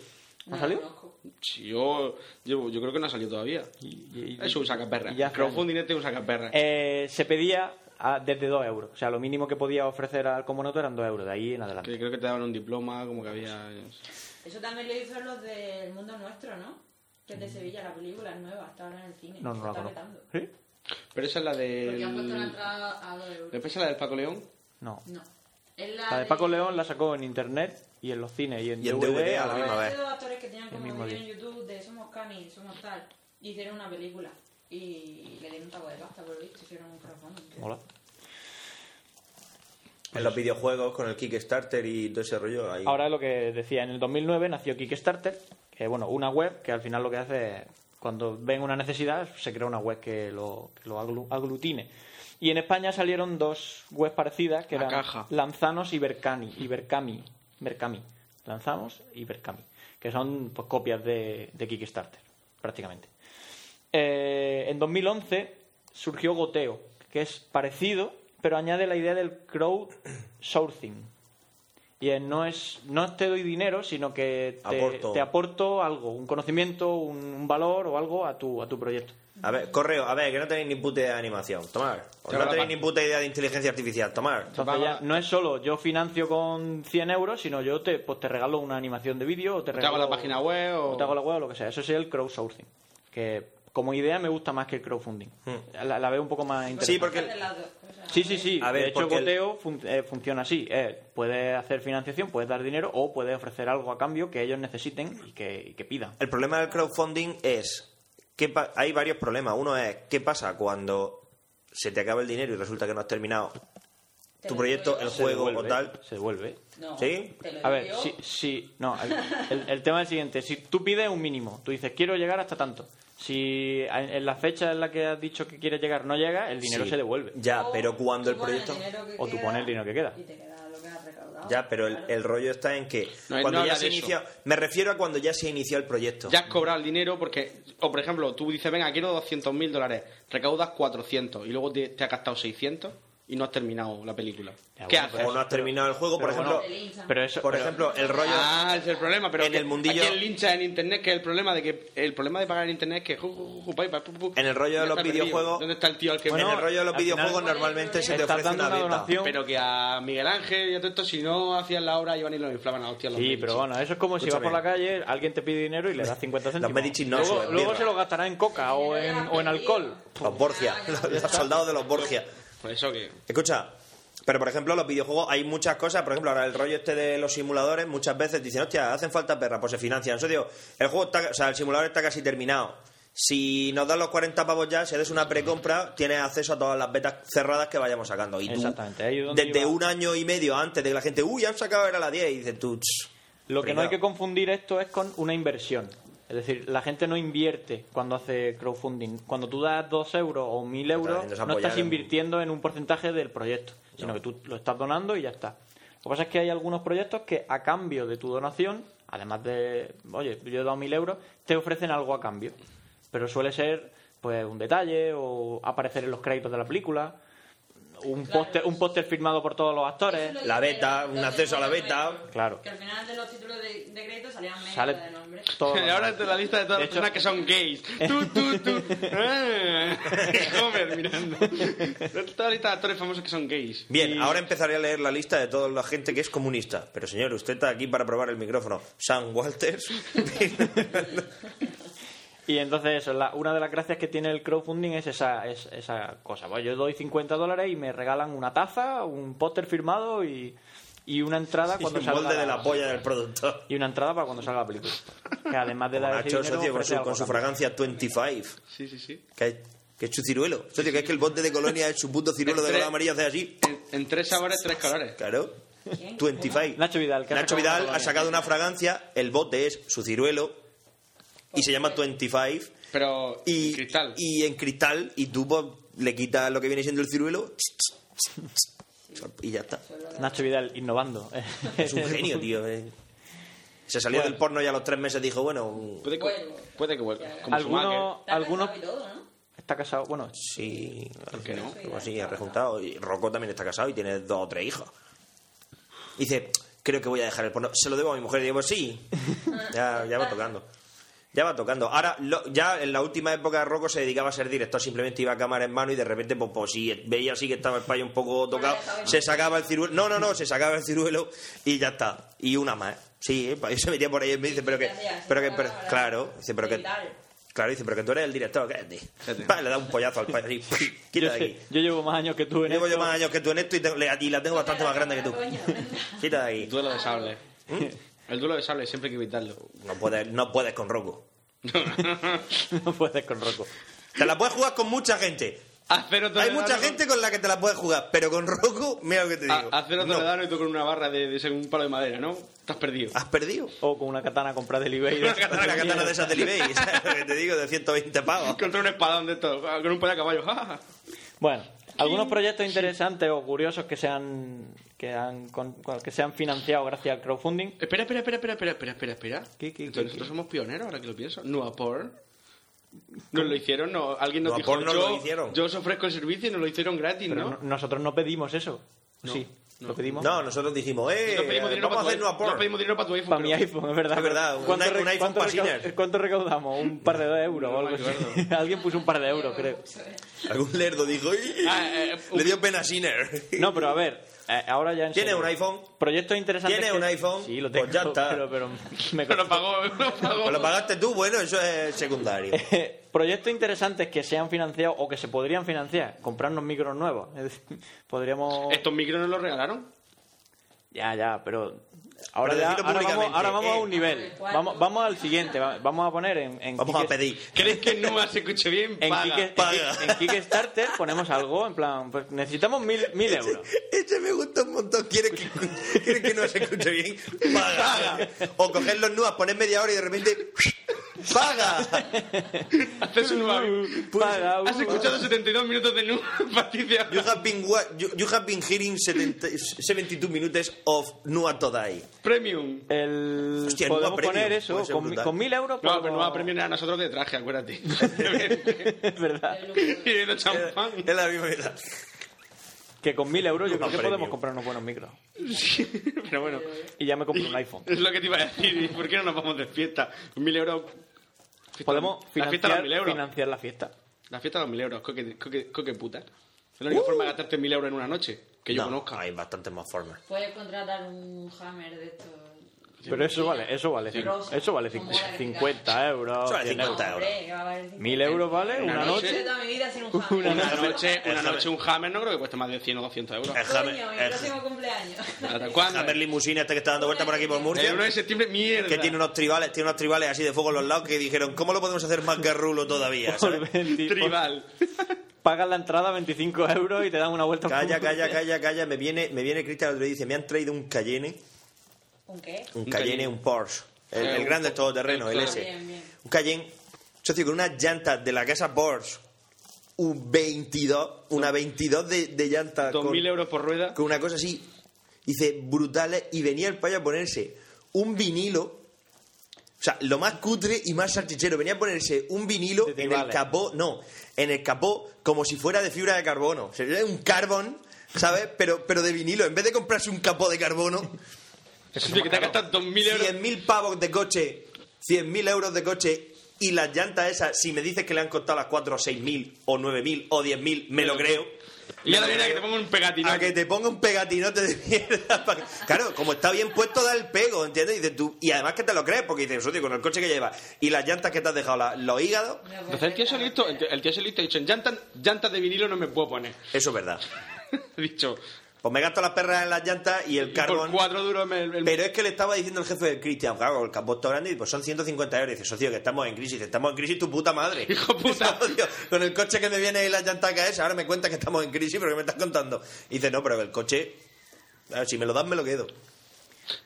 ¿Ha salido?
Sí, Yo, yo, yo creo que no ha salido todavía.
Y- y-
Eso es un
y
sacaperra.
ya
Crowdfunding este es un sacaperra.
Eh, se pedía a- desde 2 euros. O sea, lo mínimo que podía ofrecer al Cosmonauta eran 2 euros. De ahí en adelante.
Que creo que te daban un diploma, como que había...
Eso también lo hizo los del mundo nuestro, ¿no? Que es de Sevilla, la película es nueva, está ahora en el cine.
No, no la
está
conozco.
petando.
¿Sí?
Pero esa es la
Porque han puesto la
de...
entrada a 2 euros.
¿Después es la del Paco León?
No.
No. Es
Eh, La de Paco León la sacó en internet y en los cines y en,
Y en DVD a la misma
Hay
vez.
dos actores que tenían como
mismo
vídeo en
día.
YouTube de Somos Cani, Somos Tal, y hicieron una película. Y le dieron un taco de pasta, por lo visto, hicieron un crowdfunding.
Hola.
en los videojuegos con el Kickstarter y todo ese rollo ahí.
Ahora lo que decía, en el 2009 nació Kickstarter, que bueno, una web que al final lo que hace es, cuando ven una necesidad, se crea una web que lo, que lo aglu- aglutine. Y en España salieron dos webs parecidas, que
La
eran
caja.
Lanzanos y Bercani, y Bercami, Bercami. Lanzamos y Bercami, que son pues, copias de, de Kickstarter, prácticamente. Eh, en 2011 surgió Goteo, que es parecido, pero añade la idea del crowdsourcing. Y es, no es no te doy dinero, sino que te
Aporto.
te aporto algo, un conocimiento, un, un valor o algo a tu, a tu proyecto.
A ver, correo, a ver, que no tenéis ni puta idea de animación. Tomar.
Claro,
No tenéis
va.
ni puta idea de inteligencia artificial. Tomar.
Entonces ya no es solo yo financio con 100 euros, sino yo te, pues te regalo una animación de vídeo o te
te hago
regalo...
la página web o-
te hago la web o lo que sea. Eso sería el crowdsourcing. Que como idea me gusta más que el crowdfunding. La, la veo un poco más interesante.
Hmm. Sí, porque-
Sí, sí, sí.
A ver,
de hecho,
porque el-
Goteo fun- eh, funciona así. Eh, puedes hacer financiación, puedes dar dinero o puedes ofrecer algo a cambio que ellos necesiten y que, y que pidan.
El problema del crowdfunding es que pa- hay varios problemas. Uno es qué pasa cuando se te acaba el dinero y resulta que no has terminado tu proyecto, el
Se
juego o
devuelve,
tal.
Se devuelve.
No,
¿Sí?
te lo
A ver,
digo.
sí, sí, no, el, el- el tema es el siguiente. Si tú pides un mínimo, tú dices, quiero llegar hasta tanto. Si en en la fecha en la que has dicho que quieres llegar no llega, el dinero
Sí.
se devuelve.
Oh,
Ya, pero cuando el proyecto...
O tú pones el dinero que queda.
Ya, pero el, el rollo está en que
No, él
cuando
no
ya
habla
se
de eso.
inicia... Me refiero a cuando ya se inició el proyecto.
Ya has cobrado el dinero porque, o por ejemplo, tú dices, venga, quiero 200.000 dólares, recaudas 400 y luego te, te has gastado 600 y no has terminado la película. ¿Qué
bueno,
haces?
pero no has terminado el juego, por
bueno,
ejemplo-
pero eso-
por
pero-
ejemplo, el rollo-
Ah, ese es el problema, pero
En
que
el mundillo-
aquí el lincha en internet, que el problema de que el problema de pagar en internet es que ju, ju, ju, ju, pa, pa, pu, pu,
En el rollo
ya
de los
está perdido.
videojuegos-
¿Dónde está el tío al que
en el rollo de los videojuegos normalmente se te ofrece una beta.
Pero que a Miguel Ángel y a todo esto, si no hacían la obra, iban y lo inflaban a hostia los
Sí,
Medici.
pero bueno, eso es como si vas por
Escúchame.
la calle, alguien te pide dinero y le das 50 céntimos.
Medici no
luego
suben
luego
birra.
se lo gastará en coca o en, o en alcohol.
Los Borgia, los soldados de los Borgia.
Por eso que...
Escucha, pero por ejemplo, los videojuegos hay muchas cosas. Por ejemplo, ahora el rollo este de los simuladores, muchas veces dicen, hostia, hacen falta perras, pues se financian. Eso digo, el juego está, o sea, el simulador está casi terminado. Si nos dan los 40 pavos ya, si haces una precompra, tienes acceso a todas las betas cerradas que vayamos sacando. Y tú,
Exactamente, ahí es donde
desde
iba.
un año y medio antes de que la gente, uy, han sacado era la 10, y dices tú, "Ch".
Lo que no hay
Primero.
que confundir esto es con una inversión. Es decir, la gente no invierte cuando hace crowdfunding. Cuando tú das 2 euros o 1000 euros,
haciendo es
no
apoyar
estás
en-
invirtiendo en un porcentaje del proyecto, sino que tú lo estás donando y ya está. Lo que pasa es que hay algunos proyectos que a cambio de tu donación, además de, oye, yo he dado 1000 euros, te ofrecen algo a cambio. Pero suele ser pues un detalle o aparecer en los créditos de la película, un póster un póster firmado por todos los actores.
la beta, un acceso a la beta.
Claro.
Que al final de los títulos de, de crédito salían menos
Sale
de nombre.
todo.
Y ahora de la lista de todas las personas que son gays. Tú, tú, tú. Ah, Homer mirando. Toda la lista de actores famosos que son gays.
Bien, ahora empezaré a leer la lista de toda la gente que es comunista. Pero señor, usted está aquí para probar el micrófono. Sam Walters.
Y entonces eso, la- una de las gracias que tiene el crowdfunding es esa, es- esa cosa. Pues yo doy 50 dólares y me regalan una taza, un póster firmado y, y una entrada
Y
cuando
un
salga
molde de la polla del productor.
Y una entrada para cuando salga la película. Que además de la
Nacho, socio, con su, con su fragancia 25.
Sí, sí, sí.
Que, que es su ciruelo. Socio, que es que el bote de colonia es su puto ciruelo de
Entre-
color amarillo, hace así.
En, en tres sabores, tres colores.
Claro. 25.
Nacho Vidal. que ha
Nacho
sacado
Vidal
una
ha sacado una fragancia, el bote es su ciruelo y se llama 25.
Pero
y, en cristal. Y en cristal, y tú pues, le quitas lo que viene siendo el ciruelo y ya está.
colonia. Nacho Vidal innovando.
Es un genio, tío. eh. Se salió
Bueno.
del porno ya a los tres meses dijo, bueno...
Puede que, puede que vuelva. Como
Algunos,
Schumacher.
algunos está casado, bueno,
Pues Sí,
no?
algo así, ha rejuntado. Y Rocco también está casado y tiene dos o tres hijos. Y dice, creo que voy a dejar el porno. Se lo debo a mi mujer. Y digo, pues sí. Ya, ya va tocando. Ya va tocando. Ahora, lo- ya en la última época Rocco se dedicaba a ser director. Simplemente iba a cámara en mano y de repente, pues, pues, si veía así que estaba el payo un poco tocado, se sacaba el ciruelo. No, no, no, se sacaba el ciruelo y ya está. Y una más. Sí, el payo se metía por ahí y me dice, pero que... Pero que pero- claro, dice, pero que... Claro, dice, pero que tú eres el director, cállate. Pa, le da un pollazo al payo así. Quita
yo,
de
sé-
aquí.
yo llevo más años que tú en
Llevo yo
esto.
más años que tú en esto y, te- le- y la tengo bastante más grande que tú. Quita de ahí.
Duelo de sable. El duelo de sable siempre hay que evitarlo.
No puedes, no puedes con Rocco.
no puedes con Rocco.
Te la puedes jugar con mucha gente.
Hacer otro
Hay
regalo
mucha
con-
gente con la que te la puedes jugar, pero con Rocco, mira lo que te
Ah,
digo.
A- hacer otro
No,
dano y tú con una barra de, de ese- un palo de madera, ¿no? Estás perdido.
Has perdido.
O con una katana comprada del eBay.
Una katana
Una katana de esas del eBay, ¿sabes lo que te digo? De 120 pavos.
Contra un espadón de estos, con un palo de caballo. Ah, ¡Ja, ja, ja!
Bueno, algunos proyectos interesantes o curiosos que se han que han con- que se han financiado gracias al crowdfunding.
Espera, espera, espera, espera, espera, espera, espera, espera.
¿Qué, qué,
Entonces,
qué,
nosotros somos pioneros, ahora que lo pienso. Nuapor. Nos lo hicieron, no, alguien nos dijo,
Nuapor nos
yo,
lo hicieron".
yo os ofrezco el servicio y nos lo hicieron gratis,
Pero
¿no?
no- nosotros no pedimos eso. Sí. ¿Lo pedimos?
No, nosotros dijimos, eh,
Nosotros pedimos dinero
vamos a
para tu
hacernos a
iPhone.
por.
Nosotros pedimos
dinero para tu iPhone.
Para mi iPhone, es verdad.
Es verdad, un
¿Cuánto
iPhone-
re-
un iPhone
cuánto
pa'
recau-
Sinner.
¿Cuánto recaudamos? Un par de euros o algo así. Alguien puso un par de euros, creo.
Algún lerdo dijo, "Ih".
Ah,
le dio pena a Sinner.
eh, No, pero a ver, eh, ahora ya en
¿Tiene
serio.
un iPhone?
Proyectos interesantes.
¿Tiene
que-
un iPhone?
Sí, lo tengo.
Pues ya está.
Pero, pero me
lo pagó, lo pagó.
Pues lo pagaste tú, bueno, eso es secundario.
Eh, proyectos interesantes que se han financiado o que se podrían financiar. Comprarnos micros nuevos. Es decir, Podríamos.
¿Estos micros nos los regalaron?
Ya, ya, pero. Ahora,
Pero
ya-
decirlo
ahora vamos,
públicamente,
ahora vamos a
eh.
un nivel. Vamos, vamos al siguiente. va- Vamos a poner en. en
Vamos a
Kickes-
pedir.
¿Crees que no se escuche bien?
En,
Paga.
Kickes-
Paga.
en Kickstarter ponemos algo en plan. Pues necesitamos mil, mil euros.
Este me gusta un montón. ¿Quieres que, ¿quieres que no se escuche bien? ¡Paga! O coger los nuas, poner media hora y de repente... ¡Paga!
Haces un nuevo.
Paga,
Has
Pues,
uh,
escuchado 72 minutos de nu, Patricia.
You have been, wa- you, you have been hearing 70 72 minutes of Nua Todai.
Premium.
El...
Hostia,
podemos
Nua Premium,
poner eso.
puede ser
Con, mi-
brutal.
con mil euros.
No,
podemos-
pero no va a premiar a nosotros de traje, acuérdate.
Es verdad.
y de champán.
Es la misma edad.
Que con mil euros yo creo que
premium.
podemos comprar unos buenos micros.
Pero bueno,
Y ya me compro un iPhone.
es lo que te iba a decir. ¿Y por qué no nos vamos de fiesta? Mil euros. Fiesta-
Podemos
La fiesta a los
financiar
mil euros.
financiar la fiesta.
La fiesta a los mil euros. Coque, coque, coque puta. Es la única forma de gastarte mil euros en una noche. Que yo
No,
conozca.
Hay bastantes más formas.
Puedes contratar un hammer de estos.
Pero eso vale, eso vale.
Sí.
cinc- Eso vale
Como
cinc-
la que
50 euros.
Eso vale
100 euros.
50 euros.
Hombre, que va a valer cincuenta.
Mil euros vale
Una
una
noche.
Yo
noche.
toda mi vida sin un hammer.
Una noche, una
Déjame.
noche un hammer no creo que cueste más de 100 o 200 euros.
El
Coño,
Hammer,
mi
el-
próximo cumpleaños.
¿Hasta
el
cuándo?
Hammer Limusina este que está dando vuelta por aquí por
El
Murcia.
1 de septiembre, mierda.
Que tiene unos tribales, tiene unos tribales así de fuego en los lados que dijeron, ¿cómo lo podemos hacer más garrulo todavía? ¿sabes?
Por 20
Tribal.
Pagas la entrada 25 euros y te dan una vuelta. por-
Calla, calla, calla, calla. Me viene, me viene Cristian el otro día y dice, me han traído un Cayenne,
¿Un qué?
un
Un
Cayenne,
Cayenne.
un Porsche. El,
Eh,
el
un-
grande todoterreno, el
Ah,
S.
bien, bien.
Un Cayenne, socio, con unas llantas de la casa Porsche. Un 22, una 22 de, de llanta. con-
2.000 euros por rueda.
con una cosa así, dice, brutales, y venía el payo a ponerse un vinilo, o sea, lo más cutre y más salchichero, venía a ponerse un vinilo
De
en el
tribales.
capó, no, en el capó como si fuera de fibra de carbono, sería un carbón, ¿sabes? Pero, pero de vinilo, en vez de comprarse un capó de carbono,
Eso tiene que te ha gastado 2.000 euros.
100.000 pavos de coche, 100.000 euros de coche. Y las llantas esas, si me dices que le han costado las 4 o 6.000 o 9.000 o 10.000, me lo creo.
Y ahora viene a que te ponga un pegatinazo.
A que te ponga un pegatinote de mierda. pa' que- Claro, como está bien puesto, da el pego, ¿entiendes? Y, dices tú... y además que te lo crees, porque dices, socio, con el coche que llevas y las llantas que te has dejado, la- los hígados,
Entonces el tío se listo, el tío, el tío se listo ha dicho, en llantas, llantas de vinilo no me puedo poner.
eso es verdad.
He dicho,
Pues me gasto las perras en las llantas y el
por
carbón.
cuatro duros me- el-
Pero es que le estaba diciendo el jefe del Cristian, claro, el campo está grande y pues son 150 euros. Y dice, socio, que estamos en crisis. Dice, estamos en crisis tu puta madre.
Hijo puta.
Socio, con el coche que me viene y las llantas que es, ahora me cuentas que estamos en crisis, pero ¿qué me estás contando? Y dice, no, pero el coche, a ver, si me lo das, me lo quedo.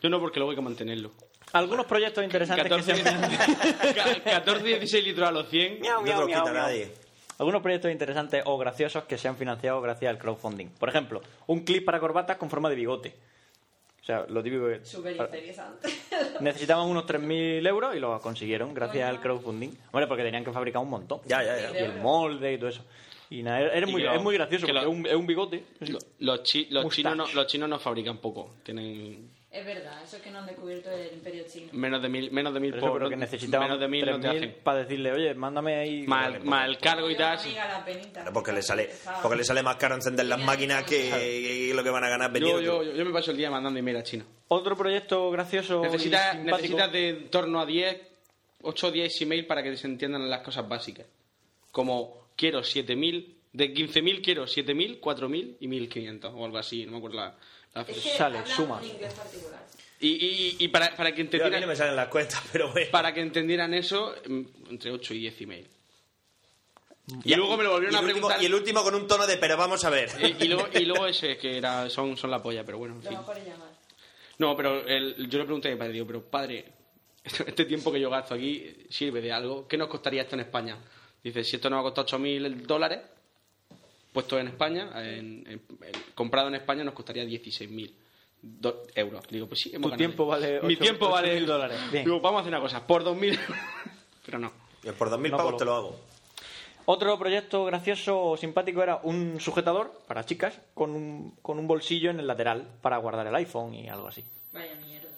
Yo no, porque luego hay que mantenerlo.
Algunos proyectos interesantes que se
14,
han financiado.
ca- 14 16 litros a los 100.
Miau,
No te lo
miau, miau,
quita
miau.
nadie.
Algunos proyectos interesantes o graciosos que se han financiado gracias al crowdfunding. Por ejemplo, un clip para corbatas con forma de bigote. O sea, lo típico que...
Súper
para-
interesante.
Necesitaban unos 3.000 euros y lo consiguieron gracias al crowdfunding. Hombre, porque tenían que fabricar un montón.
Ya, ya, ya.
Y el molde y todo eso. Y nada, es, es
Y
muy,
que lo-
es muy gracioso,
que
porque
lo-
es, un, es un bigote. así.
Los, chi- los
Mustache.
chinos no, los chinos no fabrican poco. Tienen
Es verdad, eso es que no han descubierto el imperio chino.
menos de mil, menos de mil
Pero eso
por-
porque necesitaban
menos de mil no te
3.000
hacen.
para decirle, oye, mándame ahí... pues".
Mal, mal cargo y
Yo,
tal.
amiga, la penita.
Claro, Porque le sale, porque le sale más caro encender las máquinas que, que lo que van a ganar
Yo,
vendiendo.
yo, yo, yo me paso el día mandando email a China.
Otro proyecto gracioso y
Necesitas
simpático.
necesitas de en torno a 10, 8 o 10 email para que se entiendan las cosas básicas. Como quiero 7.000, de 15.000 quiero 7.000, 4.000 y 1.500 o algo así, no me acuerdo la, la
Es
frase.
que
Sale,
hablan
suma.
un inglés particular.
Y, y, y para, para que
Yo a mí no me
entendieran,
salen las cuentas, pero bueno.
para que entendieran eso, mm, entre 8 y 10 email. Y,
Ya.
luego me lo volvieron
Y
a
el último-
preguntar.
y el último con un tono de, pero vamos a ver.
y, y luego, y luego ese, que era, son, son la polla, pero bueno, en
Lo
fin.
mejor es llamar.
No, pero el- yo le pregunté a mi padre, digo, pero padre, este tiempo que yo gasto aquí sirve de algo. ¿Qué nos costaría esto en España? Dice, si esto nos ha costado 8.000 dólares, puesto en España, en- en- en- comprado en España nos costaría 16.000 do- euros. Digo, pues sí, hemos
Tu
ganado.
tiempo vale
Mi
ocho-
tiempo vale
8.000 dólares. Bien.
Digo, vamos a hacer una cosa, por 2.000 euros. pero no.
Yo por 2.000
No,
pavos
por-
te lo hago.
Otro proyecto gracioso o simpático era un sujetador para chicas con un, con un bolsillo en el lateral para guardar el iPhone y algo así.
Vaya mierda.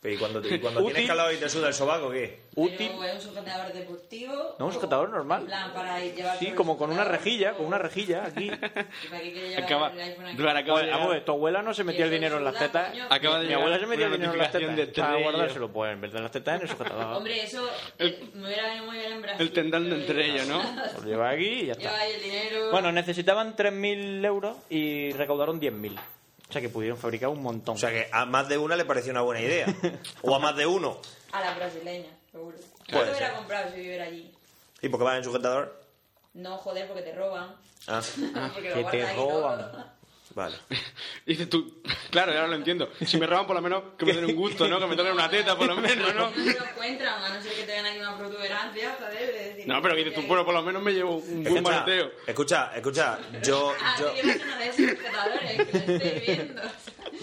Pero ¿y cuando, te- y cuando tienes
Útil.
calado y te suda el sobaco, qué?
Útil.
Pero, ¿es un sujetador deportivo?
No, un
o-
sujetador normal.
En plan, para llevar
Sí, como con una rejilla, con una rejilla aquí.
¿Para qué quiere llevar
Acaba,
el iPhone aquí?
Duar, acaba de llegar. Vamos a ver, tu abuela no se metía el dinero en las tetas.
Acaba de
Mi abuela
llegar
se metía el
una
dinero en las tetas.
notificación de
Para
entre
guardárselo, pues, en vez de en las tetas, en el sujetador.
Hombre, eso eh, me hubiera venido muy bien en Brasil.
El tendón de entre ellos, ¿no?
Lo lleva aquí y ya está.
Lleva ahí el dinero.
Bueno, necesitaban 3.000 euros y recaudaron 10.000. O sea que pudieron fabricar un montón.
O sea que a más de una le pareció una buena idea. o a más de uno.
A la brasileña, seguro. Yo
Puede
lo hubiera
ser.
comprado si viviera allí.
¿Y por qué vas en sujetador?
No, joder, porque te roban.
Ah.
porque lo guardas ahí todo.
Vale.
Dices tú, claro, ya lo entiendo. Si me roban, por lo menos que me den un gusto, ¿no? Que me toquen una teta, por lo menos, ¿no?
No se lo encuentran, a no ser que tengan aquí una protuberancia, joder. de decir,
No, pero dices tú, bueno, por lo menos me llevo un buen
Escucha,
maleteo.
escucha, escucha, yo,
pues,
Ah,
yo,
yo... yo uno de esos sujetadores que lo estoy viendo.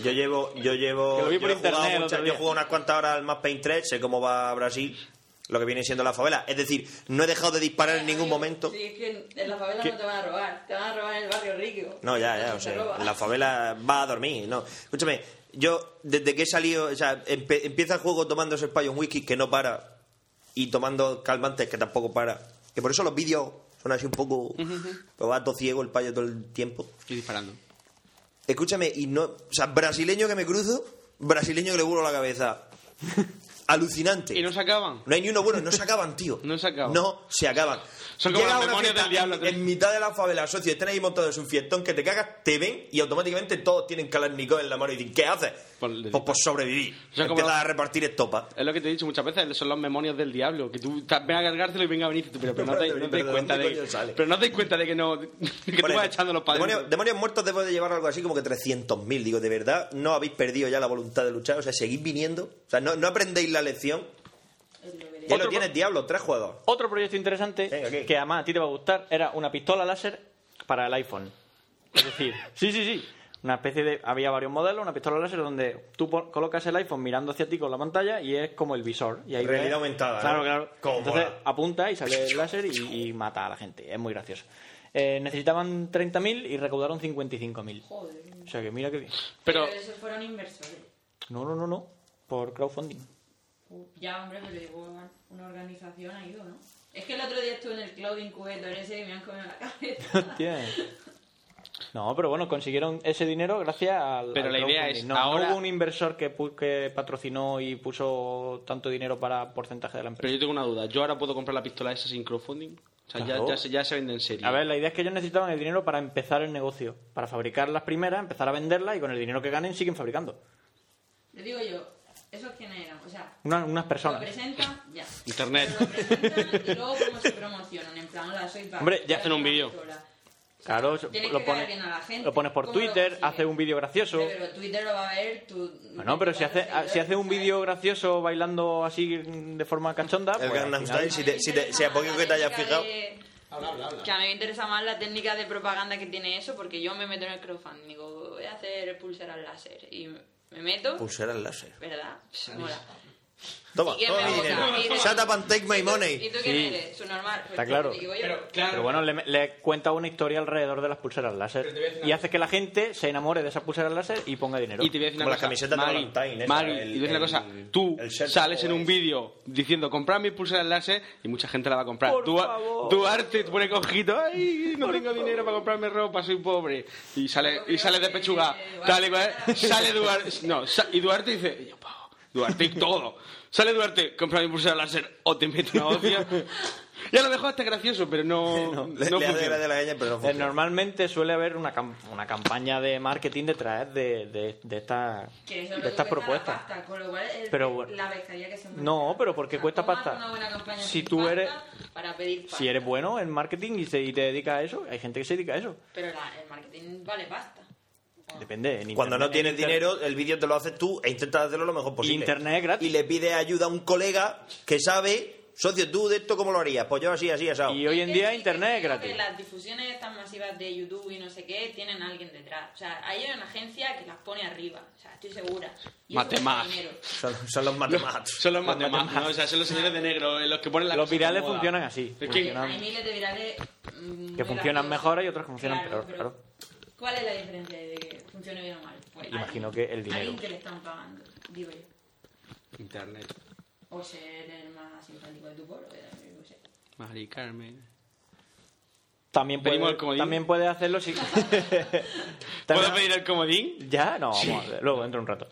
yo llevo, yo llevo,
Que lo vi por
yo he jugado
internet el
muchas-
otro
yo he
día.
jugado unas cuantas horas al Map Paint 3, sé cómo va Brasil, lo que viene siendo la favela. Es decir, no he dejado de disparar en ningún momento.
Sí, es que en la favela no te van a robar, te van a robar en el barrio rico.
No, ya, ya, o
Te
sea,
roban.
la favela va a dormir, no. Escúchame, yo desde que he salido, o sea, empe- empieza el juego tomando ese payo un whisky que no para y tomando calmantes que tampoco para. Que por eso los vídeos son así un poco... Pues va todo ciego el payo todo el tiempo.
Y disparando.
Escúchame, y no... O sea, brasileño que me cruzo, brasileño que le vuelo la cabeza. Alucinante.
Y no se acaban.
No hay ni uno bueno, no se acaban, tío.
No se acaban.
No se acaban.
Son como
Llega
los
una
demonios
fiesta
del diablo,
En,
tío.
en mitad de la favela, socio, están ahí montados en un fiestón que te cagas, te ven y automáticamente todos tienen Kalashnikov en la mano y dicen, ¿qué haces?
Por-
Pues por sobrevivir.
Son como
Empiezas a
los-
repartir estopa.
Es lo que te he dicho muchas veces, son los memonios del diablo. Que tú te- ven a cargártelo y venga a venir. Pero, pero no, te, no te
Pero ¿de
cuenta
dónde
de,
coño sale?
pero no te cuenta de que no. Que tú
Por
vas
eso,
echando los padres.
demonios, demonios muertos debo de llevar algo así como que 300.000. Digo, de verdad, no habéis perdido ya la voluntad de luchar. O sea, seguís viniendo. O sea, no, no aprendéis la lección. Ya lo tienes, diablo, tres jugadores.
Otro proyecto interesante
Venga, ¿qué?
que además a ti te va a gustar era una pistola láser para el iPhone. Es decir, sí, sí, sí. Una especie de. Había varios modelos, una pistola láser donde tú pon- colocas el iPhone mirando hacia ti con la pantalla y es como el visor. Y ahí
Realidad
ves-
aumentada, ¿no?
Claro, claro.
Cómo
Entonces
mola.
apunta y sale el láser y, y mata a la gente. Es muy gracioso. Eh, necesitaban 30.000 y recaudaron 55.000.
Joder.
O sea que mira que bien.
Pero,
Pero esos fueron inversores.
No, no, no, no. Por crowdfunding.
Ya, hombre, pero igual una organización ha ido, ¿no? Es que el otro día estuve en el Cloud Incubator ese y me han comido la cabeza.
Hostia. No, pero bueno, consiguieron ese dinero gracias al.
Pero
al
la idea
crowdfunding.
es,
No, no
ahora-
hubo un inversor que, pu- que patrocinó y puso tanto dinero para porcentaje de la
pero
empresa.
yo tengo una duda. ¿Yo ahora puedo comprar la pistola esa sin crowdfunding? O sea, ya-
Claro.
ya, se- ya se vende en serie.
A ver, la idea es que ellos necesitaban el dinero para empezar el negocio, para fabricar las primeras, empezar a venderlas y con el dinero que ganen siguen fabricando.
Le digo yo, ¿esos quiénes eran? O sea,
Una- unas
lo
personas.
presentan, ya.
Internet.
Lo presentan y luego cómo se promocionan. En plan, hola, soy Paco.
Hombre, ya
Soy
hacen un vídeo.
productora.
Claro, se-
Tienes
lo
que
pones,
caer bien a la gente.
lo pones por
¿Cómo lo
Twitter,
consigues?
hace un vídeo gracioso.
Hombre, Pero Twitter lo va a ver tu...
Bueno, pero si hace, si hace un vídeo gracioso bailando así de forma cachonda.
El
pues, al
Gangnam
final-
Style, si, te, si, te- si a poco que te hayas fijado.
Habla, habla, habla.
Que a mí me interesa más la técnica de propaganda que tiene eso, porque yo me meto en el crowdfunding, digo, voy a hacer pulseras láser. Y me meto,
Pulsera al láser.
¿verdad? Pss, mola.
Toma,
¿Y quién
toma
me
mi
toca?
dinero.
¿Y quién-
Shut up and take my
¿Y
money.
tú quién
Sí.
eres? Su normal. Pues
Está
tú,
claro.
digo yo.
Pero, claro,
Pero bueno, le, le cuenta una historia alrededor de las pulseras láser
Pero te voy a decir
y
una
hace que la gente se enamore de esas pulseras láser y ponga dinero.
Y te voy a decir
Como
una
las
cosa.
camisetas de
Mari,
Valentine, esa,
Mari,
el-
y te voy a decir una
el-
cosa. Tú
el shirt
sales en
como
un
es.
vídeo diciendo comprad mis pulseras láser y mucha gente la va a comprar.
Por
Tú,
favor.
Duarte pone cojito, ay, no tengo dinero para comprarme ropa, soy pobre. Y sale, y sale de pechuga. Tal y cual. Sale Duarte. No, sa- y Duarte dice, y yo, "Pau, Duarte y todo. Sale Duarte, compra mi pulsera láser o te meto una hostia. Y a lo mejor este gracioso, pero no, no,
Le, le hace
funciona.
gracia a la galla, pero no
Eh,
funciona.
normalmente suele haber una, cam- una campaña de marketing detrás de, de, de esta-
Que eso
de estas propuestas. Pero
pero
bueno.
la pescaría que se me-
No, pero porque
O sea,
cuesta
tú haz
pasta.
una buena campaña
Si
sin
tú
pasta
eres-
para pedir pasta.
Si eres bueno en marketing y, se- y te dedicas a eso, hay gente que se dedica a eso.
Pero la- el marketing vale pasta.
Depende. en
Cuando
internet-
no
en
tienes
inter-
dinero, el vídeo te lo haces tú e intentas hacerlo lo mejor posible.
Internet es gratis.
Y le pides ayuda a un colega que sabe socio, tú de esto cómo lo harías? Pues yo así, así, asado.
Y hoy en día internet es
Creo
gratis.
que las difusiones tan masivas de YouTube y no sé qué tienen a alguien detrás. O sea, hay una agencia que las pone arriba. O sea, estoy segura. Y eso cuesta
Matemag.
dinero.
Son, son los matematos.
Son los matemáticos, o sea, son los señores de negro, eh, los que ponen la
Los
cosa
virales
de moda.
funcionan así.
Es que-
funcionan-
Hay miles de virales. mm,
que
muy
funcionan
graciosos.
mejor y otros que funcionan
Claro,
peor.
pero
claro.
¿Cuál es la diferencia de que funcione bien o mal? Pues
Imagino
alguien-
que el dinero.
Alguien que le están pagando, digo yo.
Internet.
O ser el más simpático de tu pueblo, eh, yo qué sé.
Mari Carmen.
También
¿Pedimos
puedes,
el comodín?
también puedes hacerlo si.
¿Puedo pedir el comodín?
Ya, no, vamos, luego dentro de un rato.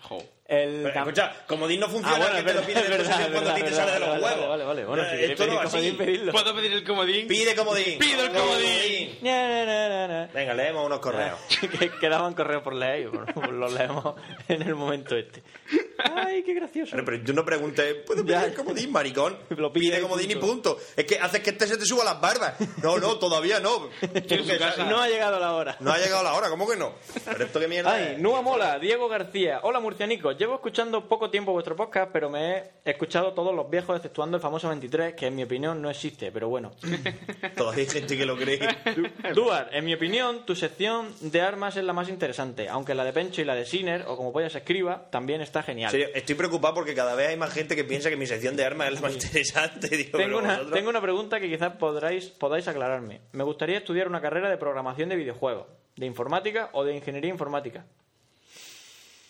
El
Pero,
tam-
escucha, comodín no funciona,
Ah, bueno,
que
es
te lo
verdad,
pide
es
de tu
verdad,
sitio
es
cuando a ti
verdad,
te sale de los
vale,
huevos.
vale, vale, bueno,
Eh,
si queréis
esto no
pedir
es así.
comodín, pedidlo.
¿Puedo pedir el comodín?
Pide comodín.
Pido el comodín.
Na, na, na, na, na.
Venga, leemos unos correos.
que quedaban correos por leer y por- por los leemos en el momento este. Ay, qué gracioso.
Pero, pero tú no preguntes, ¿puedo pedir
Ya.
el comodín, maricón?
Lo pide
pide
y
comodín y punto. Es que haces que este se te suba las barbas. No, no, todavía no.
En su casa.
No ha llegado la hora.
No ha llegado la hora, ¿cómo que no? Pero esto qué mierda
Ay,
es.
Nua Mola, Diego García. Hola, murcianicos. Llevo escuchando poco tiempo vuestro podcast, pero me he escuchado todos los viejos, exceptuando el famoso 23, que en mi opinión no existe, pero bueno.
Todavía hay gente que lo cree.
Duar, en mi opinión, tu sección de armas es la más interesante, aunque la de Pencho y la de Sinner, o como polla se escriba, también está
En
genial.
serio, estoy preocupado porque cada vez hay más gente que piensa que mi sección de armas es la más interesante. Digo, pero
Tengo una,
vosotros-
tengo una pregunta que quizás podráis, podáis aclararme. Me gustaría estudiar una carrera de programación de videojuegos, de informática o de ingeniería informática.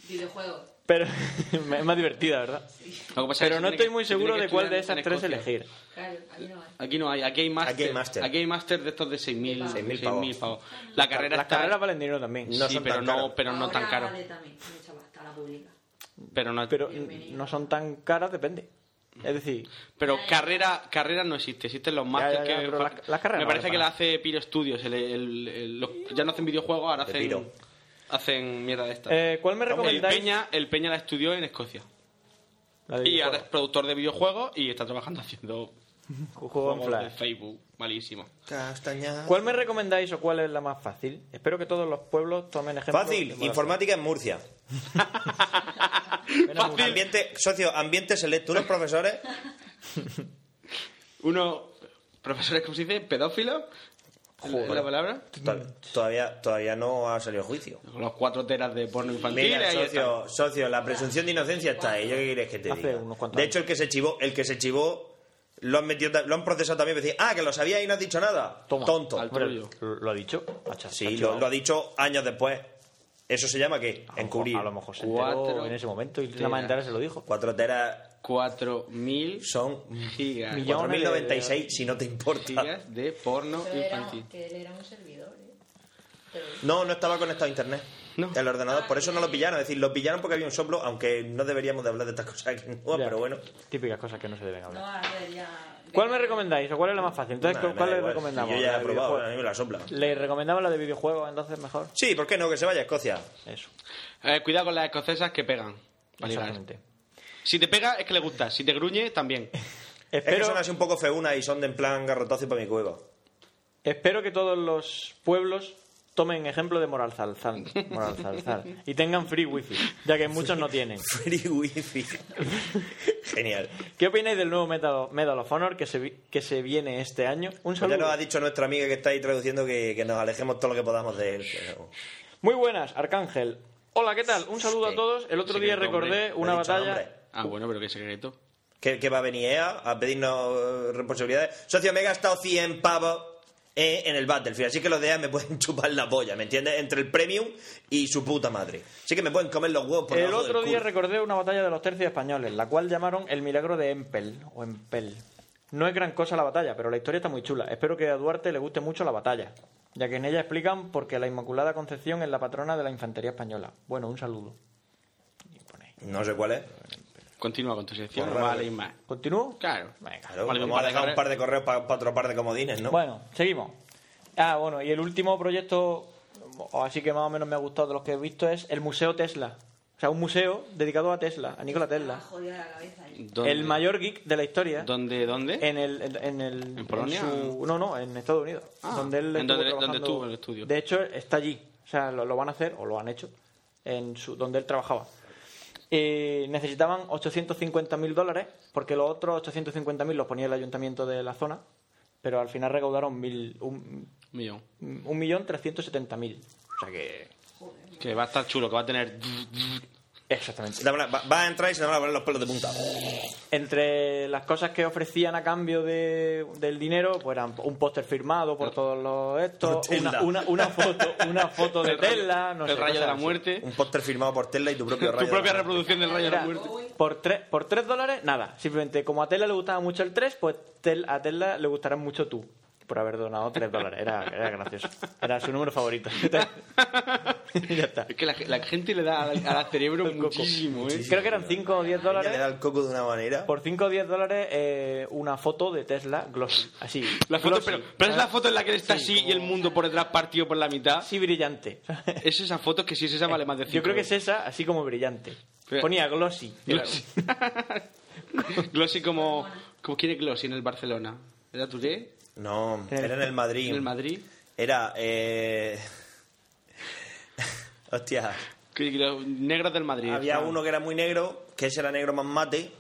Videojuegos.
Pero es más divertida, ¿verdad?
Lo que pasa es
Pero
que
no
tiene que-
estoy muy
tiene
seguro
que
de cuál de esas
estudiar en
tres
Escocia.
elegir.
Claro, aquí no eh. hay.
Aquí no hay, aquí hay máster.
Aquí hay máster.
Aquí hay máster de estos de 6.000
6.000
6.000 pavos. La carrera
Las
está...
carreras valen dinero también.
No
sí,
son tan
pero, no,
caras.
pero no tan
Ahora
caro.
vale también, mucha pasta, la pública.
Pero, no,
Pero
pero,
n- no son tan caras, depende. Es decir,
carrera, carrera no existe. Existen los máster
ya, ya,
que...
pero las- las carreras
me
no
parece
valen
que
para
la hace Piro Studios. el- el- el- los- ya no hacen videojuegos, ahora
De
hacen...
Piro.
Hacen mierda de estas.
eh, ¿cuál me
el,
recomendáis?
Peña, el Peña la estudió en Escocia.
La de
Y ahora es
videojuegos.
productor de videojuegos y está trabajando haciendo
Un juego en
juegos de
flash.
Facebook. Malísimo.
Castaña.
¿Cuál me recomendáis o cuál es la más fácil? Espero que todos los pueblos tomen ejemplo. de
Fácil,
Morato.
informática en Murcia.
Fácil.
Ambiente, socio, ambiente selecto. Tú los profesores,
Uno, profesores, ¿cómo se dice? ¿Pedófilos? ¿Es la palabra?
to- todavía, todavía no ha salido juicio.
Con los cuatro teras de porno infantil.
Mira,
ahí
socio, socio, la presunción de inocencia está ahí. ¿Yo qué quieres que te
Hace
diga?
unos cuantos
De
años.
hecho, el que se chivó, el que se chivó, lo han metido, ta- lo han procesado también. Decir, ah, que lo sabía y no has dicho nada.
Toma,
Tonto.
al
Hombre,
tuyo.
¿Lo lo ha dicho? Acha,
Sí,
acha,
lo, lo ha dicho años después. Eso se llama qué?
a lo mejor-
Encubrir.
A lo mejor se enteró
Cuatro
en ese momento y
teras.
nada más enterarse se lo dijo.
Cuatro teras
Cuatro mil
son
gigas,
Millones.
4.096, si no te importa.
gigas de porno
Pero era,
infantil.
que él era un servidor, ¿eh? Pero-
No, no estaba conectado a internet.
No.
El ordenador, por eso no lo pillaron. Es decir, lo pillaron porque había un soplo, aunque no deberíamos de hablar de estas cosas aquí. No,
Ya.
pero bueno.
Típicas cosas que no se deben hablar.
No, ahora ya-
¿Cuál me recomendáis o cuál es la más fácil? Entonces,
Nah, me da
¿cuál le
igual.
recomendamos?
Yo
¿La
ya he
de
probado, a
videojuegos?
mí me la sopla.
¿Le recomendamos la de videojuegos entonces mejor?
Sí, ¿por qué no? Que se vaya a Escocia.
Eso,
Eh, cuidado con las escocesas que pegan. Vale,
exactamente.
Si te pega, es que le gusta. Si te gruñe, también.
Es que
Espero,
son así un poco feunas y son de en plan garrotazo para mi cueva.
espero que todos los pueblos tomen ejemplo de Moralzalzar, Moralzalzar y tengan free wifi, ya que muchos no tienen.
Free wifi. Genial.
¿Qué opináis del nuevo Medal, Medal of Honor que se, vi- que se viene este año? Un
Pues ya nos
saludo.
ha dicho nuestra amiga que está ahí traduciendo que, que nos alejemos todo lo que podamos de él. pero-
Muy buenas, Arcángel. Hola, ¿qué tal? Un saludo a todos. El otro
Sí,
día
que hombre,
recordé
le
una
he dicho
batalla.
nombre.
Ah, bueno, pero qué secreto.
Que, que va a venir EA a pedirnos eh, responsabilidades. Socio, me he gastado 100 pavos eh, en el Battlefield, así que los de EA me pueden chupar la polla, ¿me entiendes? Entre el Premium y su puta madre. Así que me pueden comer los huevos por
El
debajo del
otro día
culo.
recordé una batalla de los tercios españoles, la cual llamaron el milagro de Empel o Empel. No es gran cosa la batalla, pero la historia está muy chula. Espero que a Duarte le guste mucho la batalla, ya que en ella explican por qué la Inmaculada Concepción es la patrona de la infantería española. Bueno, un saludo. Y pone ahí.
No sé cuál es.
Continúa con tu sección.
Pues raro.
vale, y más.
¿Continúo?
Claro.
Venga.
Claro,
Vale, un
vamos
par
a
de
dejar un
correos.
par de correos para otro par de comodines, ¿no?
Bueno, seguimos. Ah, bueno, y el último proyecto, o así que más o menos me ha gustado de los que he visto, es el Museo Tesla. O sea, un museo dedicado a Tesla, a Nikola Tesla.
Ah, jodida la cabeza. ahí.
¿Dónde?
El mayor geek de la historia.
¿Dónde? ¿Dónde?
En el, en, en el,
¿En Polonia?
su- no, no, en Estados Unidos.
Ah,
donde él
en
estuvo
donde- donde
trabajando.
estuvo el estudio.
De hecho, está allí. O sea, lo, lo van a hacer, o lo han hecho, en su, donde él trabajaba. Eh, necesitaban 850.000 dólares, porque los otros 850.000 los ponía el ayuntamiento de la zona, pero al final recaudaron mil, un,
millón.
un millón 370.000. O sea que...
Que va a estar chulo, que va a tener...
Exactamente.
Va, va a entrar y se te van a poner los pelos de punta.
Entre las cosas que ofrecían a cambio de, del dinero, pues eran un póster firmado por todos los estos,
Por Tesla.
una, una, una foto, una foto de
El rayo-
Tesla, Ah, no
el
sé,
rayo de
cosas
la
así.
muerte.
Un póster firmado por Tesla y tu propio rayo. de la-
reproducción del rayo
Era, Por 3 por tres dólares, nada. Simplemente, como a Tesla le gustaba mucho el 3, pues Tel- a Tesla le gustará mucho tú. Por haber donado 3 dólares. Era, era gracioso. Era su número favorito. ya está.
Es que la, la gente le da al, al cerebro muchísimo, ¿eh?
Creo que eran 5 o 10 dólares.
le da el coco de una manera.
Por 5 o 10 dólares, eh, una foto de Tesla glossy. Así.
La foto,
glossy.
pero, pero es
Ah.
la foto en la que él está así y el mundo por detrás partido por la mitad.
Sí, brillante.
Es esa foto que si es esa vale más de
Yo creo que es esa, así como brillante. Ponía glossy. Era-
Glossy. Glossy como, como quiere Glossy en el Barcelona. ¿Era Touré?
No, era en el Madrid.
En el Madrid.
Era, eh... Hostia.
Que- que los Negros del Madrid.
Había
Ah.
uno que era muy negro, que ese era negro más mate,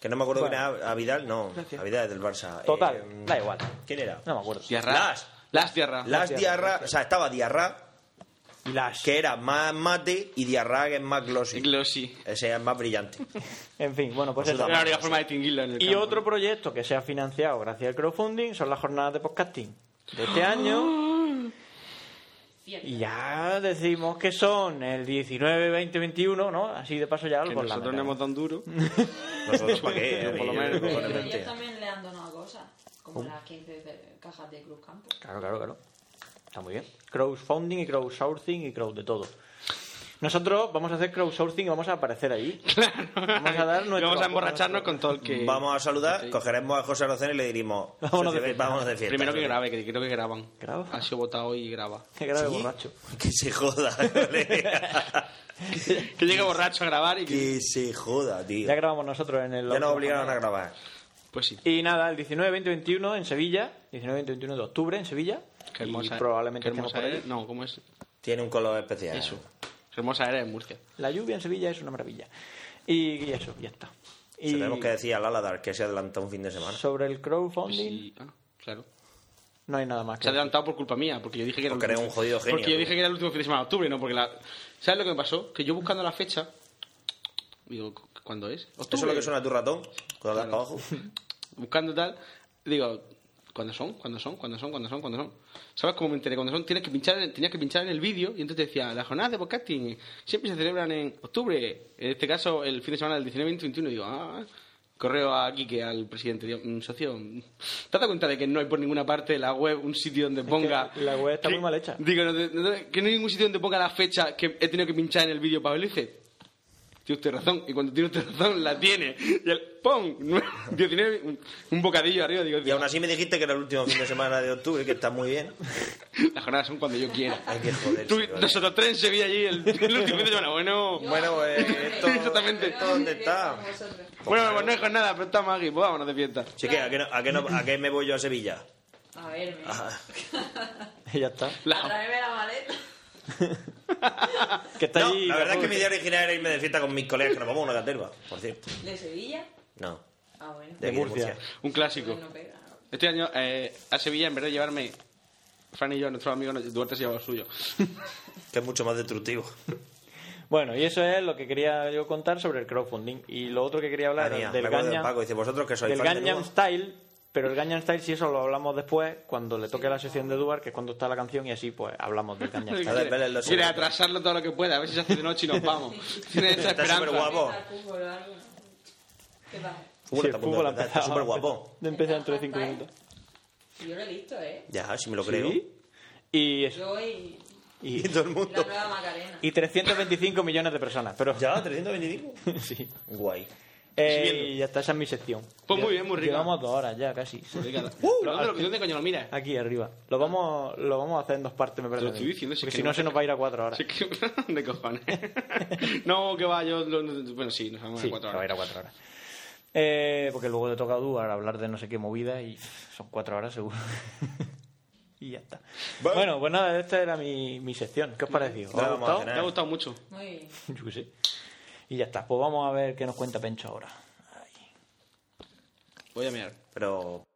que no me acuerdo
Bueno.
quién era. A Vidal, no. A Vidal es del Barça.
Total,
Eh,
da igual.
¿Quién era?
No me acuerdo.
Diarra.
Las.
Las Diarra.
Las Diarra, o sea, estaba Diarra, que era más mate, y Diarra, que es más glossy.
Glossy.
Ese es más brillante.
En fin, bueno, pues
Eso
eso.
da
Era la única forma de distinguirlo en el
Y
campo.
otro proyecto que se ha financiado gracias al crowdfunding son las jornadas de podcasting de este
Ah.
año. Y ya decimos que son el 19, 20, 21, ¿no? Así de paso ya
Que
algo en la mitad.
nosotros no hemos dado un duro.
Nosotros para qué,
Yo
eh,
por lo
yo-
menos.
yo-
Pero
Realmente.
Ellos también le han donado cosas, como
¿Cómo?
las 15 de- cajas de Cruz Campo.
Claro, claro, claro. Está muy bien. Crowdfunding y crowdsourcing y crowd de todo. Nosotros vamos a hacer crowdsourcing y vamos a aparecer ahí. Vamos a dar
Y
nuestro-
Vamos a emborracharnos con todo el que...
Vamos a saludar, cogeremos a José Arocena y le diremos...
Vámonos de
"José,
fiesta".
vámonos de fiesta.
Primero que
José.
grabe, que creo que graban.
¿Graba?
Ha sido votado y graba.
Que grabe
¿Sí?
borracho.
Que se joda, colega.
Que llegue borracho a grabar y que...
Que se joda, tío.
Ya grabamos nosotros en el...
Ya nos obligaron a grabar.
Pues sí.
Y nada, el 19, 20, 21 en Sevilla. 19, 20, 21 de octubre en Sevilla.
Qué
Y
hermosa,
probablemente
qué
estemos
hermosa
por ahí.
eres. No, ¿cómo es?
Tiene un color especial.
Eso. Qué hermosa era en Murcia.
La lluvia en Sevilla es una maravilla. Y, y eso, ya está.
Se
Y
tenemos que decir a Laladar que se adelanta un fin de semana.
sobre el crowdfunding
Sí. Ah, claro.
no hay nada más
Se
que
ha adelantado por culpa mía, porque yo dije que era
Porque
el
eres un jodido genio,
Porque yo
tú.
dije que era el último fin de semana de octubre, no, porque la ¿Sabes lo que me pasó? Que yo buscando la fecha digo, "¿Cu- ¿cuándo es?
¿Eso es lo que suena tu ratón? Cuando das para abajo.
Buscando tal, digo, ¿cuándo son? ¿Cuándo son? ¿Cuándo son? ¿Cuándo son? ¿Cuándo son? ¿Sabes cómo me enteré? Cuando son, tienes que pinchar, en- tenías que pinchar en el vídeo y entonces te decía, las jornadas de podcasting siempre se celebran en octubre, en este caso el fin de semana del 19, 20, 21, digo, ah, correo a Quique, al presidente, digo, "Mm, socio, mm, ¿te has dado cuenta de que no hay por ninguna parte de la web un sitio donde ponga...
la web está
que-
muy mal hecha.
Digo, no, no, no, que no hay ningún sitio donde ponga la fecha que he tenido que pinchar en el vídeo para verlo, y dice, tiene usted razón, y cuando tiene usted razón, la tiene. Y el ¡pum! 19, un, un bocadillo arriba, digo,
Y aún así me dijiste que era el último fin de semana de octubre, que está muy bien.
Las jornadas son cuando yo quiera.
Hay que ¿eh? joderse.
Tú-
colega.
nosotros tres en Sevilla allí, el, el último fin de semana. Bueno,
Bueno, pues, esto,
Exactamente.
¿esto ¿dónde está?
bueno, pues no es jornada, pero está Maggie, pues vámonos de fiesta.
Sí que, ¿a qué, no- a, qué no- a qué me voy yo a Sevilla?
A ver, me...
Ah,
Y ya está.
a
La-
través de la maleta.
Que está
No,
allí-
la verdad es que mi idea original era irme de fiesta con mis colegas, que nos vamos a una caterva, por cierto.
¿De Sevilla?
No,
Ah, bueno.
de, aquí, de Murcia.
Un clásico.
No pega. ¿no?
Este año eh, a Sevilla, en vez de llevarme Fran y yo, nuestros amigos, nos- Duarte se llevaba el suyo.
Que es mucho más destructivo.
Bueno, y eso es lo que quería yo contar sobre el crowdfunding. Y lo otro que quería hablar
Manía,
es
me
del
acuerdo de
Gaña-
Paco, dice, vosotros que sois
del
fans de
Gangnam
Nubo".
Style, pero el Gangnam Style si eso lo hablamos después, cuando le toque la sección de Duar, que es cuando está la canción, y así pues hablamos del Gangnam Style.
A ver, vele lo
Quiere
siguiente.
atrasarlo todo lo que pueda, a ver si se hace de noche y nos vamos. Tiene esa
Está
esperanza.
súper guapo.
Al fútbol o algo, ¿no? ¿Qué pasa?
Fútbol
Sí,
está a punto de
fútbol ha
empezar, está
empezado.
súper guapo.
Empieza dentro de cinco minutos.
Yo lo he visto, ¿eh?
Ya, si me lo creo.
Sí. Y eso.
Yo y
Y
Y,
todo el
la
mundo.
nueva Macarena.
y 325 millones de personas, pero...
Ya, 325.
sí.
Guay.
Eh,
Siguiendo.
y ya está, esa es mi sección.
Pues muy bien, muy rica.
Llevamos dos horas ya, casi.
Uh, ¿Dónde, lo- ¿Dónde coño lo miras?
Aquí arriba. Lo vamos, lo vamos a hacer en dos partes, me parece.
Te lo estoy diciendo, si
Porque
es que
si no,
no-
se nos va a ir a cuatro horas.
Sí, que- de cojones. no, que va, yo. lo- lo- bueno, sí, nos vamos
Sí,
a cuatro
se va a ir
horas.
a cuatro horas. Eh, porque luego te toca a Duar hablar de no sé qué movida y son cuatro horas seguro. y ya está.
Bueno.
Bueno, pues nada, esta era mi, mi sección. ¿Qué os pareció? ¿Os ha
Nada, vamos a
gustado?
cenar.
Me ha gustado mucho.
Muy bien.
Yo qué sé. Y ya está. Pues vamos a ver qué nos cuenta Pencho ahora.
Voy a mirar.
Pero